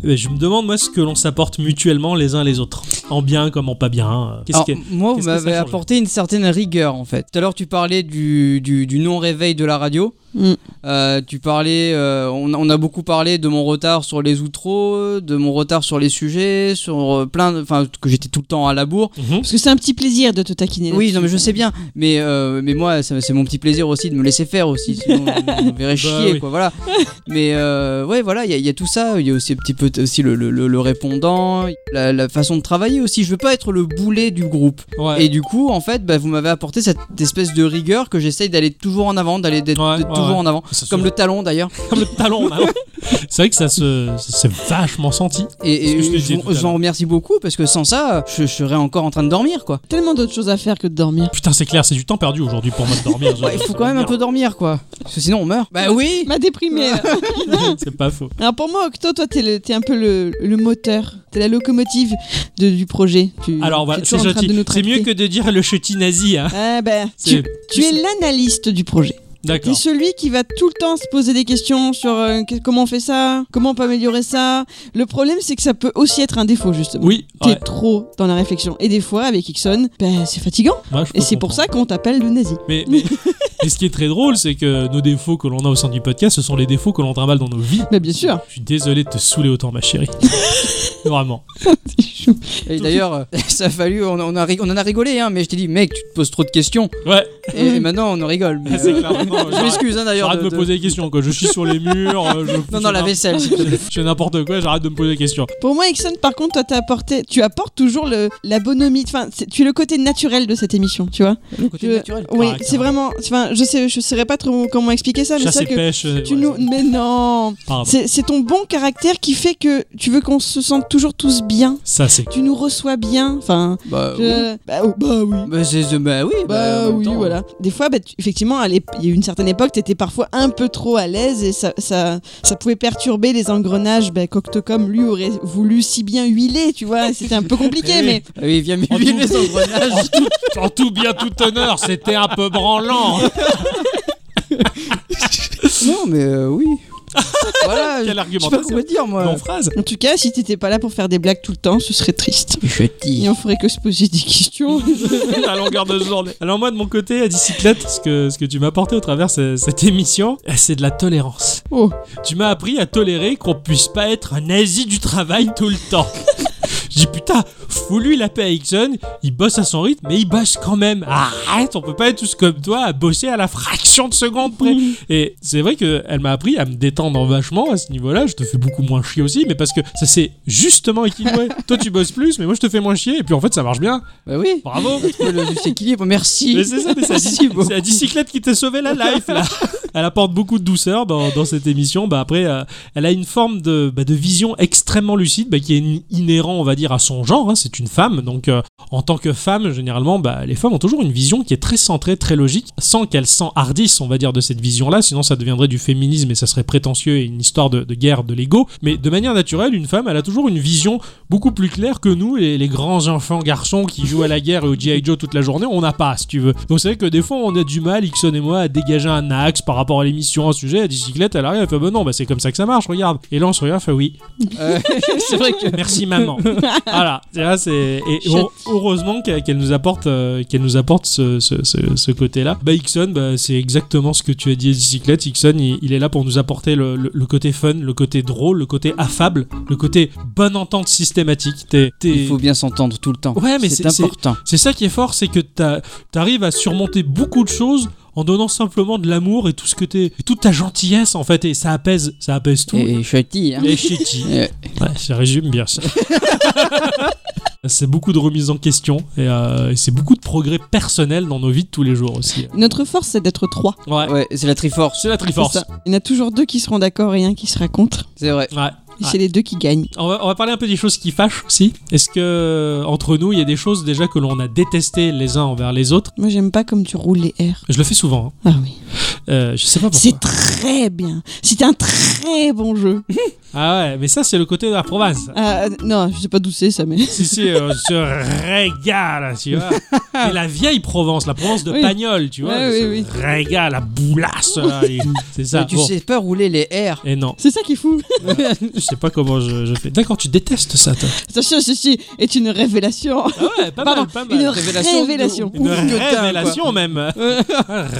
[SPEAKER 2] euh, je me demande, moi, ce que l'on s'apporte mutuellement les uns les autres. En bien comme en pas bien. hein. Qu'est-ce
[SPEAKER 3] Alors,
[SPEAKER 2] que-
[SPEAKER 3] moi, vous
[SPEAKER 2] qu'est-ce que ça
[SPEAKER 3] m'avez
[SPEAKER 2] change
[SPEAKER 3] apporté une certaine rigueur en fait. Tout à l'heure, tu parlais du, du, du non-réveil de la radio.
[SPEAKER 1] Mm.
[SPEAKER 3] Euh, tu parlais, euh, on, on a beaucoup parlé de mon retard sur les outros, de mon retard sur les sujets, sur euh, plein de. Enfin, que j'étais tout le temps à la bourre.
[SPEAKER 2] Mhm.
[SPEAKER 1] Parce que c'est un petit plaisir de te taquiner.
[SPEAKER 3] Oui,
[SPEAKER 1] là-dessus.
[SPEAKER 3] non, mais je sais bien. Mais, euh, mais moi, ça- c'est mon petit plaisir aussi de me laisser faire aussi. Sinon, on me verrait chier,
[SPEAKER 2] Bah oui.
[SPEAKER 3] quoi. Voilà. Mais euh, ouais, voilà, il y, a- il y a tout ça. Il y a aussi un petit peu t- aussi le, le- le- le répondant, la, la façon de travailler aussi. Je veux pas être le boulet du groupe.
[SPEAKER 2] Ouais.
[SPEAKER 3] Et du coup, en fait, bah, vous m'avez apporté cette espèce de rigueur que j'essaye d'aller toujours en avant, d'aller d'être
[SPEAKER 2] Ouais,
[SPEAKER 3] d'être
[SPEAKER 2] ouais,
[SPEAKER 3] toujours
[SPEAKER 2] ouais.
[SPEAKER 3] en avant.
[SPEAKER 2] Ça se-
[SPEAKER 3] Comme le talon d'ailleurs.
[SPEAKER 2] comme le talon. là, ouais. c'est vrai que ça se, ça s'est vachement senti.
[SPEAKER 3] Et,
[SPEAKER 2] C'est ce que je te
[SPEAKER 3] et je
[SPEAKER 2] disais tout à
[SPEAKER 3] vous- je
[SPEAKER 2] l'heure.
[SPEAKER 3] vous en remercie beaucoup parce que sans ça, je, je serais encore en train de dormir quoi.
[SPEAKER 1] Tellement d'autres choses à faire que de dormir.
[SPEAKER 2] Putain, c'est clair, c'est du temps perdu aujourd'hui pour moi de dormir.
[SPEAKER 3] Ouais, il faut quand même un peu dormir quoi. Parce que sinon on meurt. Bah oui
[SPEAKER 1] M'a déprimé.
[SPEAKER 2] C'est pas faux.
[SPEAKER 1] Alors pour moi, Octo, toi, t'es le- t'es un peu le, le moteur, t'es la locomotive de- du projet. Tu,
[SPEAKER 2] Alors, voilà,
[SPEAKER 1] t'es
[SPEAKER 2] c'est
[SPEAKER 1] toujours en train
[SPEAKER 2] gentil.
[SPEAKER 1] de nous
[SPEAKER 2] C'est mieux
[SPEAKER 1] tracter.
[SPEAKER 2] que de dire le chutty nazi. Hein.
[SPEAKER 1] Ah ben,
[SPEAKER 2] C'est-
[SPEAKER 1] tu, tu es l'analyste du projet. T'es
[SPEAKER 2] D'accord.
[SPEAKER 1] celui qui va tout le temps se poser des questions sur euh, que- comment on fait ça, comment on peut améliorer ça. Le problème, c'est que ça peut aussi être un défaut, justement.
[SPEAKER 2] Oui,
[SPEAKER 1] T'es
[SPEAKER 2] ouais,
[SPEAKER 1] trop dans la réflexion. Et des fois, avec Ixon, ben, c'est fatigant.
[SPEAKER 2] moi, je peux
[SPEAKER 1] Et c'est pour
[SPEAKER 2] comprendre.
[SPEAKER 1] ça qu'on t'appelle le nazi.
[SPEAKER 2] Mais, mais- mais ce qui est très drôle, c'est que nos défauts que l'on a au sein du podcast, ce sont les défauts que l'on trimballe dans nos vies.
[SPEAKER 1] Mais bien sûr.
[SPEAKER 2] Je suis désolé de te saouler autant, ma chérie. Vraiment.
[SPEAKER 3] Et d'ailleurs, euh, ça a fallu, on, on a, ri- on en a rigolé, hein, mais je t'ai dit, mec, tu te poses trop de questions.
[SPEAKER 2] Ouais,
[SPEAKER 3] Et, et maintenant, on en rigole. mais,
[SPEAKER 2] Ah, c'est
[SPEAKER 3] euh,
[SPEAKER 2] clair. vraiment,
[SPEAKER 3] je
[SPEAKER 2] J'arrête
[SPEAKER 3] m'excuse hein, d'ailleurs.
[SPEAKER 2] j'arrête de me
[SPEAKER 3] de-
[SPEAKER 2] poser des questions, quoi. Je suis sur les murs. euh, je-
[SPEAKER 3] Non,
[SPEAKER 2] je
[SPEAKER 3] non, la
[SPEAKER 2] fais
[SPEAKER 3] vaisselle. s'il te plaît.
[SPEAKER 2] n'im- Je fais n'importe quoi, j'arrête de me poser des questions.
[SPEAKER 1] Pour moi, Ixon, par contre, toi, t'as apporté, tu apportes toujours le, la bonhomie. Enfin, c'est- tu es le côté naturel de cette émission, tu vois.
[SPEAKER 3] Le côté
[SPEAKER 1] Je-
[SPEAKER 3] naturel.
[SPEAKER 1] Oui,
[SPEAKER 2] carrément.
[SPEAKER 1] c'est vraiment. Enfin, je sais, je saurais pas trop comment expliquer ça, mais
[SPEAKER 2] Chasse
[SPEAKER 1] c'est
[SPEAKER 2] et
[SPEAKER 1] vrai que.
[SPEAKER 2] pêche. euh,
[SPEAKER 1] Tu
[SPEAKER 2] ouais,
[SPEAKER 1] nous... Mais non
[SPEAKER 2] pardon.
[SPEAKER 1] C'est c'est ton bon caractère qui fait que tu veux qu'on se sente toujours tous bien.
[SPEAKER 2] Ça, c'est.
[SPEAKER 1] Tu nous reçois bien. Enfin,
[SPEAKER 3] Bah oui.
[SPEAKER 1] je- bah, oh, bah oui.
[SPEAKER 3] Bah, c'est- c'est- bah oui.
[SPEAKER 1] Bah
[SPEAKER 3] en même
[SPEAKER 1] oui,
[SPEAKER 3] temps, hein.
[SPEAKER 1] voilà. Des fois, bah, tu- effectivement, à l'ép- il y a eu une certaine époque, t'étais parfois un peu trop à l'aise et ça, ça, ça pouvait perturber les engrenages bah, qu'Octocom, lui, aurait voulu si bien huiler, tu vois. C'était un peu compliqué, mais
[SPEAKER 3] Ah Oui, viens
[SPEAKER 2] En
[SPEAKER 3] m'huiler
[SPEAKER 2] tout-
[SPEAKER 3] les engrenages.
[SPEAKER 2] En tout bien, tout honneur, c'était un peu branlant.
[SPEAKER 3] non, mais euh, oui. voilà. je-
[SPEAKER 2] Quel
[SPEAKER 3] Je sais
[SPEAKER 2] argument.
[SPEAKER 3] pas quoi dire, moi.
[SPEAKER 2] En phrase.
[SPEAKER 1] en tout cas, si t'étais pas là pour faire des blagues tout le temps, ce serait triste.
[SPEAKER 3] Je
[SPEAKER 1] Et on ferait que se poser des questions.
[SPEAKER 2] à longueur de journée. Alors moi de mon côté, à bicyclette, ce que, ce que tu m'as apporté au travers de cette émission, eh, c'est de la tolérance.
[SPEAKER 1] Oh.
[SPEAKER 2] Tu m'as appris à tolérer qu'on puisse pas être un nazi du travail tout le temps. Je dis putain, fous-lui la paix à Hickson, il bosse à son rythme, mais il bosse quand même. Arrête, on peut pas être tous comme toi à bosser à la fraction de seconde près. Et c'est vrai qu'elle m'a appris à me détendre vachement à ce niveau-là. Je te fais beaucoup moins chier aussi, mais parce que ça s'est justement équilibré. Toi, tu bosses plus, mais moi, je te fais moins chier. Et puis en fait, ça marche bien.
[SPEAKER 3] Bah oui.
[SPEAKER 2] Bravo.
[SPEAKER 3] Trouver le juste équilibre, merci.
[SPEAKER 2] Mais c'est ça, mais c'est la
[SPEAKER 3] Merci
[SPEAKER 2] bicy-
[SPEAKER 3] beaucoup.
[SPEAKER 2] c'est la bicyclette qui t'a sauvé la life, là. Elle apporte beaucoup de douceur dans, dans cette émission. Bah, après, euh, elle a une forme de, bah, de vision extrêmement lucide bah, qui est in- inhérent, on va dire, à son genre. hein. C'est une femme. Donc, euh, en tant que femme, généralement, bah, les femmes ont toujours une vision qui est très centrée, très logique, sans qu'elles s'enhardissent, on va dire, de cette vision-là. Sinon, ça deviendrait du féminisme et ça serait prétentieux et une histoire de, de guerre de l'ego. Mais de manière naturelle, une femme, elle a toujours une vision beaucoup plus claire que nous, les, les grands enfants garçons qui jouent à la guerre et au G.I. Joe toute la journée. On n'a pas, si tu veux. Donc, c'est vrai que des fois, on a du mal, Ixon et moi, à dégager un axe par rapport à l'émission, à un sujet. La bicyclette, elle arrive, elle fait, bah non, bah, c'est comme ça que ça marche, regarde. Et là, on se regarde, elle fait, oui,
[SPEAKER 3] Euh, c'est vrai que.
[SPEAKER 2] Merci maman. voilà, c'est vrai, c'est et heure- heureusement qu'elle qu'elle nous apporte euh, qu'elle nous apporte ce, ce- ce- ce côté-là. Bah Ixon, bah, c'est exactement ce que tu as dit à Bicyclette. Ixon, il, il est là pour nous apporter le, le- le côté fun, le côté drôle, le côté affable, le côté bonne entente systématique. T'es- t'es-
[SPEAKER 3] Il faut bien s'entendre tout le temps.
[SPEAKER 2] Ouais, mais c'est-
[SPEAKER 3] c'est
[SPEAKER 2] c'est-
[SPEAKER 3] important.
[SPEAKER 2] C'est ça qui est fort, c'est que t'as- t'arrives à surmonter beaucoup de choses en donnant simplement de l'amour et tout ce que t'es, et toute ta gentillesse en fait, et ça apaise, ça apaise tout.
[SPEAKER 3] Et chouetti, hein.
[SPEAKER 2] Et shitty.
[SPEAKER 3] Ouais.
[SPEAKER 2] Ouais, ça résume bien ça. c'est beaucoup de remises en question et, euh, et c'est beaucoup de progrès personnel dans nos vies de tous les jours aussi.
[SPEAKER 1] Notre force, c'est d'être trois.
[SPEAKER 2] Ouais.
[SPEAKER 3] Ouais, c'est la Triforce,
[SPEAKER 2] C'est la
[SPEAKER 1] C'est
[SPEAKER 2] Triforce.
[SPEAKER 1] ça. Il y en a toujours deux qui seront d'accord et un qui se raconte.
[SPEAKER 3] c'est vrai.
[SPEAKER 2] Ouais.
[SPEAKER 3] Ah.
[SPEAKER 1] Et
[SPEAKER 2] Ouais.
[SPEAKER 1] c'est les deux qui gagnent.
[SPEAKER 2] On va, on va parler un peu des choses qui fâchent aussi. Est-ce que euh, entre nous, il y a des choses déjà que l'on a détestées les uns envers les autres
[SPEAKER 1] Moi, j'aime pas comme tu roules les airs.
[SPEAKER 2] Je le fais souvent. hein.
[SPEAKER 1] Ah oui.
[SPEAKER 2] Euh, je sais pas pourquoi.
[SPEAKER 1] C'est très bien. C'est un très bon jeu.
[SPEAKER 2] Ah ouais, mais ça c'est le côté de la province.
[SPEAKER 1] Ah, euh, non, je sais pas d'où c'est ça, mais.
[SPEAKER 2] Si, si, euh, on se régale, tu vois. Mais la vieille Provence, la Provence de
[SPEAKER 1] Oui.
[SPEAKER 2] Pagnol, tu vois.
[SPEAKER 1] Ouais,
[SPEAKER 2] on se
[SPEAKER 1] oui,
[SPEAKER 2] Régale, la boulasse, là, et- c'est ça.
[SPEAKER 3] Mais tu
[SPEAKER 2] Bon.
[SPEAKER 3] sais pas rouler les R.
[SPEAKER 2] Et non,
[SPEAKER 1] C'est ça qui est fou.
[SPEAKER 2] je sais pas comment je, je fais. D'accord, tu détestes ça, toi.
[SPEAKER 1] Attention, ceci est une révélation.
[SPEAKER 2] Ah ouais, pas
[SPEAKER 1] Pardon,
[SPEAKER 2] mal, pas
[SPEAKER 1] une
[SPEAKER 2] mal.
[SPEAKER 1] révélation.
[SPEAKER 3] de- ouf que t'as, quoi.
[SPEAKER 2] révélation même.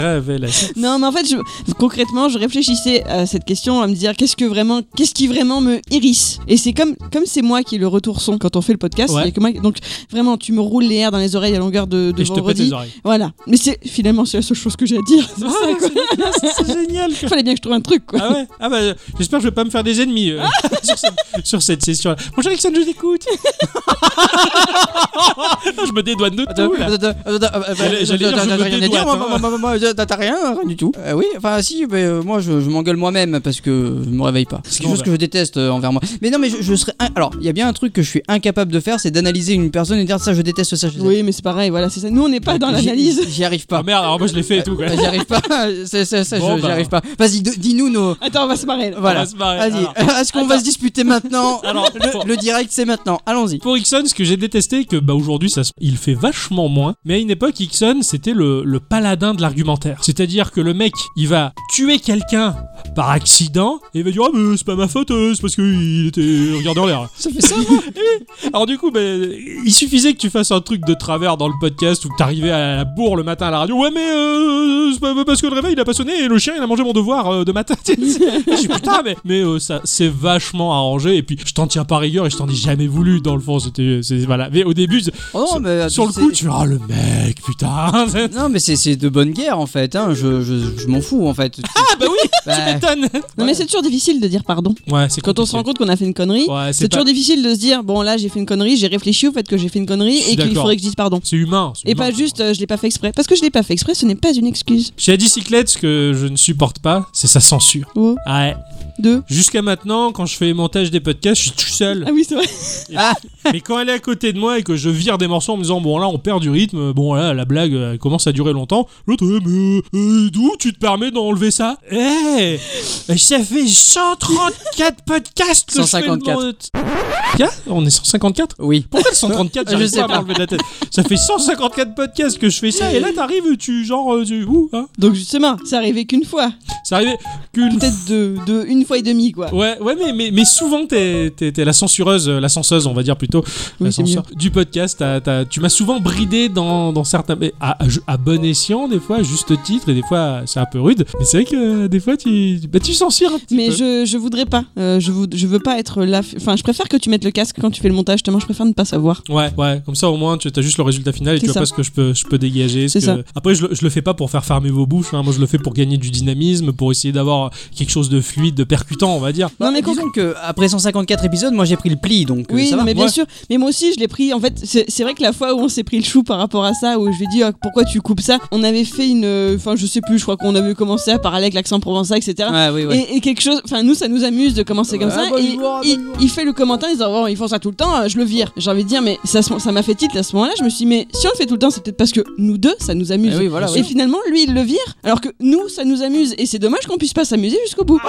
[SPEAKER 2] révélation.
[SPEAKER 1] Non, mais en fait, je- concrètement, je réfléchissais à cette question, à me dire qu'est-ce que vraiment, qu'est-ce qui vraiment me hérisse. Et c'est comme, comme c'est moi qui ai le retour son quand on fait le podcast.
[SPEAKER 2] Ouais.
[SPEAKER 1] il y a que moi- donc vraiment, tu me roules les airs dans les oreilles à longueur de, de
[SPEAKER 2] Et je te pète
[SPEAKER 1] vendredi.
[SPEAKER 2] les oreilles.
[SPEAKER 1] Voilà. Mais c'est finalement c'est la seule chose que j'ai à dire. C'est ça, quoi.
[SPEAKER 2] Ah, c'est c'est génial. quoi.
[SPEAKER 1] Il fallait bien que je trouve un truc. Quoi.
[SPEAKER 2] Ah ouais Ah bah, euh, j'espère que je vais pas me faire des ennemis euh, sur, cette, sur cette session-là. Bonjour, Alexandre, je t'écoute. je me dédouane de
[SPEAKER 3] Attends,
[SPEAKER 2] tout, là.
[SPEAKER 3] attends, attends, attends, attends,
[SPEAKER 2] Ah J'allais- j'allais dire,
[SPEAKER 3] attends,
[SPEAKER 2] je
[SPEAKER 3] t'as
[SPEAKER 2] me
[SPEAKER 3] rien à
[SPEAKER 2] dédouane,
[SPEAKER 3] dire, moi,
[SPEAKER 2] hein.
[SPEAKER 3] moi, moi, moi, moi, moi, T'as rien, rien du tout. Euh, ah, oui, enfin si, mais, euh, moi je, je m'engueule moi-même parce que je me réveille pas. C'est quelque
[SPEAKER 2] Non,
[SPEAKER 3] chose
[SPEAKER 2] bah.
[SPEAKER 3] que je déteste euh, envers moi. Mais non, mais je, je serais. un- Alors, il y a bien un truc que je suis incapable de faire, c'est d'analyser une personne et dire ça, je déteste ça. Je déteste
[SPEAKER 1] Oui, mais c'est pareil. Voilà, c'est ça. Nous, on n'est pas dans
[SPEAKER 3] J'y-
[SPEAKER 1] l'analyse.
[SPEAKER 3] J'y arrive
[SPEAKER 2] Ah
[SPEAKER 3] pas.
[SPEAKER 2] merde, alors moi, je l'ai fait et tout, quoi.
[SPEAKER 3] J'y arrive Euh, pas. C'est- c'est- c'est-
[SPEAKER 2] Bon,
[SPEAKER 3] je- J'y
[SPEAKER 2] bah.
[SPEAKER 3] arrive pas. Vas-y, de- dis-nous nos.
[SPEAKER 1] Attends, on va se marrer. là.
[SPEAKER 2] On
[SPEAKER 3] Voilà.
[SPEAKER 2] va se marrer.
[SPEAKER 3] Vas-y.
[SPEAKER 2] Alors,
[SPEAKER 3] Est-ce qu'on va se disputer maintenant
[SPEAKER 2] Alors, pour-
[SPEAKER 3] le, le direct, c'est maintenant. Allons-y.
[SPEAKER 2] Pour Ixon, ce que j'ai détesté, que bah aujourd'hui ça, se- il fait vachement moins. Mais à une époque, Ixon, c'était le, le paladin de l'argumentaire. C'est-à-dire que le mec, il va tuer quelqu'un par accident et il va dire ah mais c'est pas ma faute, euh, c'est parce qu'il était regardé en l'air.
[SPEAKER 3] Ça fait ça.
[SPEAKER 2] Alors du coup, bah, il suffisait que tu fasses un truc de travers dans le podcast ou que t'arrivais à la bourre le matin à la radio. Ouais mais euh, c'est pas- parce que le réveil il a pas sonné et le chien il a mangé mon devoir euh, de matin. Je suis putain mais mais euh, ça c'est vachement arrangé et puis je t'en tiens pas rigueur et je t'en ai jamais voulu dans le fond c'était c'est voilà mais au début
[SPEAKER 1] Ah,
[SPEAKER 3] Oh, non, mais
[SPEAKER 2] sur le
[SPEAKER 3] c'est-
[SPEAKER 2] coup tu ah le mec putain Ah, c'est-
[SPEAKER 3] Non, mais c'est- c'est de bonne guerre en fait. Hein. Je, je, je m'en fous en fait.
[SPEAKER 2] ah bah oui
[SPEAKER 3] Bah,
[SPEAKER 2] tu m'étonnes
[SPEAKER 1] Non, mais c'est toujours difficile de dire pardon.
[SPEAKER 2] ouais c'est
[SPEAKER 1] Quand on se rend compte qu'on a fait une connerie,
[SPEAKER 2] ouais,
[SPEAKER 1] c'est
[SPEAKER 2] c'est pas-
[SPEAKER 1] toujours difficile de se dire bon, là, j'ai fait une connerie, j'ai réfléchi au fait que j'ai fait une connerie
[SPEAKER 2] Je suis
[SPEAKER 1] et qu'il
[SPEAKER 2] d'accord.
[SPEAKER 1] faudrait que je dise pardon.
[SPEAKER 2] c'est humain c'est
[SPEAKER 1] Et
[SPEAKER 2] humain.
[SPEAKER 1] pas juste, euh, je l'ai pas fait exprès. Parce que je l'ai pas fait exprès, ce n'est pas une excuse.
[SPEAKER 2] chez la bicyclette ce que je ne supporte pas c'est sa censure
[SPEAKER 1] Oh,
[SPEAKER 2] ouais
[SPEAKER 1] deux.
[SPEAKER 2] Jusqu'à maintenant, quand je fais les montages des podcasts, je suis tout seul.
[SPEAKER 1] Ah oui, c'est vrai.
[SPEAKER 2] Mais quand elle est à côté de moi et que je vire des morceaux en me disant bon là on perd du rythme, bon là la blague euh, elle commence à durer longtemps, l'autre eh, mais euh, euh, d'où tu te permets d'enlever ça Eh Ça fait 134 podcasts que je fais le
[SPEAKER 3] 154.
[SPEAKER 2] monde. Tiens, on est 154
[SPEAKER 3] oui.
[SPEAKER 2] pourquoi le 134 J'arrive
[SPEAKER 3] Je sais
[SPEAKER 2] pas, à
[SPEAKER 3] pas.
[SPEAKER 2] m'enlever de la tête. Ça fait 154 podcasts que je fais ça et là t'arrives tu genre euh, tu ouh hein
[SPEAKER 1] Donc justement, c'est arrivé qu'une fois.
[SPEAKER 2] C'est arrivé qu'une.
[SPEAKER 1] Peut-être deux, deux, une fois et demie, quoi.
[SPEAKER 2] Ouais, ouais, mais, mais, mais souvent, t'es t'es- t'es la censureuse, euh, la censeuse, on va dire plutôt, la
[SPEAKER 1] Oui, c'est
[SPEAKER 2] censeur du podcast. T'as- t'as- tu m'as souvent bridé dans, dans certains. mais À, à- à bon escient, des fois, à juste titre, et des fois, c'est un peu rude. Mais c'est vrai que euh, des fois, tu, bah, tu censures un petit
[SPEAKER 1] Mais
[SPEAKER 2] peu.
[SPEAKER 1] je, je voudrais pas. Euh, je, vou- je veux pas être là. Enfin, je préfère que tu mettes le casque quand tu fais le montage. Tellement, je préfère ne pas savoir.
[SPEAKER 2] Ouais, ouais, comme ça au moins tu as juste le résultat final et
[SPEAKER 1] C'est
[SPEAKER 2] tu vois
[SPEAKER 1] ça.
[SPEAKER 2] pas ce que je peux, je peux dégager. ce
[SPEAKER 1] C'est
[SPEAKER 2] que-
[SPEAKER 1] ça.
[SPEAKER 2] Après, je, le- je le fais pas pour faire farmer vos bouches, hein. moi je le fais pour gagner du dynamisme, pour essayer d'avoir quelque chose de fluide, de percutant, on va dire.
[SPEAKER 1] Non, mais
[SPEAKER 3] disons que après 154 épisodes, moi j'ai pris le pli, donc euh,
[SPEAKER 1] Oui,
[SPEAKER 3] ça va.
[SPEAKER 1] non, mais bien
[SPEAKER 2] Ouais.
[SPEAKER 1] sûr. Mais moi aussi, je l'ai pris. En fait, c'est c'est vrai que la fois où on s'est pris le chou par rapport à ça, où je lui ai dit Ah, pourquoi tu coupes ça, on avait fait une. euh, Enfin, je sais plus. Je crois qu'on avait commencé à parler avec l'accent provençal, etc.
[SPEAKER 3] Ouais, oui, oui.
[SPEAKER 1] Et, et quelque chose. Enfin, nous, ça nous amuse de commencer comme
[SPEAKER 3] Ouais,
[SPEAKER 1] ça.
[SPEAKER 3] bah,
[SPEAKER 1] et
[SPEAKER 3] je vois, bah,
[SPEAKER 1] il,
[SPEAKER 3] je vois.
[SPEAKER 1] il fait le commentaire en disant oh, ils font ça tout le temps, euh, je le vire. J'ai envie de dire mais ça se- ça m'a fait titre à ce moment-là. Je me suis dit, mais si on le fait tout le temps, c'est peut-être parce que nous deux, ça nous amuse.
[SPEAKER 3] Eh oui, voilà,
[SPEAKER 1] et
[SPEAKER 3] ouais.
[SPEAKER 1] finalement, lui, il le vire, alors que nous, ça nous amuse. Et c'est dommage qu'on puisse pas s'amuser jusqu'au bout.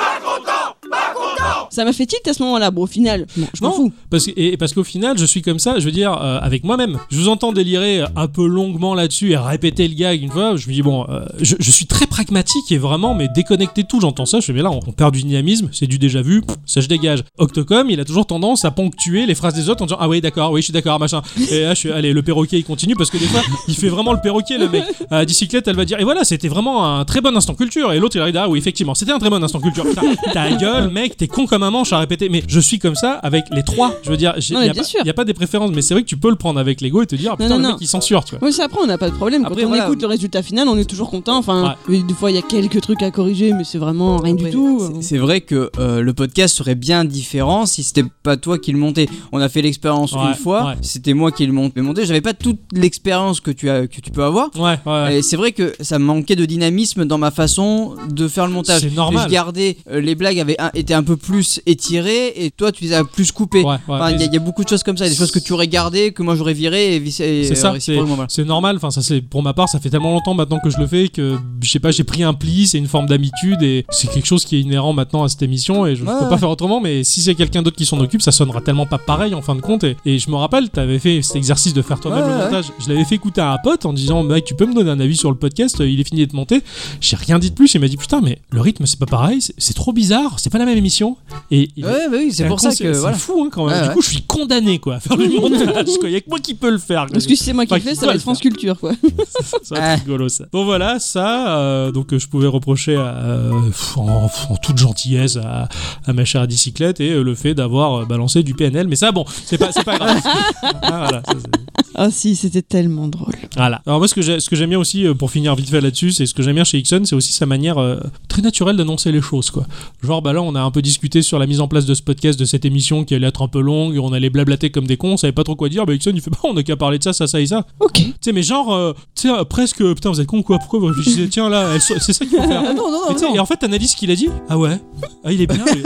[SPEAKER 1] ça m'a fait titre à ce moment-là. Bon, au final, bon, je m'en
[SPEAKER 2] Non,
[SPEAKER 1] fous.
[SPEAKER 2] Parce que, et et parce qu'au final, je suis comme ça, je veux dire, euh, avec moi-même. Je vous entends délirer un peu longuement là-dessus et répéter le gag une fois. Je me dis, bon, euh, je, je suis très pragmatique et vraiment, mais déconnecté de tout. J'entends ça, je fais, mais là, on, on perd du dynamisme, c'est du déjà vu, pff, ça je dégage. Octocom, il a toujours tendance à ponctuer les phrases des autres en disant, ah oui, d'accord, oui, je suis d'accord, machin. Et là, je suis, allez, le perroquet, il continue parce que des fois, il fait vraiment le perroquet, le mec. À la bicyclette, elle va dire, et voilà, c'était vraiment un très bon instant culture. Et l'autre, il arrive, ah oui, effectivement, c'était un très bon instant culture. Putain, ta gueule, mec, t'es con comme un manche à répéter. Mais je suis comme ça avec les trois. Je veux dire, il
[SPEAKER 1] Non, mais
[SPEAKER 2] n'y a,
[SPEAKER 1] bien
[SPEAKER 2] pas-
[SPEAKER 1] sûr.
[SPEAKER 2] y a pas des préférences, mais c'est vrai que tu peux le prendre avec l'ego et te dire, ah, putain,
[SPEAKER 1] non,
[SPEAKER 2] le
[SPEAKER 1] non.
[SPEAKER 2] mec, il censure, tu vois.
[SPEAKER 1] Oui, ça après, on n'a pas de problème.
[SPEAKER 3] Après,
[SPEAKER 1] Quand on
[SPEAKER 3] voilà.
[SPEAKER 1] écoute le résultat final, on est toujours content. Enfin, oui, des fois, il y a quelques trucs à corriger, mais c'est vraiment rien du
[SPEAKER 3] Après,
[SPEAKER 1] tout.
[SPEAKER 3] c'est- C'est vrai que euh, le podcast serait bien différent si c'était pas toi qui le montais. On a fait l'expérience
[SPEAKER 2] Ouais,
[SPEAKER 3] une fois,
[SPEAKER 2] ouais.
[SPEAKER 3] c'était moi qui le mont- le montais. J'avais pas toute l'expérience que tu as, que tu peux avoir.
[SPEAKER 2] Ouais, ouais.
[SPEAKER 3] Et c'est vrai que ça me manquait de dynamisme dans ma façon de faire le montage.
[SPEAKER 2] C'est normal.
[SPEAKER 3] Je gardais euh, les blagues avaient un- étaient un peu plus étirées et toi tu les as plus coupées.
[SPEAKER 2] Ouais, ouais.
[SPEAKER 3] Enfin, Il y, a- il y a beaucoup de choses comme ça, des choses que tu aurais gardées, que moi j'aurais virées et vice et,
[SPEAKER 2] C'est
[SPEAKER 3] euh,
[SPEAKER 2] ça, c'est
[SPEAKER 3] réciproquement, voilà.
[SPEAKER 2] c'est normal. Enfin, ça c'est pour ma part, ça fait tellement longtemps maintenant que je le fais que je sais pas, j'ai pris un pli, c'est une forme d'habitude et c'est quelque chose qui est inhérent maintenant à cette émission et je, je
[SPEAKER 3] Ouais,
[SPEAKER 2] peux
[SPEAKER 3] ouais.
[SPEAKER 2] pas faire autrement. Mais si c'est quelqu'un d'autre qui s'en occupe, ça sonnera tellement pas pareil en fin de compte. Et, et je me rappelle, t'avais fait cet exercice de faire toi-même
[SPEAKER 3] Ouais,
[SPEAKER 2] le
[SPEAKER 3] ouais.
[SPEAKER 2] montage. Je l'avais fait écouter à un pote en disant, mec, tu peux me donner un avis sur le podcast euh, Il est fini de monter. J'ai rien dit de plus. Il m'a dit, putain, mais le rythme c'est pas pareil, c'est- c'est trop bizarre, c'est pas la même émission. Et il-
[SPEAKER 3] Ouais, bah oui, c'est pour ça
[SPEAKER 2] c'est-
[SPEAKER 3] que
[SPEAKER 2] c'est
[SPEAKER 3] voilà.
[SPEAKER 2] fou hein, quand même.
[SPEAKER 3] Ouais,
[SPEAKER 2] du
[SPEAKER 3] ouais.
[SPEAKER 2] coup, je suis condamné quoi à faire le montage. Il y a que moi qui peux le faire. quoi.
[SPEAKER 1] Parce que si c'est moi qui
[SPEAKER 2] Enfin,
[SPEAKER 1] le fais,
[SPEAKER 2] qui
[SPEAKER 1] ça
[SPEAKER 2] doit
[SPEAKER 1] va
[SPEAKER 2] le
[SPEAKER 1] être France Culture, quoi.
[SPEAKER 2] ça va être
[SPEAKER 3] Ah.
[SPEAKER 2] rigolo ça. Bon voilà, ça, euh, donc euh, je pouvais reprocher à, euh, pff, en, en toute gentillesse à, à ma chère à bicyclette et euh, le fait d'avoir euh, balancé du PNL, mais ça bon, c'est pas, c'est pas grave. Ah, voilà, ça, c'est-
[SPEAKER 1] Ah si, c'était tellement drôle.
[SPEAKER 2] voilà. Alors moi ce que j'ai- ce que j'aime bien aussi, euh, pour finir vite fait là-dessus, c'est ce que j'aime bien chez Ixon, c'est aussi sa manière euh, très naturelle d'annoncer les choses quoi. Genre bah là on a un peu discuté sur la mise en place de ce podcast, de cette émission qui allait être un peu longue, on allait blablater comme des cons, on savait pas trop quoi dire, bah Ixon il fait bah on n'a qu'à parler de ça, ça, ça et ça.
[SPEAKER 1] Ok.
[SPEAKER 2] Tu sais, mais genre, euh, tu sais, euh, presque, euh, putain, vous êtes con quoi Pourquoi vous réfléchissez Tiens, là, elle so- c'est ça qu'il faut faire.
[SPEAKER 3] Ah non, non,
[SPEAKER 2] Mais tu sais, Et en fait, t'analyses ce qu'il a dit. Ah ouais Ah, il est bien. lui.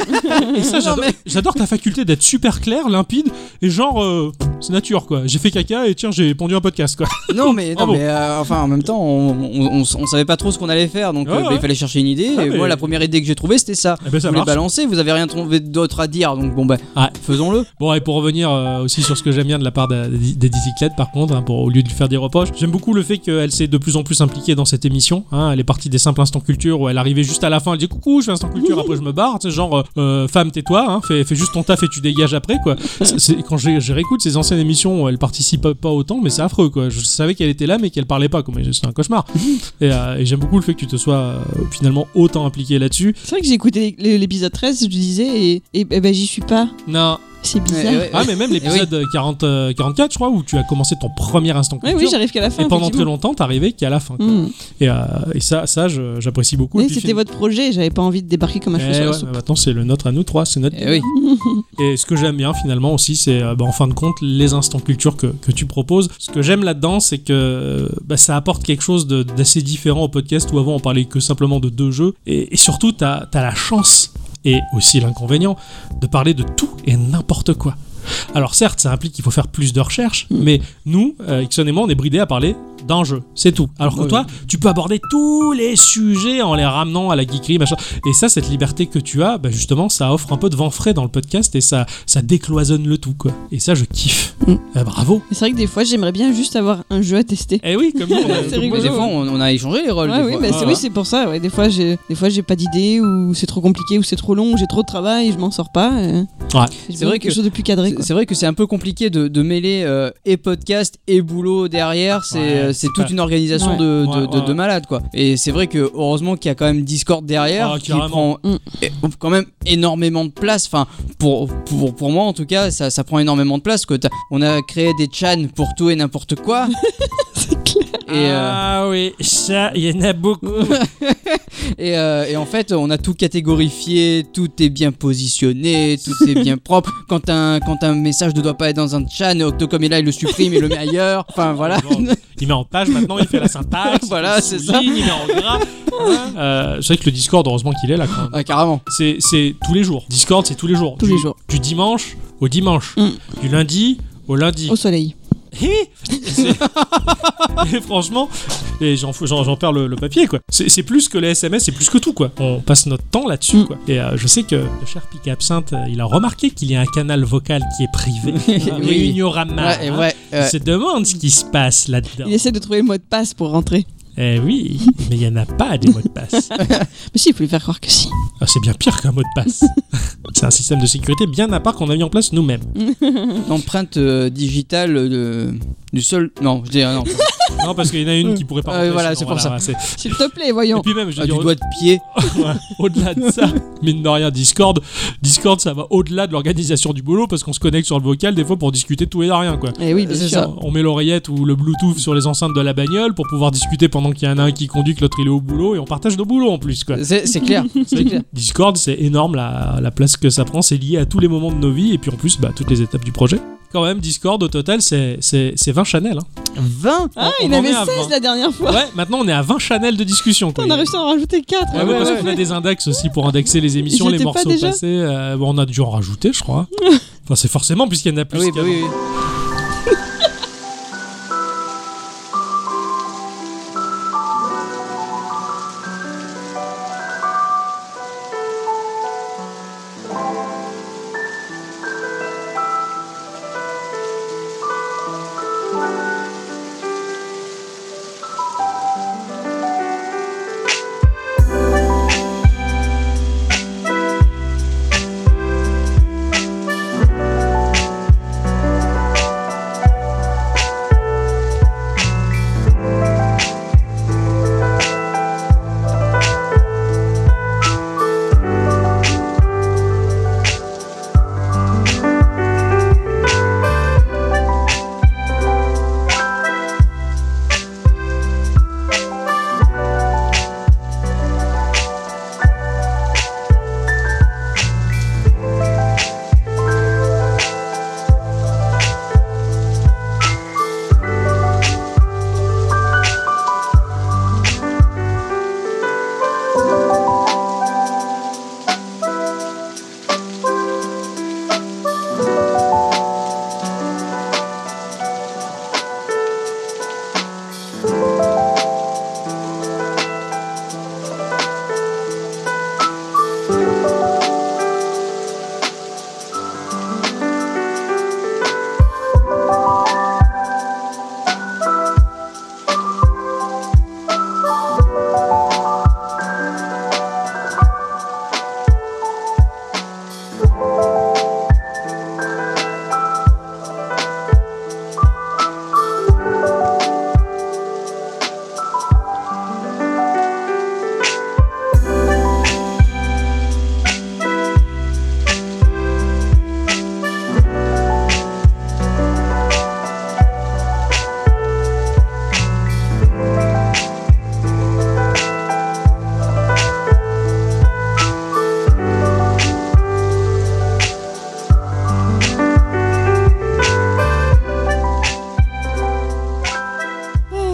[SPEAKER 2] Et ça,
[SPEAKER 3] Non,
[SPEAKER 2] j'adore
[SPEAKER 3] mais-
[SPEAKER 2] j'adore ta faculté d'être super clair, limpide, et genre, euh, c'est nature, quoi. J'ai fait caca, et tiens, j'ai pondu un podcast, quoi.
[SPEAKER 3] Non mais, non,
[SPEAKER 2] Bravo.
[SPEAKER 3] mais euh, enfin en même temps on, on, on- on savait pas trop ce qu'on allait faire donc
[SPEAKER 2] Ouais,
[SPEAKER 3] euh, bah,
[SPEAKER 2] ouais.
[SPEAKER 3] il fallait chercher une idée
[SPEAKER 2] Ah,
[SPEAKER 3] et
[SPEAKER 2] mais-
[SPEAKER 3] moi la première idée que j'ai trouvée c'était ça.
[SPEAKER 2] Eh ben, ça
[SPEAKER 3] vous les
[SPEAKER 2] marche. Ah.
[SPEAKER 3] balancez, vous avez rien trouvé d'autre à dire donc bon bah
[SPEAKER 2] Ouais.
[SPEAKER 3] faisons-le.
[SPEAKER 2] Bon, et pour revenir euh, aussi sur ce que j'aime bien de la part de- de- des bicyclettes, par contre, hein, pour, au lieu de lui faire des reproches, j'aime beaucoup le fait qu'elle s'est de plus en plus impliquée dans cette émission. hein. elle est partie des simples instants culture où elle arrivait juste à la fin, elle dit coucou, je fais instant culture, après je me barre. Tu sais, genre, euh, euh, femme, tais-toi, hein, fais, fais juste ton taf et tu dégages après, quoi. C'est- c'est- quand j'ai- je réécoute ces anciennes émissions, où elle participe pas- pas autant, mais c'est affreux, quoi. Je savais qu'elle était là, mais qu'elle parlait pas, quoi. Mais c'est un cauchemar. et euh, et j'aime beaucoup le fait que tu te sois euh, finalement autant impliqué là-dessus.
[SPEAKER 1] C'est vrai que j'ai écouté l'é- l'épisode 13, je disais, et, et, eh ben j'y suis pas.
[SPEAKER 2] Non,
[SPEAKER 1] C'est bizarre.
[SPEAKER 3] Ouais,
[SPEAKER 1] Ouais,
[SPEAKER 3] ouais,
[SPEAKER 2] ah, mais même l'épisode 40, euh, 44, je crois, où tu as commencé ton premier instant
[SPEAKER 1] oui,
[SPEAKER 2] culture.
[SPEAKER 1] j'arrive qu'à la fin.
[SPEAKER 2] Et pendant très
[SPEAKER 1] effectivement.
[SPEAKER 2] longtemps, t'arrivais qu'à la fin. quoi.
[SPEAKER 1] Hmm.
[SPEAKER 2] Et, euh, et ça, ça je- j'apprécie beaucoup. Et
[SPEAKER 1] Mais
[SPEAKER 2] puis,
[SPEAKER 1] c'était
[SPEAKER 2] fin-
[SPEAKER 1] votre projet, j'avais pas envie de débarquer comme un cheveu
[SPEAKER 2] Eh
[SPEAKER 1] sur la
[SPEAKER 2] ouais,
[SPEAKER 1] soupe.
[SPEAKER 2] maintenant, c'est le nôtre à nous trois, c'est notre.
[SPEAKER 3] Eh oui.
[SPEAKER 2] Et ce que j'aime bien finalement aussi, c'est euh, bah, en fin de compte les instants culture que, que tu proposes. Ce que j'aime là-dedans, c'est que euh, bah, ça apporte quelque chose de- d'assez différent au podcast où avant on parlait que simplement de deux jeux. Et, et surtout, t'as as la chance et aussi l'inconvénient de parler de tout et n'importe quoi.
[SPEAKER 3] Hmm.
[SPEAKER 2] Alors certes, ça implique qu'il faut faire plus de recherches, mais nous, euh, Ixon et moi, on est bridés à parler d'un jeu, c'est tout. Alors que
[SPEAKER 3] Ouais.
[SPEAKER 2] toi, tu peux aborder tous les sujets en les ramenant à la geekerie, machin. Et ça, cette liberté que tu as, bah justement, ça offre un peu de vent frais dans le podcast et ça, ça décloisonne le tout, quoi. Et ça, je kiffe.
[SPEAKER 3] Hmm.
[SPEAKER 1] Mm.
[SPEAKER 2] Ah, bravo.
[SPEAKER 1] Mais C'est vrai que des fois, j'aimerais bien juste avoir un jeu à tester.
[SPEAKER 2] Eh oui, comme nous, on a-
[SPEAKER 1] C'est
[SPEAKER 2] comme
[SPEAKER 1] rigolo.
[SPEAKER 2] moi,
[SPEAKER 3] Des
[SPEAKER 2] j'ai-
[SPEAKER 3] fois, on, on a échangé les rôles.
[SPEAKER 1] Ouais,
[SPEAKER 3] des
[SPEAKER 1] oui,
[SPEAKER 3] fois.
[SPEAKER 1] bah,
[SPEAKER 2] Ah,
[SPEAKER 1] c'est-
[SPEAKER 2] ouais.
[SPEAKER 1] oui, c'est pour ça. ouais. Des fois, j'ai, des fois, j'ai pas d'idée ou c'est trop compliqué ou c'est trop long, ou j'ai trop de travail, et je m'en sors pas. euh. J'ai besoin
[SPEAKER 3] vrai
[SPEAKER 1] de quelque
[SPEAKER 3] que-
[SPEAKER 1] chose de plus cadré.
[SPEAKER 3] C'est-
[SPEAKER 1] quoi.
[SPEAKER 3] C'est vrai que c'est un peu compliqué de, de mêler euh, et podcast et boulot derrière. C'est
[SPEAKER 2] Ouais,
[SPEAKER 3] euh, c'est
[SPEAKER 2] c'est
[SPEAKER 3] toute
[SPEAKER 2] pas-
[SPEAKER 3] une organisation
[SPEAKER 1] Ouais.
[SPEAKER 3] de, de,
[SPEAKER 2] Ouais,
[SPEAKER 3] de-
[SPEAKER 2] ouais.
[SPEAKER 3] de malades quoi. Et c'est vrai que heureusement qu'il y a quand même Discord derrière
[SPEAKER 2] Ah,
[SPEAKER 3] qui
[SPEAKER 2] carrément.
[SPEAKER 3] prend
[SPEAKER 1] Mm.
[SPEAKER 3] é- quand même énormément de place. Enfin, pour, pour, pour moi en tout cas, ça, ça prend énormément de place. Quoi. T'as- On a créé des chans pour tout et n'importe quoi. et, euh,
[SPEAKER 2] Ah oui, ça, il y en a beaucoup.
[SPEAKER 3] et, euh, et en fait, on a tout catégorifié, tout est bien positionné, tout est bien propre. Quand un, quand un message ne doit pas être dans un chan, Octocom est là, il le supprime, il le met ailleurs. Enfin voilà.
[SPEAKER 2] Bon, il met en page maintenant, il fait la syntaxe.
[SPEAKER 3] Voilà,
[SPEAKER 2] il
[SPEAKER 3] c'est
[SPEAKER 2] souligne, Il met en gras. Euh, c'est vrai que le Discord, heureusement qu'il est là quand même.
[SPEAKER 3] Ah, carrément.
[SPEAKER 2] C'est, c'est tous les jours. Discord, c'est tous les jours.
[SPEAKER 1] Tous
[SPEAKER 2] Du-
[SPEAKER 1] les jours.
[SPEAKER 2] Du dimanche au dimanche.
[SPEAKER 1] Mm.
[SPEAKER 2] Du lundi au lundi.
[SPEAKER 1] Au soleil.
[SPEAKER 2] Hé C'est- Et franchement, et j'en, fous- j'en, j'en perds le, le papier quoi. C'est, c'est plus que les SMS, c'est plus que tout quoi. On passe notre temps là-dessus
[SPEAKER 1] Mm.
[SPEAKER 2] quoi. Et euh, je sais que le cher Pic Absinthe, euh, il a remarqué qu'il y a un canal vocal qui est privé.
[SPEAKER 3] Oui.
[SPEAKER 2] Réuniorama.
[SPEAKER 3] Ouais, et
[SPEAKER 2] hein.
[SPEAKER 3] ouais, euh,
[SPEAKER 2] Il
[SPEAKER 3] ouais.
[SPEAKER 2] se demande ce qui se passe là-dedans.
[SPEAKER 1] Il essaie de trouver le mot de passe pour rentrer.
[SPEAKER 2] Eh oui, mais il n'y en a pas des mots de passe.
[SPEAKER 1] Mais si, il faut lui faire croire que si.
[SPEAKER 2] Ah, c'est bien pire qu'un mot de passe. c'est un système de sécurité bien à part qu'on a mis en place nous-mêmes.
[SPEAKER 3] l'empreinte euh, digitale de- du seul. Non, je dis ah, non.
[SPEAKER 2] Non, parce qu'il y en a une qui pourrait pas.
[SPEAKER 3] Euh,
[SPEAKER 2] rentrer,
[SPEAKER 3] voilà,
[SPEAKER 2] sinon,
[SPEAKER 3] c'est pour
[SPEAKER 2] ouais, c'est-
[SPEAKER 1] S'il te plaît,
[SPEAKER 2] Et
[SPEAKER 1] voyons.
[SPEAKER 2] puis même, je
[SPEAKER 3] Ah,
[SPEAKER 2] veux
[SPEAKER 3] du
[SPEAKER 2] dire,
[SPEAKER 3] doigt de pied.
[SPEAKER 2] ouais, au-delà de ça, mine de rien, Discord, Discord, ça va au-delà de l'organisation du boulot parce qu'on se connecte sur le vocal des fois pour discuter de tout et de rien, quoi.
[SPEAKER 1] Eh oui, bien
[SPEAKER 3] C'est
[SPEAKER 1] sûr.
[SPEAKER 3] ça.
[SPEAKER 2] On met l'oreillette ou le Bluetooth sur les enceintes de la bagnole pour pouvoir discuter pendant qu'il y en a un qui conduit, que l'autre il est au boulot et on partage nos boulots en plus, quoi.
[SPEAKER 3] C'est c'est clair. C'est clair.
[SPEAKER 2] Discord, c'est énorme la, la place que ça prend, c'est lié à tous les moments de nos vies et puis en plus, bah, toutes les étapes du projet. Quand même, Discord, au total, c'est c'est- c'est 20 channels. hein.
[SPEAKER 3] 20
[SPEAKER 1] Ah,
[SPEAKER 2] On-
[SPEAKER 1] il
[SPEAKER 2] on en
[SPEAKER 1] avait
[SPEAKER 2] est à
[SPEAKER 1] 16
[SPEAKER 2] 20.
[SPEAKER 1] la dernière fois.
[SPEAKER 2] Ouais, maintenant on est à 20 channels de discussion. Quoi.
[SPEAKER 1] On a réussi à en rajouter 4.
[SPEAKER 2] Ouais, ouais, parce qu'on a des index aussi pour indexer les émissions,
[SPEAKER 1] Ils
[SPEAKER 2] les
[SPEAKER 1] étaient pas
[SPEAKER 2] morceaux
[SPEAKER 1] déjà
[SPEAKER 2] passés. euh, bon, on a dû en rajouter, je crois. enfin, c'est forcément puisqu'il y en a plus.
[SPEAKER 3] Oui, bah
[SPEAKER 2] qu'avant.
[SPEAKER 3] oui, oui.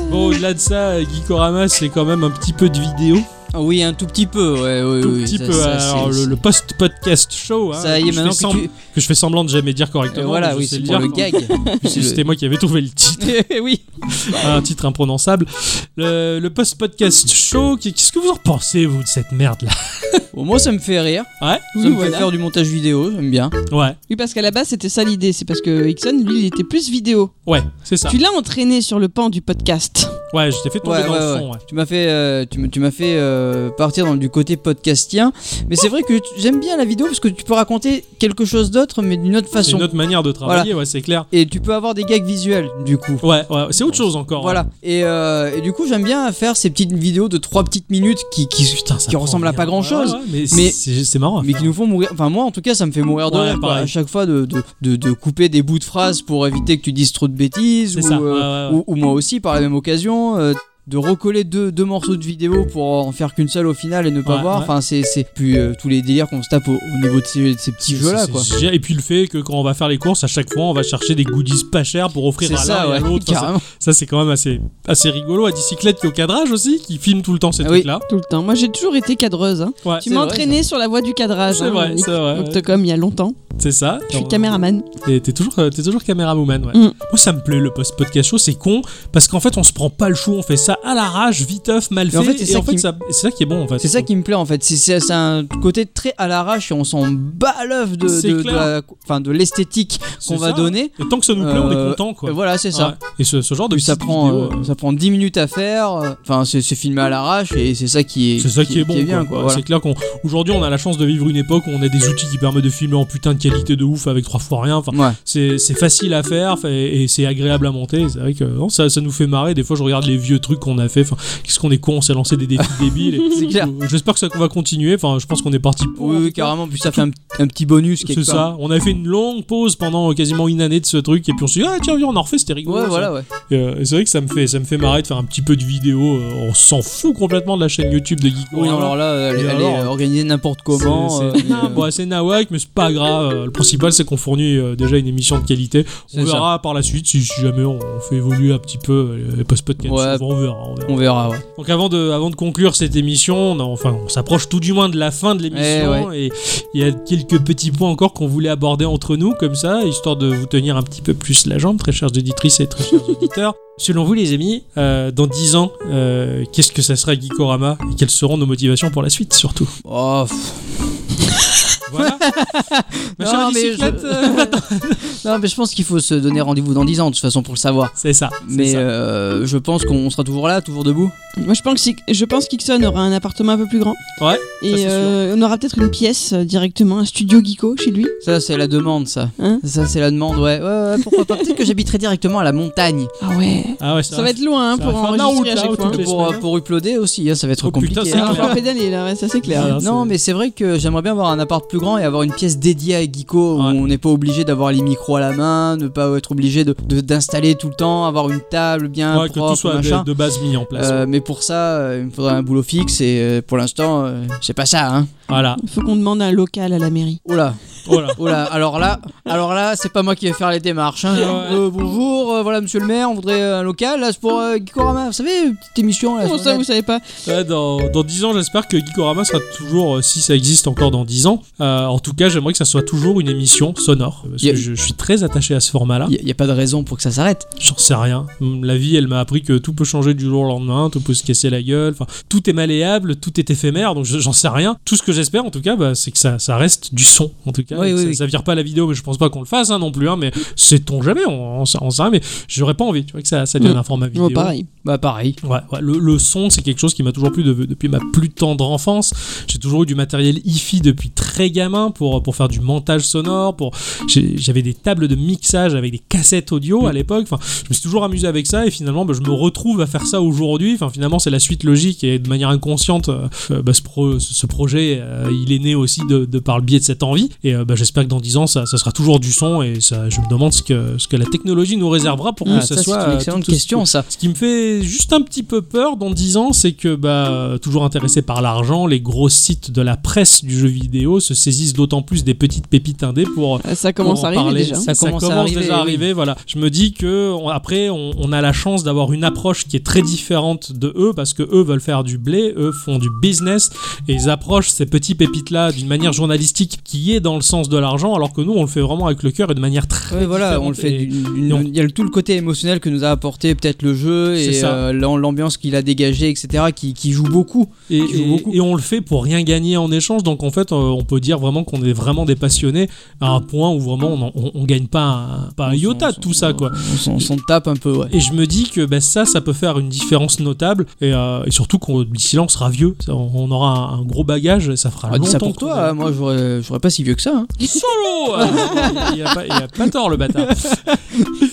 [SPEAKER 2] Bon, au-delà de ça, Geekorama, c'est quand même un petit peu de vidéo.
[SPEAKER 3] Ah Oui, un tout petit peu, ouais, ouais,
[SPEAKER 2] Tout
[SPEAKER 3] oui,
[SPEAKER 2] petit
[SPEAKER 3] ça-
[SPEAKER 2] peu. euh,
[SPEAKER 3] ça,
[SPEAKER 2] alors,
[SPEAKER 3] c'est-
[SPEAKER 2] le, le post-podcast show. hein,
[SPEAKER 3] Ça y
[SPEAKER 2] que
[SPEAKER 3] est,
[SPEAKER 2] je
[SPEAKER 3] maintenant
[SPEAKER 2] fais
[SPEAKER 3] que
[SPEAKER 2] sembl-
[SPEAKER 3] tu.
[SPEAKER 2] que je fais semblant de jamais dire
[SPEAKER 3] Euh,
[SPEAKER 2] correctement.
[SPEAKER 3] voilà,
[SPEAKER 2] mais je
[SPEAKER 3] oui,
[SPEAKER 2] sais
[SPEAKER 3] c'est
[SPEAKER 2] le
[SPEAKER 3] pour le
[SPEAKER 2] dire,
[SPEAKER 3] gag.
[SPEAKER 2] puisque
[SPEAKER 3] le-
[SPEAKER 2] C'était moi qui avais trouvé le titre,
[SPEAKER 3] oui.
[SPEAKER 2] un titre imprononçable. Le, le post-podcast show. qui- Qu'est-ce que vous en pensez, vous, de cette merde-là
[SPEAKER 3] Au moins, ça me fait rire.
[SPEAKER 2] Ouais,
[SPEAKER 3] Ça
[SPEAKER 1] Oui,
[SPEAKER 3] me
[SPEAKER 1] voilà.
[SPEAKER 3] fait faire du montage vidéo, j'aime bien.
[SPEAKER 2] ouais,
[SPEAKER 1] Oui, parce qu'à la base, c'était ça l'idée. C'est parce que Ixon, lui, il était plus vidéo.
[SPEAKER 2] ouais, c'est ça.
[SPEAKER 1] Tu l'as entraîné sur le pan du podcast.
[SPEAKER 2] Ouais, je t'ai fait tomber
[SPEAKER 3] Ouais,
[SPEAKER 2] dans
[SPEAKER 3] ouais,
[SPEAKER 2] le
[SPEAKER 3] ouais.
[SPEAKER 2] fond. Ouais.
[SPEAKER 3] Tu m'as fait, euh, tu, m- tu m'as fait euh, partir dans du côté podcastien. Mais c'est vrai que tu- j'aime bien la vidéo parce que tu peux raconter quelque chose d'autre, mais d'une autre
[SPEAKER 2] C'est
[SPEAKER 3] façon.
[SPEAKER 2] une autre manière de travailler, ouais, c'est clair.
[SPEAKER 3] Et tu peux avoir des gags visuels, du coup.
[SPEAKER 2] Ouais, ouais, c'est autre chose encore.
[SPEAKER 3] Voilà. Et, euh, et du coup, j'aime bien faire ces petites vidéos de 3 petites minutes qui, qui,
[SPEAKER 2] Putain, hein. ça
[SPEAKER 3] qui
[SPEAKER 2] prend
[SPEAKER 3] ressemblent à
[SPEAKER 2] bien.
[SPEAKER 3] pas grand chose.
[SPEAKER 2] Ouais, ouais, mais
[SPEAKER 3] Mais-
[SPEAKER 2] c'est c'est marrant. à
[SPEAKER 3] Mais
[SPEAKER 2] faire.
[SPEAKER 3] qui nous font mourir. Enfin, moi en tout cas, ça me fait mourir de
[SPEAKER 2] Ouais,
[SPEAKER 3] rire quoi.
[SPEAKER 2] pareil.
[SPEAKER 3] à chaque fois de, de, de, de couper des bouts de phrases pour éviter que tu dises trop de bêtises.
[SPEAKER 2] C'est
[SPEAKER 3] Ou,
[SPEAKER 2] ça.
[SPEAKER 3] euh,
[SPEAKER 2] ouais, Ah ouais, ouais.
[SPEAKER 3] ou- ou moi aussi, par la même occasion, euh, de recoller deux, deux morceaux de vidéo pour en faire qu'une seule au final et ne pas
[SPEAKER 2] Ouais,
[SPEAKER 3] voir.
[SPEAKER 2] ouais.
[SPEAKER 3] Enfin, c'est c'est- puis euh, tous les délires qu'on se tape au, au niveau de ces, de ces petits
[SPEAKER 2] C'est-
[SPEAKER 3] jeux là
[SPEAKER 2] c'est-
[SPEAKER 3] quoi.
[SPEAKER 2] c'est génial. Et puis le fait que quand on va faire les courses, à chaque fois, on va chercher des goodies pas chers pour offrir
[SPEAKER 3] C'est
[SPEAKER 2] à l'un
[SPEAKER 3] ça,
[SPEAKER 2] et à
[SPEAKER 3] ouais,
[SPEAKER 2] l'autre. Enfin,
[SPEAKER 3] carrément.
[SPEAKER 2] Ça, c'est quand même assez, assez rigolo. À bicyclette qui est au cadrage aussi, qui filme tout le temps ces
[SPEAKER 3] Ah oui.
[SPEAKER 2] trucs-là.
[SPEAKER 1] Tout le temps. Moi, j'ai toujours été cadreuse. hein.
[SPEAKER 2] Ouais,
[SPEAKER 3] C'est
[SPEAKER 1] Tu m'as
[SPEAKER 3] vrai,
[SPEAKER 1] entraîné sur la voie du cadrage.
[SPEAKER 2] C'est
[SPEAKER 1] hein,
[SPEAKER 2] vrai,
[SPEAKER 1] Nick.
[SPEAKER 2] c'est vrai, ouais.
[SPEAKER 1] Octocom, il y a longtemps.
[SPEAKER 2] c'est ça.
[SPEAKER 1] Je suis
[SPEAKER 2] Genre,
[SPEAKER 1] caméraman.
[SPEAKER 2] T'es t'es toujours, euh, t'es toujours caméraman, ouais.
[SPEAKER 1] Mm.
[SPEAKER 2] Moi, ça me plaît, le post-podcast show, c'est con, parce qu'en fait, on se prend pas le chou, on fait ça à l'arrache, viteuf, mal fait.
[SPEAKER 3] Mais en fait, c'est
[SPEAKER 2] et
[SPEAKER 3] ça
[SPEAKER 2] en fait,
[SPEAKER 3] qui-
[SPEAKER 2] ça- c'est ça qui est bon, en fait.
[SPEAKER 3] C'est ça qui me plaît en fait, c'est- c'est c'est un côté très à l'arrache et on s'en bat l'œuf de,
[SPEAKER 2] C'est
[SPEAKER 3] de, de
[SPEAKER 2] clair.
[SPEAKER 3] la- enfin, de l'esthétique
[SPEAKER 2] C'est
[SPEAKER 3] qu'on va
[SPEAKER 2] ça.
[SPEAKER 3] donner.
[SPEAKER 2] Et tant que ça nous plaît, on est
[SPEAKER 3] Euh,
[SPEAKER 2] content, quoi.
[SPEAKER 3] Et voilà, c'est ça.
[SPEAKER 2] Ouais. Et ce, ce genre de
[SPEAKER 3] Puis ça
[SPEAKER 2] petites
[SPEAKER 3] prend,
[SPEAKER 2] vidéos,
[SPEAKER 3] euh,
[SPEAKER 2] euh,
[SPEAKER 3] ça prend 10 minutes à faire. euh, Enfin, c'est c'est filmé à l'arrache et c'est ça qui est,
[SPEAKER 2] C'est ça qui, est bon.
[SPEAKER 3] bien,
[SPEAKER 2] quoi.
[SPEAKER 3] quoi. voilà.
[SPEAKER 2] C'est clair qu'on aujourd'hui on a la chance de vivre une époque où on a des outils qui permettent de filmer en putain de qualité de ouf avec trois fois rien. Enfin,
[SPEAKER 3] Ouais.
[SPEAKER 2] c'est c'est facile à faire fa- et, et c'est agréable à monter. C'est vrai que non, ça, ça nous fait marrer. Des fois je regarde les vieux trucs qu'on a fait. Enfin, qu'est-ce qu'on est con, on s'est lancé des défis débiles. et-
[SPEAKER 3] C'est clair.
[SPEAKER 2] Euh, J'espère que ça va continuer. Enfin, je pense qu'on est parti. pour,
[SPEAKER 3] Oui,
[SPEAKER 2] en
[SPEAKER 3] oui,
[SPEAKER 2] tout cas.
[SPEAKER 3] carrément. Puis ça fait un, un petit bonus quelque
[SPEAKER 2] C'est
[SPEAKER 3] part.
[SPEAKER 2] ça. On a fait une longue pause pendant quasiment une année de ce truc et puis on s'est dit ah tiens viens on en refait c'était rigolo.
[SPEAKER 3] Ouais,
[SPEAKER 2] ça.
[SPEAKER 3] voilà, ouais.
[SPEAKER 2] Et, euh, et c'est vrai que ça me fait ça me fait marrer de faire un petit peu de vidéo. euh, on s'en fout complètement de la chaîne YouTube de Geek.
[SPEAKER 3] Oui, non, alors là, elle,
[SPEAKER 2] Et
[SPEAKER 3] elle
[SPEAKER 2] alors
[SPEAKER 3] est organisée n'importe comment.
[SPEAKER 2] C'est-
[SPEAKER 3] euh,
[SPEAKER 2] c'est-
[SPEAKER 3] et, euh,
[SPEAKER 2] Bon, c'est nawak, mais c'est pas grave. Euh, Le principal, c'est qu'on fournit euh, déjà une émission de qualité. On
[SPEAKER 3] C'est ça.
[SPEAKER 2] verra par la suite si, si jamais on on fait évoluer un petit peu euh, les post-podcasts.
[SPEAKER 3] Ouais.
[SPEAKER 2] Bon, on verra, on verra.
[SPEAKER 3] On verra, ouais.
[SPEAKER 2] Donc avant de, avant de conclure cette émission, on, a- enfin, on s'approche tout du moins de la fin de
[SPEAKER 3] Eh
[SPEAKER 2] l'émission. Et il y a quelques petits points encore qu'on voulait aborder entre nous, comme ça, histoire de vous tenir un petit peu plus la jambe, très chères auditrices et très chers auditeurs. Selon vous, les amis, euh, dans 10 ans, euh, qu'est-ce que ça sera Geekorama Et quelles seront nos motivations pour la suite, surtout
[SPEAKER 3] Oh, pff.
[SPEAKER 2] voilà. Ma
[SPEAKER 3] Non,
[SPEAKER 2] chère
[SPEAKER 3] mais
[SPEAKER 2] bicyclette,
[SPEAKER 3] je-
[SPEAKER 2] euh,
[SPEAKER 3] non, mais je pense qu'il faut se donner rendez-vous dans 10 ans, de toute façon, pour le savoir.
[SPEAKER 2] C'est ça. c'est
[SPEAKER 3] Mais
[SPEAKER 2] ça.
[SPEAKER 3] euh, je pense qu'on sera toujours là, toujours debout.
[SPEAKER 1] Moi, je pense, que- je pense qu'Ixon aura un appartement un peu plus grand.
[SPEAKER 2] Ouais, ça,
[SPEAKER 1] Et
[SPEAKER 2] c'est
[SPEAKER 1] euh, on aura peut-être une pièce euh, directement, un studio geeko chez lui.
[SPEAKER 3] Ça, c'est la demande, ça.
[SPEAKER 1] Hein
[SPEAKER 3] ça, c'est la demande, ouais. Ouais, ouais, pourquoi pas. Peut-être que j'habiterai directement à la montagne.
[SPEAKER 1] Ah ouais.
[SPEAKER 2] ah ouais,
[SPEAKER 1] Ça va être loin hein,
[SPEAKER 2] ça
[SPEAKER 1] pour
[SPEAKER 2] va faire de la
[SPEAKER 1] enregistrer
[SPEAKER 2] route,
[SPEAKER 1] à
[SPEAKER 2] là,
[SPEAKER 1] chaque fois.
[SPEAKER 2] autour de-
[SPEAKER 1] hein.
[SPEAKER 2] les
[SPEAKER 3] Pour,
[SPEAKER 2] semaines.
[SPEAKER 3] euh, pour uploader aussi, hein, ça va être
[SPEAKER 2] Oh,
[SPEAKER 3] compliqué.
[SPEAKER 2] putain, c'est
[SPEAKER 3] hein.
[SPEAKER 1] Ah, on va
[SPEAKER 2] clair.
[SPEAKER 1] pouvoir pédaler là, ouais, ça c'est clair.
[SPEAKER 2] Voilà.
[SPEAKER 3] Non,
[SPEAKER 2] c'est-
[SPEAKER 3] mais c'est vrai que j'aimerais bien avoir un appart plus grand et avoir une pièce dédiée à Geeko où
[SPEAKER 2] Ouais.
[SPEAKER 3] on n'est pas obligé d'avoir les micros à la main, ne pas être obligé d'installer de, d'installer tout le temps, avoir une table bien
[SPEAKER 2] Ouais, que tout
[SPEAKER 3] propre,
[SPEAKER 2] soit
[SPEAKER 3] machin.
[SPEAKER 2] de, de base mis en place.
[SPEAKER 3] Euh, mais pour ça, euh, il me faudrait un boulot fixe et euh, pour l'instant, euh, c'est pas ça. Hein.
[SPEAKER 2] Voilà.
[SPEAKER 1] Il faut qu'on demande un local à la mairie.
[SPEAKER 3] Oh là,
[SPEAKER 2] Voilà.
[SPEAKER 3] oh là, alors là, alors là, c'est pas moi qui vais faire les démarches. hein.
[SPEAKER 2] Ouais.
[SPEAKER 3] Euh, bonjour, euh, voilà Monsieur le Maire, on voudrait euh, un local là, c'est pour euh, Geekorama, vous savez, une petite émission là.
[SPEAKER 1] Comment
[SPEAKER 3] sur
[SPEAKER 1] ça,
[SPEAKER 3] la
[SPEAKER 1] vous savez pas
[SPEAKER 2] Ah, Ouais, dans, dans 10 ans, j'espère que Geekorama sera toujours, euh, si ça existe encore dans 10 ans, euh, en tout cas, j'aimerais que ça soit toujours une émission sonore. Parce
[SPEAKER 3] Yeah.
[SPEAKER 2] que je, je suis très attaché à ce format-là.
[SPEAKER 3] net. Y a- y a pas de raison pour que ça s'arrête.
[SPEAKER 2] J'en sais rien. Hum, La vie, elle m'a appris que tout peut changer du jour au lendemain, tout peut se casser la gueule. Enfin, tout est malléable, tout est éphémère, donc je- j'en sais rien. Tout ce que j'espère, en tout cas, bah, c'est que ça, ça reste du son, en tout cas.
[SPEAKER 3] Oui,
[SPEAKER 2] et que
[SPEAKER 3] oui,
[SPEAKER 2] ça,
[SPEAKER 3] oui.
[SPEAKER 2] ça vire pas la vidéo, mais je pense pas qu'on le fasse hein, non plus. Hein, mais sait-on jamais, on, on, sait- on sait rien, mais j'aurais pas envie, tu vois, que ça, ça devienne
[SPEAKER 1] Mm.
[SPEAKER 2] un format vidéo.
[SPEAKER 1] Oh, Pareil.
[SPEAKER 3] Bah pareil.
[SPEAKER 2] Ouais, ouais, le, le son, c'est quelque chose qui m'a toujours plu de- depuis ma plus tendre enfance. J'ai toujours eu du matériel hi-fi depuis très gamin pour, pour faire du montage sonore. Pour... j'ai- J'avais des tables de mixage avec des cassettes audio à l'époque. Enfin, je me suis toujours amusé avec ça et finalement, bah, je me retrouve à faire ça aujourd'hui. Enfin, finalement, c'est la suite logique et de manière inconsciente, euh, euh, bah, ce, pro- ce projet, euh, il est né aussi de, de par le biais de cette envie. Et euh, bah, j'espère que dans 10 ans, ça, ça sera toujours du son et ça, je me demande ce que, ce que la technologie nous réservera pour
[SPEAKER 3] Ah,
[SPEAKER 2] que ça,
[SPEAKER 3] ça,
[SPEAKER 2] soit.
[SPEAKER 3] c'est
[SPEAKER 2] euh,
[SPEAKER 3] une excellente
[SPEAKER 2] tout- tout-
[SPEAKER 3] question ça.
[SPEAKER 2] ce qui me fait fait juste un petit peu peur dans 10 ans, c'est que, bah, toujours intéressé par l'argent, les gros sites de la presse du jeu vidéo se saisissent d'autant plus des petites pépites indées pour
[SPEAKER 1] Euh, Ça commence
[SPEAKER 2] pour
[SPEAKER 1] à
[SPEAKER 2] en
[SPEAKER 1] arriver
[SPEAKER 2] parler.
[SPEAKER 1] déjà.
[SPEAKER 2] Ça,
[SPEAKER 3] Ça
[SPEAKER 2] commence,
[SPEAKER 3] commence à arriver,
[SPEAKER 2] déjà à
[SPEAKER 3] oui.
[SPEAKER 2] arriver, voilà. Je me dis que on- après, on, on a la chance d'avoir une approche qui est très différente de eux parce que eux veulent faire du blé, eux font du business et ils approchent ces petits pépites là d'une manière journalistique qui est dans le sens de l'argent, alors que nous on le fait vraiment avec le cœur et de manière très
[SPEAKER 3] Ouais, voilà, on le fait.
[SPEAKER 2] différente. Et-
[SPEAKER 3] d'une- d'une-
[SPEAKER 2] on-
[SPEAKER 3] Il y a le- tout le côté émotionnel que nous a apporté peut-être le jeu
[SPEAKER 2] C'est
[SPEAKER 3] et
[SPEAKER 2] ça.
[SPEAKER 3] euh, l'am- l'ambiance qu'il a dégagée, etc., qui, qui joue beaucoup.
[SPEAKER 2] et,
[SPEAKER 3] qui joue
[SPEAKER 2] et-
[SPEAKER 3] Ah, beaucoup.
[SPEAKER 2] et on le fait pour rien gagner en échange. Donc en fait, euh, on peut dire vraiment qu'on est vraiment des passionnés à un point où vraiment on, en- on- on gagne pas un, pas un
[SPEAKER 3] On
[SPEAKER 2] iota
[SPEAKER 3] s'en-
[SPEAKER 2] de tout ça quoi.
[SPEAKER 3] On s'en- on s'en tape un peu, ouais.
[SPEAKER 2] Et je me dis que bah, ça, ça peut faire une différence notable. Et, euh, et surtout qu'on d'ici là, on sera vieux. Ça, on, on aura un, un gros bagage. et Ça fera
[SPEAKER 3] Ah, dis
[SPEAKER 2] longtemps
[SPEAKER 3] ça pour
[SPEAKER 2] qu'on-
[SPEAKER 3] toi, hein, moi j'aurais j'aurais pas si vieux que ça. hein.
[SPEAKER 2] Solo il, a pas, il a pas tort, le bâtard.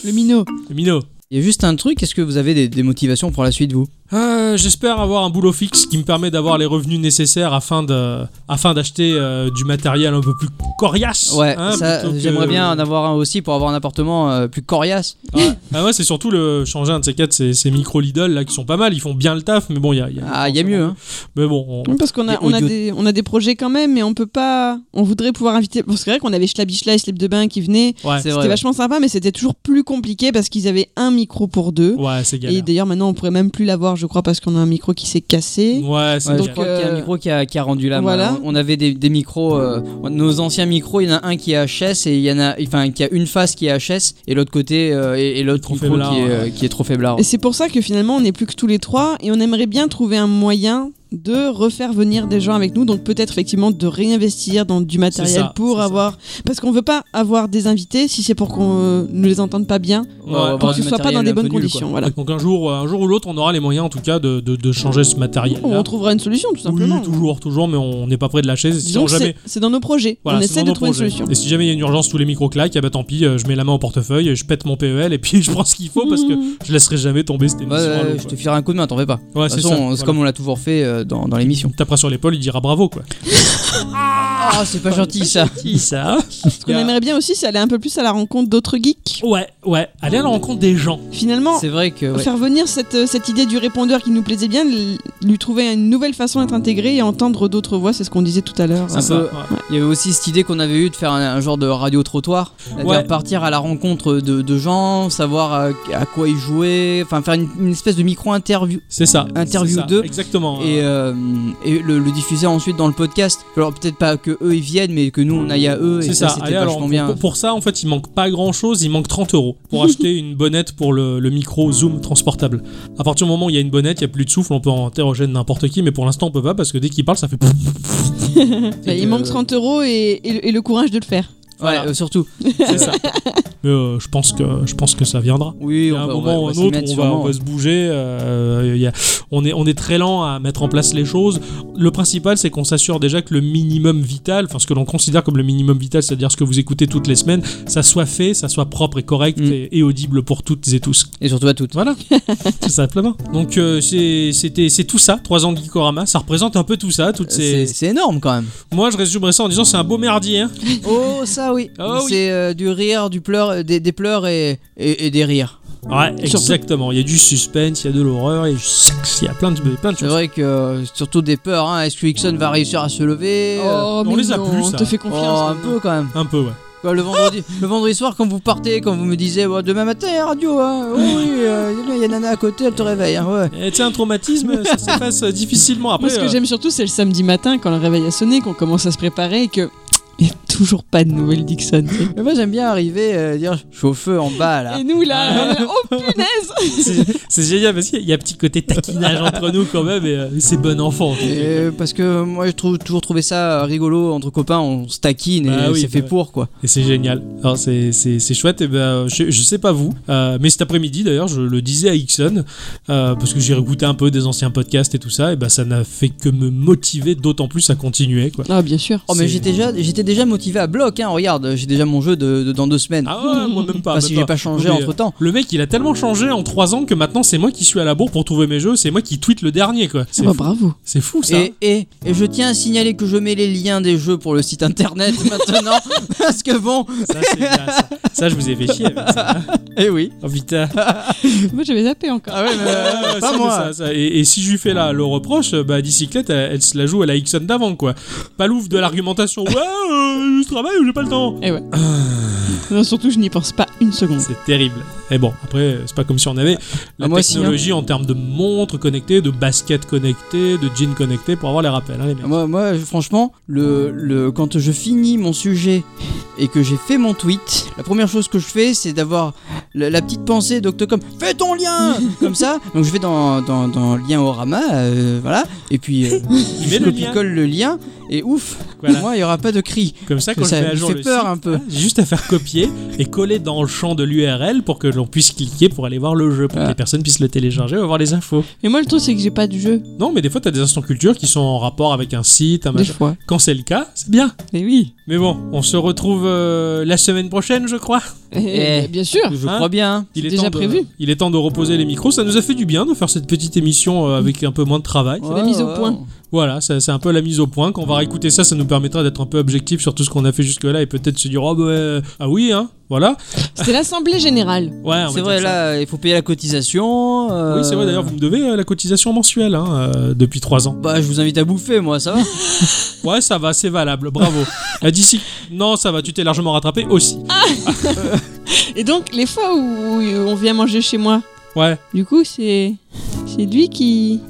[SPEAKER 1] Le minot.
[SPEAKER 2] Mino.
[SPEAKER 3] Il y a juste un truc, est-ce que vous avez des, des motivations pour la suite, vous
[SPEAKER 2] Euh, J'espère avoir un boulot fixe qui me permet d'avoir les revenus nécessaires afin de afin d'acheter euh, du matériel un peu plus coriace.
[SPEAKER 3] Ouais,
[SPEAKER 2] hein,
[SPEAKER 3] ça,
[SPEAKER 2] plutôt que-
[SPEAKER 3] j'aimerais bien en avoir un aussi pour avoir un appartement euh, plus coriace.
[SPEAKER 2] Ouais. Ah ouais, c'est surtout le changer un de ces quatre, ces, ces micro Lidl là qui sont pas mal. Ils font bien le taf, mais bon, il y a, il y a-
[SPEAKER 3] Ah, il y a mieux, hein.
[SPEAKER 2] Mais bon, on-
[SPEAKER 1] Oui, Parce qu'on a,
[SPEAKER 3] Des
[SPEAKER 1] on a,
[SPEAKER 3] audio-
[SPEAKER 1] des, on a des projets quand même, mais on peut pas. On voudrait pouvoir inviter. Parce que c'est vrai qu'on avait Schlabischla et Slip de Bain qui venaient.
[SPEAKER 2] ouais,
[SPEAKER 3] C'est
[SPEAKER 2] c'est
[SPEAKER 1] C'était
[SPEAKER 3] vrai.
[SPEAKER 1] vachement sympa, mais c'était toujours plus compliqué parce qu'ils avaient un micro pour deux.
[SPEAKER 2] ouais, c'est
[SPEAKER 1] et
[SPEAKER 2] galère.
[SPEAKER 1] d'ailleurs, maintenant, on pourrait même plus l'avoir, je crois, parce qu'on a un micro qui s'est cassé.
[SPEAKER 2] Ouais, c'est
[SPEAKER 3] Ouais,
[SPEAKER 1] Donc,
[SPEAKER 3] je crois qu'il y a
[SPEAKER 1] euh,
[SPEAKER 3] un micro qui a, qui a rendu la main.
[SPEAKER 1] voilà.
[SPEAKER 3] On, on avait des, des micros, euh, nos anciens micros, il y en a un qui est HS et il y en a, enfin, qui a une face qui est HS et l'autre côté euh, et, et l'autre
[SPEAKER 2] Trop hein.
[SPEAKER 3] micro
[SPEAKER 2] faiblard,
[SPEAKER 3] qui est, euh,
[SPEAKER 2] ouais.
[SPEAKER 3] qui est trop faiblard.
[SPEAKER 1] Et c'est pour ça que finalement, on n'est plus que tous les trois et on aimerait bien trouver un moyen de refaire venir des gens avec nous. Donc peut-être effectivement de réinvestir dans du
[SPEAKER 2] C'est
[SPEAKER 1] matériel
[SPEAKER 2] ça,
[SPEAKER 1] pour
[SPEAKER 2] c'est ça.
[SPEAKER 1] avoir. Parce qu'on veut pas avoir des invités si c'est pour qu'on euh, ne les entende pas bien,
[SPEAKER 2] Ouais,
[SPEAKER 3] Ouais, ouais,
[SPEAKER 1] pour
[SPEAKER 3] Avoir
[SPEAKER 1] que ce
[SPEAKER 3] du
[SPEAKER 1] soit pas dans
[SPEAKER 3] matériel
[SPEAKER 1] des
[SPEAKER 3] un
[SPEAKER 1] bonnes
[SPEAKER 3] peu nul, quoi.
[SPEAKER 1] conditions. Voilà.
[SPEAKER 2] Donc un jour, un jour ou l'autre, on aura les moyens en tout cas de, de- de changer ce matériel.
[SPEAKER 1] On trouvera une solution tout simplement.
[SPEAKER 2] toujours, toujours, mais on n'est pas près de lâcher. Si
[SPEAKER 1] Disons
[SPEAKER 2] on
[SPEAKER 1] que
[SPEAKER 2] jamais.
[SPEAKER 1] c'est- c'est dans nos projets.
[SPEAKER 2] Voilà,
[SPEAKER 1] on
[SPEAKER 2] c'est
[SPEAKER 1] essaie
[SPEAKER 2] dans
[SPEAKER 1] de
[SPEAKER 2] nos
[SPEAKER 1] trouver
[SPEAKER 2] projets.
[SPEAKER 1] une solution.
[SPEAKER 2] Et si jamais il y a une urgence, tous les micros claquent, et bah tant pis, euh, je mets la main au portefeuille, je pète mon PEL et puis je prends ce qu'il faut parce que
[SPEAKER 1] Mhm.
[SPEAKER 2] je laisserai jamais tomber cette
[SPEAKER 3] Bah,
[SPEAKER 2] émission. à
[SPEAKER 3] euh,
[SPEAKER 2] l'eau,
[SPEAKER 3] je
[SPEAKER 2] quoi.
[SPEAKER 3] te filerai un coup de main, t'en fais pas.
[SPEAKER 2] Ouais,
[SPEAKER 3] De
[SPEAKER 2] c'est
[SPEAKER 3] toute façon,
[SPEAKER 2] ça.
[SPEAKER 3] on- c'est
[SPEAKER 2] voilà.
[SPEAKER 3] comme on l'a toujours fait euh, dans, dans l'émission.
[SPEAKER 2] Il tapera sur l'épaule, il dira bravo quoi.
[SPEAKER 3] Ah, c'est pas gentil ça.
[SPEAKER 2] Qui ça
[SPEAKER 1] Ce qu'on aimerait bien aussi, c'est aller un peu plus à la rencontre d'autres geeks.
[SPEAKER 2] Ouais, ouais, aller à la rencontre des gens.
[SPEAKER 1] Finalement,
[SPEAKER 3] C'est vrai que. ouais.
[SPEAKER 1] faire venir cette, euh, cette idée du répondeur qui nous plaisait bien, l- lui trouver une nouvelle façon d'être intégré et entendre d'autres voix, c'est ce qu'on disait tout à l'heure.
[SPEAKER 2] C'est ça.
[SPEAKER 3] peu.
[SPEAKER 2] ouais.
[SPEAKER 3] Il y avait aussi cette idée qu'on avait eue de faire un, un genre de radio-trottoir, de
[SPEAKER 2] Ouais.
[SPEAKER 3] partir à la rencontre de, de gens, savoir euh, à, quoi ils jouaient, enfin faire une, une espèce de micro-interview.
[SPEAKER 2] C'est ça.
[SPEAKER 3] Interview
[SPEAKER 2] c'est ça,
[SPEAKER 3] deux.
[SPEAKER 2] Exactement.
[SPEAKER 3] et, euh, et le, le diffuser ensuite dans le podcast. Alors peut-être pas que eux ils viennent, mais que nous on aille à eux et
[SPEAKER 2] C'est
[SPEAKER 3] ça,
[SPEAKER 2] ça.
[SPEAKER 3] c'était
[SPEAKER 2] Allez, alors,
[SPEAKER 3] vachement
[SPEAKER 2] pour,
[SPEAKER 3] bien.
[SPEAKER 2] pour- pour ça, en fait, il manque pas grand chose. Il manque 30 euros pour acheter une bonnette pour le, le micro Zoom transportable. À partir du moment où il y a une bonnette, il y a plus de souffle. On peut en interrogène n'importe qui, mais pour l'instant, on peut pas parce que dès qu'il parle, ça fait. pouf.
[SPEAKER 1] Bah, il manque 30 euros et, et- et le courage de le faire.
[SPEAKER 2] Voilà.
[SPEAKER 3] Ouais, euh, surtout.
[SPEAKER 2] C'est ça. Mais euh, je pense que je pense que ça viendra.
[SPEAKER 3] Oui,
[SPEAKER 2] Il y
[SPEAKER 3] on
[SPEAKER 2] a un
[SPEAKER 3] va- on va-
[SPEAKER 2] moment ou
[SPEAKER 3] on
[SPEAKER 2] un
[SPEAKER 3] va s'y
[SPEAKER 2] autre,
[SPEAKER 3] mettre
[SPEAKER 2] on va, on
[SPEAKER 3] sûrement.
[SPEAKER 2] va se bouger. euh, il y a- on, est, on est très lent à mettre en place les choses. Le principal, c'est qu'on s'assure déjà que le minimum vital, enfin ce que l'on considère comme le minimum vital, c'est-à-dire ce que vous écoutez toutes les semaines, ça soit fait, ça soit propre et correct
[SPEAKER 3] Mm.
[SPEAKER 2] et- et audible pour toutes et tous.
[SPEAKER 3] Et surtout à toutes.
[SPEAKER 2] Voilà, tout simplement. Donc euh, c'est c'était- c'est tout ça, 3 ans de Gikorama, ça représente un peu tout ça, toutes
[SPEAKER 3] C'est
[SPEAKER 2] ces...
[SPEAKER 3] Euh, c'est énorme quand même.
[SPEAKER 2] Moi je résumerais ça en disant c'est un beau merdier. hein.
[SPEAKER 3] Oh ça oui.
[SPEAKER 2] Oh, oui.
[SPEAKER 3] C'est euh, du rire, du pleur, euh, des, des pleurs et, et, et des rires.
[SPEAKER 2] Ouais, exactement, il y a du suspense, il y a de l'horreur, il y a du sexe, il y a plein de, plein de
[SPEAKER 3] C'est
[SPEAKER 2] choses.
[SPEAKER 3] vrai que euh, surtout des peurs. Hein. Est-ce que Ixon va réussir à se lever Euh,
[SPEAKER 1] Oh,
[SPEAKER 2] on
[SPEAKER 1] mais
[SPEAKER 2] les a
[SPEAKER 1] non,
[SPEAKER 2] plus,
[SPEAKER 1] on
[SPEAKER 2] ça.
[SPEAKER 1] te fait
[SPEAKER 3] oh,
[SPEAKER 1] confiance.
[SPEAKER 3] un peu quand même.
[SPEAKER 2] Un peu, ouais.
[SPEAKER 3] Quoi, le, vendredi, le vendredi soir, quand vous partez, quand vous me disiez Ouais, demain matin, il y a radio, hein. oui, euh, il y a Nana à côté, elle te réveille. hein, ouais.
[SPEAKER 2] Et tiens, un traumatisme, ça s'efface euh, difficilement après.
[SPEAKER 1] Moi, ce que
[SPEAKER 2] euh,
[SPEAKER 1] j'aime surtout, c'est le samedi matin quand le réveil a sonné, qu'on commence à se préparer et que. Il n'y a toujours pas de nouvelles Dixon.
[SPEAKER 3] Mais moi j'aime bien arriver euh, dire je suis au feu en bas là.
[SPEAKER 1] Et nous là, euh, oh punaise
[SPEAKER 2] Ah. c'est- c'est génial parce qu'il y a- il y a un petit côté taquinage entre nous quand même et euh, c'est bon enfant.
[SPEAKER 3] Et euh, parce que moi j'ai trou- toujours trouvé ça euh, rigolo entre copains, on se taquine
[SPEAKER 2] Bah
[SPEAKER 3] et
[SPEAKER 2] oui,
[SPEAKER 3] c'est
[SPEAKER 2] bah
[SPEAKER 3] fait
[SPEAKER 2] ouais.
[SPEAKER 3] pour quoi.
[SPEAKER 2] Et c'est génial. Alors c'est, c'est, c'est chouette. Et ben, euh, je, je sais pas vous, euh, mais cet après-midi d'ailleurs, je le disais à Ixon, euh, parce que j'ai réécouté un peu des anciens podcasts et tout ça, et ben ça n'a fait que me motiver d'autant plus à continuer. Quoi.
[SPEAKER 1] Ah, bien sûr.
[SPEAKER 3] Oh mais
[SPEAKER 2] C'est-
[SPEAKER 3] j'étais déjà, j'étais déjà motivé à bloc. Hein. Regarde, j'ai déjà mon jeu de, de- dans deux semaines.
[SPEAKER 2] Ah ouais, moi même
[SPEAKER 3] Enfin,
[SPEAKER 2] pas. même
[SPEAKER 3] si j'ai pas changé
[SPEAKER 2] Mais, euh,
[SPEAKER 3] entre-temps.
[SPEAKER 2] Le mec, il a tellement changé en 3 ans que maintenant c'est moi qui suis à la bourre pour trouver mes jeux, c'est moi qui tweete le dernier quoi. C'est
[SPEAKER 1] bah,
[SPEAKER 2] fou.
[SPEAKER 1] bravo.
[SPEAKER 2] C'est fou ça.
[SPEAKER 3] Ah Et, et, et je tiens à signaler que je mets les liens des jeux pour le site internet maintenant. parce que bon,
[SPEAKER 2] Ça, c'est bien, ça. Ça, je vous ai fait chier avec ça.
[SPEAKER 3] eh oui.
[SPEAKER 2] Oh putain.
[SPEAKER 1] Moi, j'avais zappé encore.
[SPEAKER 3] Ah ouais, mais
[SPEAKER 2] Ah, ça,
[SPEAKER 3] pas
[SPEAKER 2] mais
[SPEAKER 3] moi.
[SPEAKER 2] ça, ça. Et, et si je lui fais là, le reproche, bah, Dicyclette, elle, elle se la joue à la Ixon d'avant, quoi. Pas l'ouvre de l'argumentation. Ouais, euh, je travaille ou j'ai pas le temps.
[SPEAKER 1] Et ouais. non, surtout, je n'y pense pas une seconde.
[SPEAKER 2] C'est terrible. Et bon, après, c'est pas comme si on avait la
[SPEAKER 3] Ah, moi aussi,
[SPEAKER 2] technologie en termes de montres connectées, de baskets connectées, de jeans connectés pour avoir les rappels. hein, les mecs.
[SPEAKER 3] Moi, moi, franchement, le, le, quand je finis mon sujet et que j'ai fait mon tweet, la première chose que je fais, c'est d'avoir la, la petite pensée d'Octocom. Fais ton lien Comme ça. Donc je vais dans, dans, dans lien Orama, euh, voilà. Et puis euh,
[SPEAKER 2] mets
[SPEAKER 3] je
[SPEAKER 2] le lien.
[SPEAKER 3] copie-colle le lien. Et ouf,
[SPEAKER 2] Voilà.
[SPEAKER 3] moi, il n'y aura pas de cri.
[SPEAKER 2] Comme ça, quand
[SPEAKER 3] Ça
[SPEAKER 2] je mets à
[SPEAKER 3] me
[SPEAKER 2] jour
[SPEAKER 3] fait
[SPEAKER 2] le
[SPEAKER 3] peur hein.
[SPEAKER 2] site, ah,
[SPEAKER 3] un peu.
[SPEAKER 2] j'ai juste à faire copier et coller dans le champ de l'URL pour que l'on puisse cliquer pour aller voir le jeu, pour que
[SPEAKER 3] Ah.
[SPEAKER 2] les personnes puissent le télécharger ou avoir les infos.
[SPEAKER 1] Mais moi, le truc, c'est que j'ai pas de jeu,
[SPEAKER 2] Non, mais des fois, t'as des instants culture qui sont en rapport avec un site, un
[SPEAKER 1] des
[SPEAKER 2] machin.
[SPEAKER 1] fois.
[SPEAKER 2] Quand c'est le cas, c'est bien.
[SPEAKER 1] Mais oui.
[SPEAKER 2] Mais bon, on se retrouve euh, la semaine prochaine, je crois.
[SPEAKER 1] Eh,
[SPEAKER 3] Eh.
[SPEAKER 1] Bien sûr.
[SPEAKER 3] Je
[SPEAKER 2] Hein
[SPEAKER 3] crois bien.
[SPEAKER 2] Il
[SPEAKER 1] déjà
[SPEAKER 2] temps de-
[SPEAKER 1] prévu.
[SPEAKER 2] Il est temps de reposer les micros. Ça nous a fait du bien de faire cette petite émission euh, avec un peu moins de travail.
[SPEAKER 1] la mise au point.
[SPEAKER 3] Oh.
[SPEAKER 2] Voilà, ça- c'est un peu la mise au point. Quand on va réécouter ça, ça nous permettra d'être un peu objectif sur tout ce qu'on a fait jusque-là et peut-être se dire, oh bah, euh, ah oui, hein, voilà.
[SPEAKER 1] C'était l'assemblée générale.
[SPEAKER 2] Ouais, Ah, on va
[SPEAKER 3] C'est
[SPEAKER 2] dire
[SPEAKER 3] vrai,
[SPEAKER 2] ça.
[SPEAKER 3] là, il faut payer la cotisation. euh,
[SPEAKER 2] Oui, c'est vrai, d'ailleurs, vous me devez euh, la cotisation mensuelle hein, euh, depuis 3 ans.
[SPEAKER 3] Bah, je vous invite à bouffer, moi, ça va.
[SPEAKER 2] Ouais, ça va, c'est valable, bravo. Euh, D'ici. Non, ça va, tu t'es largement rattrapé aussi.
[SPEAKER 1] Et donc, les fois où on vient manger chez moi,
[SPEAKER 2] Ouais.
[SPEAKER 1] du coup, c'est. C'est lui qui.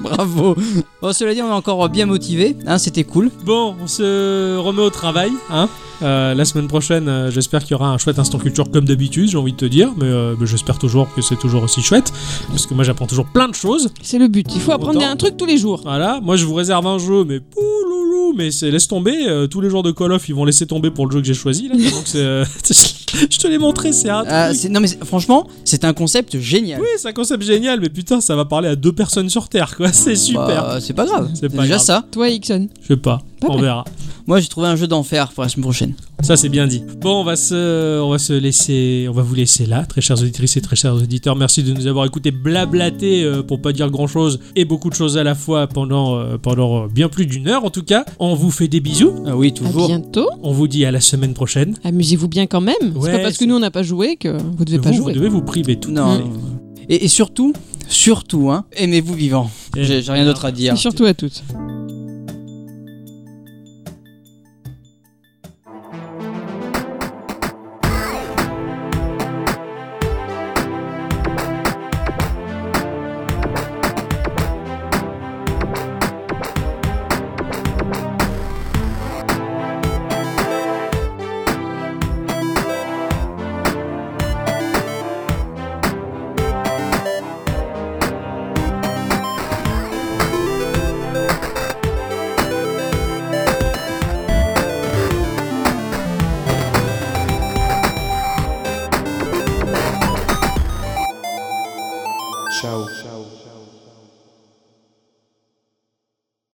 [SPEAKER 3] Bravo. Bon, cela dit, on est encore bien motivé. Hein, C'était cool.
[SPEAKER 2] Bon, on se remet au travail, hein. Euh, la semaine prochaine, euh, j'espère qu'il y aura un chouette instant culture comme d'habitude, j'ai envie de te dire, mais, euh, mais j'espère toujours que c'est toujours aussi chouette, parce que moi j'apprends toujours plein de choses.
[SPEAKER 1] C'est le but. Il faut apprendre
[SPEAKER 2] Autant.
[SPEAKER 1] un truc tous les jours.
[SPEAKER 2] Voilà, moi je vous réserve un jeu, mais pouloulou, mais c'est laisse tomber. euh, tous les joueurs de Call of, ils vont laisser tomber pour le jeu que j'ai choisi. Là, donc c'est, euh, je te l'ai montré, c'est un
[SPEAKER 3] Ah,
[SPEAKER 2] truc.
[SPEAKER 3] c'est- non mais c'est- franchement, c'est un concept génial.
[SPEAKER 2] Oui, c'est un concept génial, mais putain, ça va parler à deux personnes sur Terre, quoi. C'est super.
[SPEAKER 3] Bah, c'est pas grave.
[SPEAKER 2] C'est
[SPEAKER 3] C'est
[SPEAKER 2] pas
[SPEAKER 3] déjà
[SPEAKER 2] grave.
[SPEAKER 3] ça.
[SPEAKER 1] Toi, Ixon.
[SPEAKER 2] Je sais pas,
[SPEAKER 1] Pas
[SPEAKER 2] on
[SPEAKER 1] mal.
[SPEAKER 2] verra.
[SPEAKER 3] Moi, j'ai trouvé un jeu d'enfer pour la semaine prochaine.
[SPEAKER 2] Ça c'est bien dit. Bon, on va se, on va se laisser, on va vous laisser là, très chères auditrices et très chers auditeurs. Merci de nous avoir écouté blablater euh, pour pas dire grand chose et beaucoup de choses à la fois pendant, euh, pendant euh, bien plus d'une heure en tout cas. On vous fait des bisous.
[SPEAKER 3] Ah oui,
[SPEAKER 1] À
[SPEAKER 3] toujours.
[SPEAKER 1] bientôt.
[SPEAKER 2] On vous dit à la semaine prochaine.
[SPEAKER 1] Amusez-vous bien quand même.
[SPEAKER 2] Ouais,
[SPEAKER 1] c'est pas parce que
[SPEAKER 2] c'est-
[SPEAKER 1] nous on n'a pas joué que vous devez
[SPEAKER 2] vous,
[SPEAKER 1] pas
[SPEAKER 2] vous
[SPEAKER 1] jouer.
[SPEAKER 2] devez vous priver tout.
[SPEAKER 3] Non. Et, et surtout, surtout, hein, aimez-vous vivant.
[SPEAKER 2] Eh,
[SPEAKER 3] J'ai j'ai rien d'autre à dire.
[SPEAKER 1] Et surtout à toutes.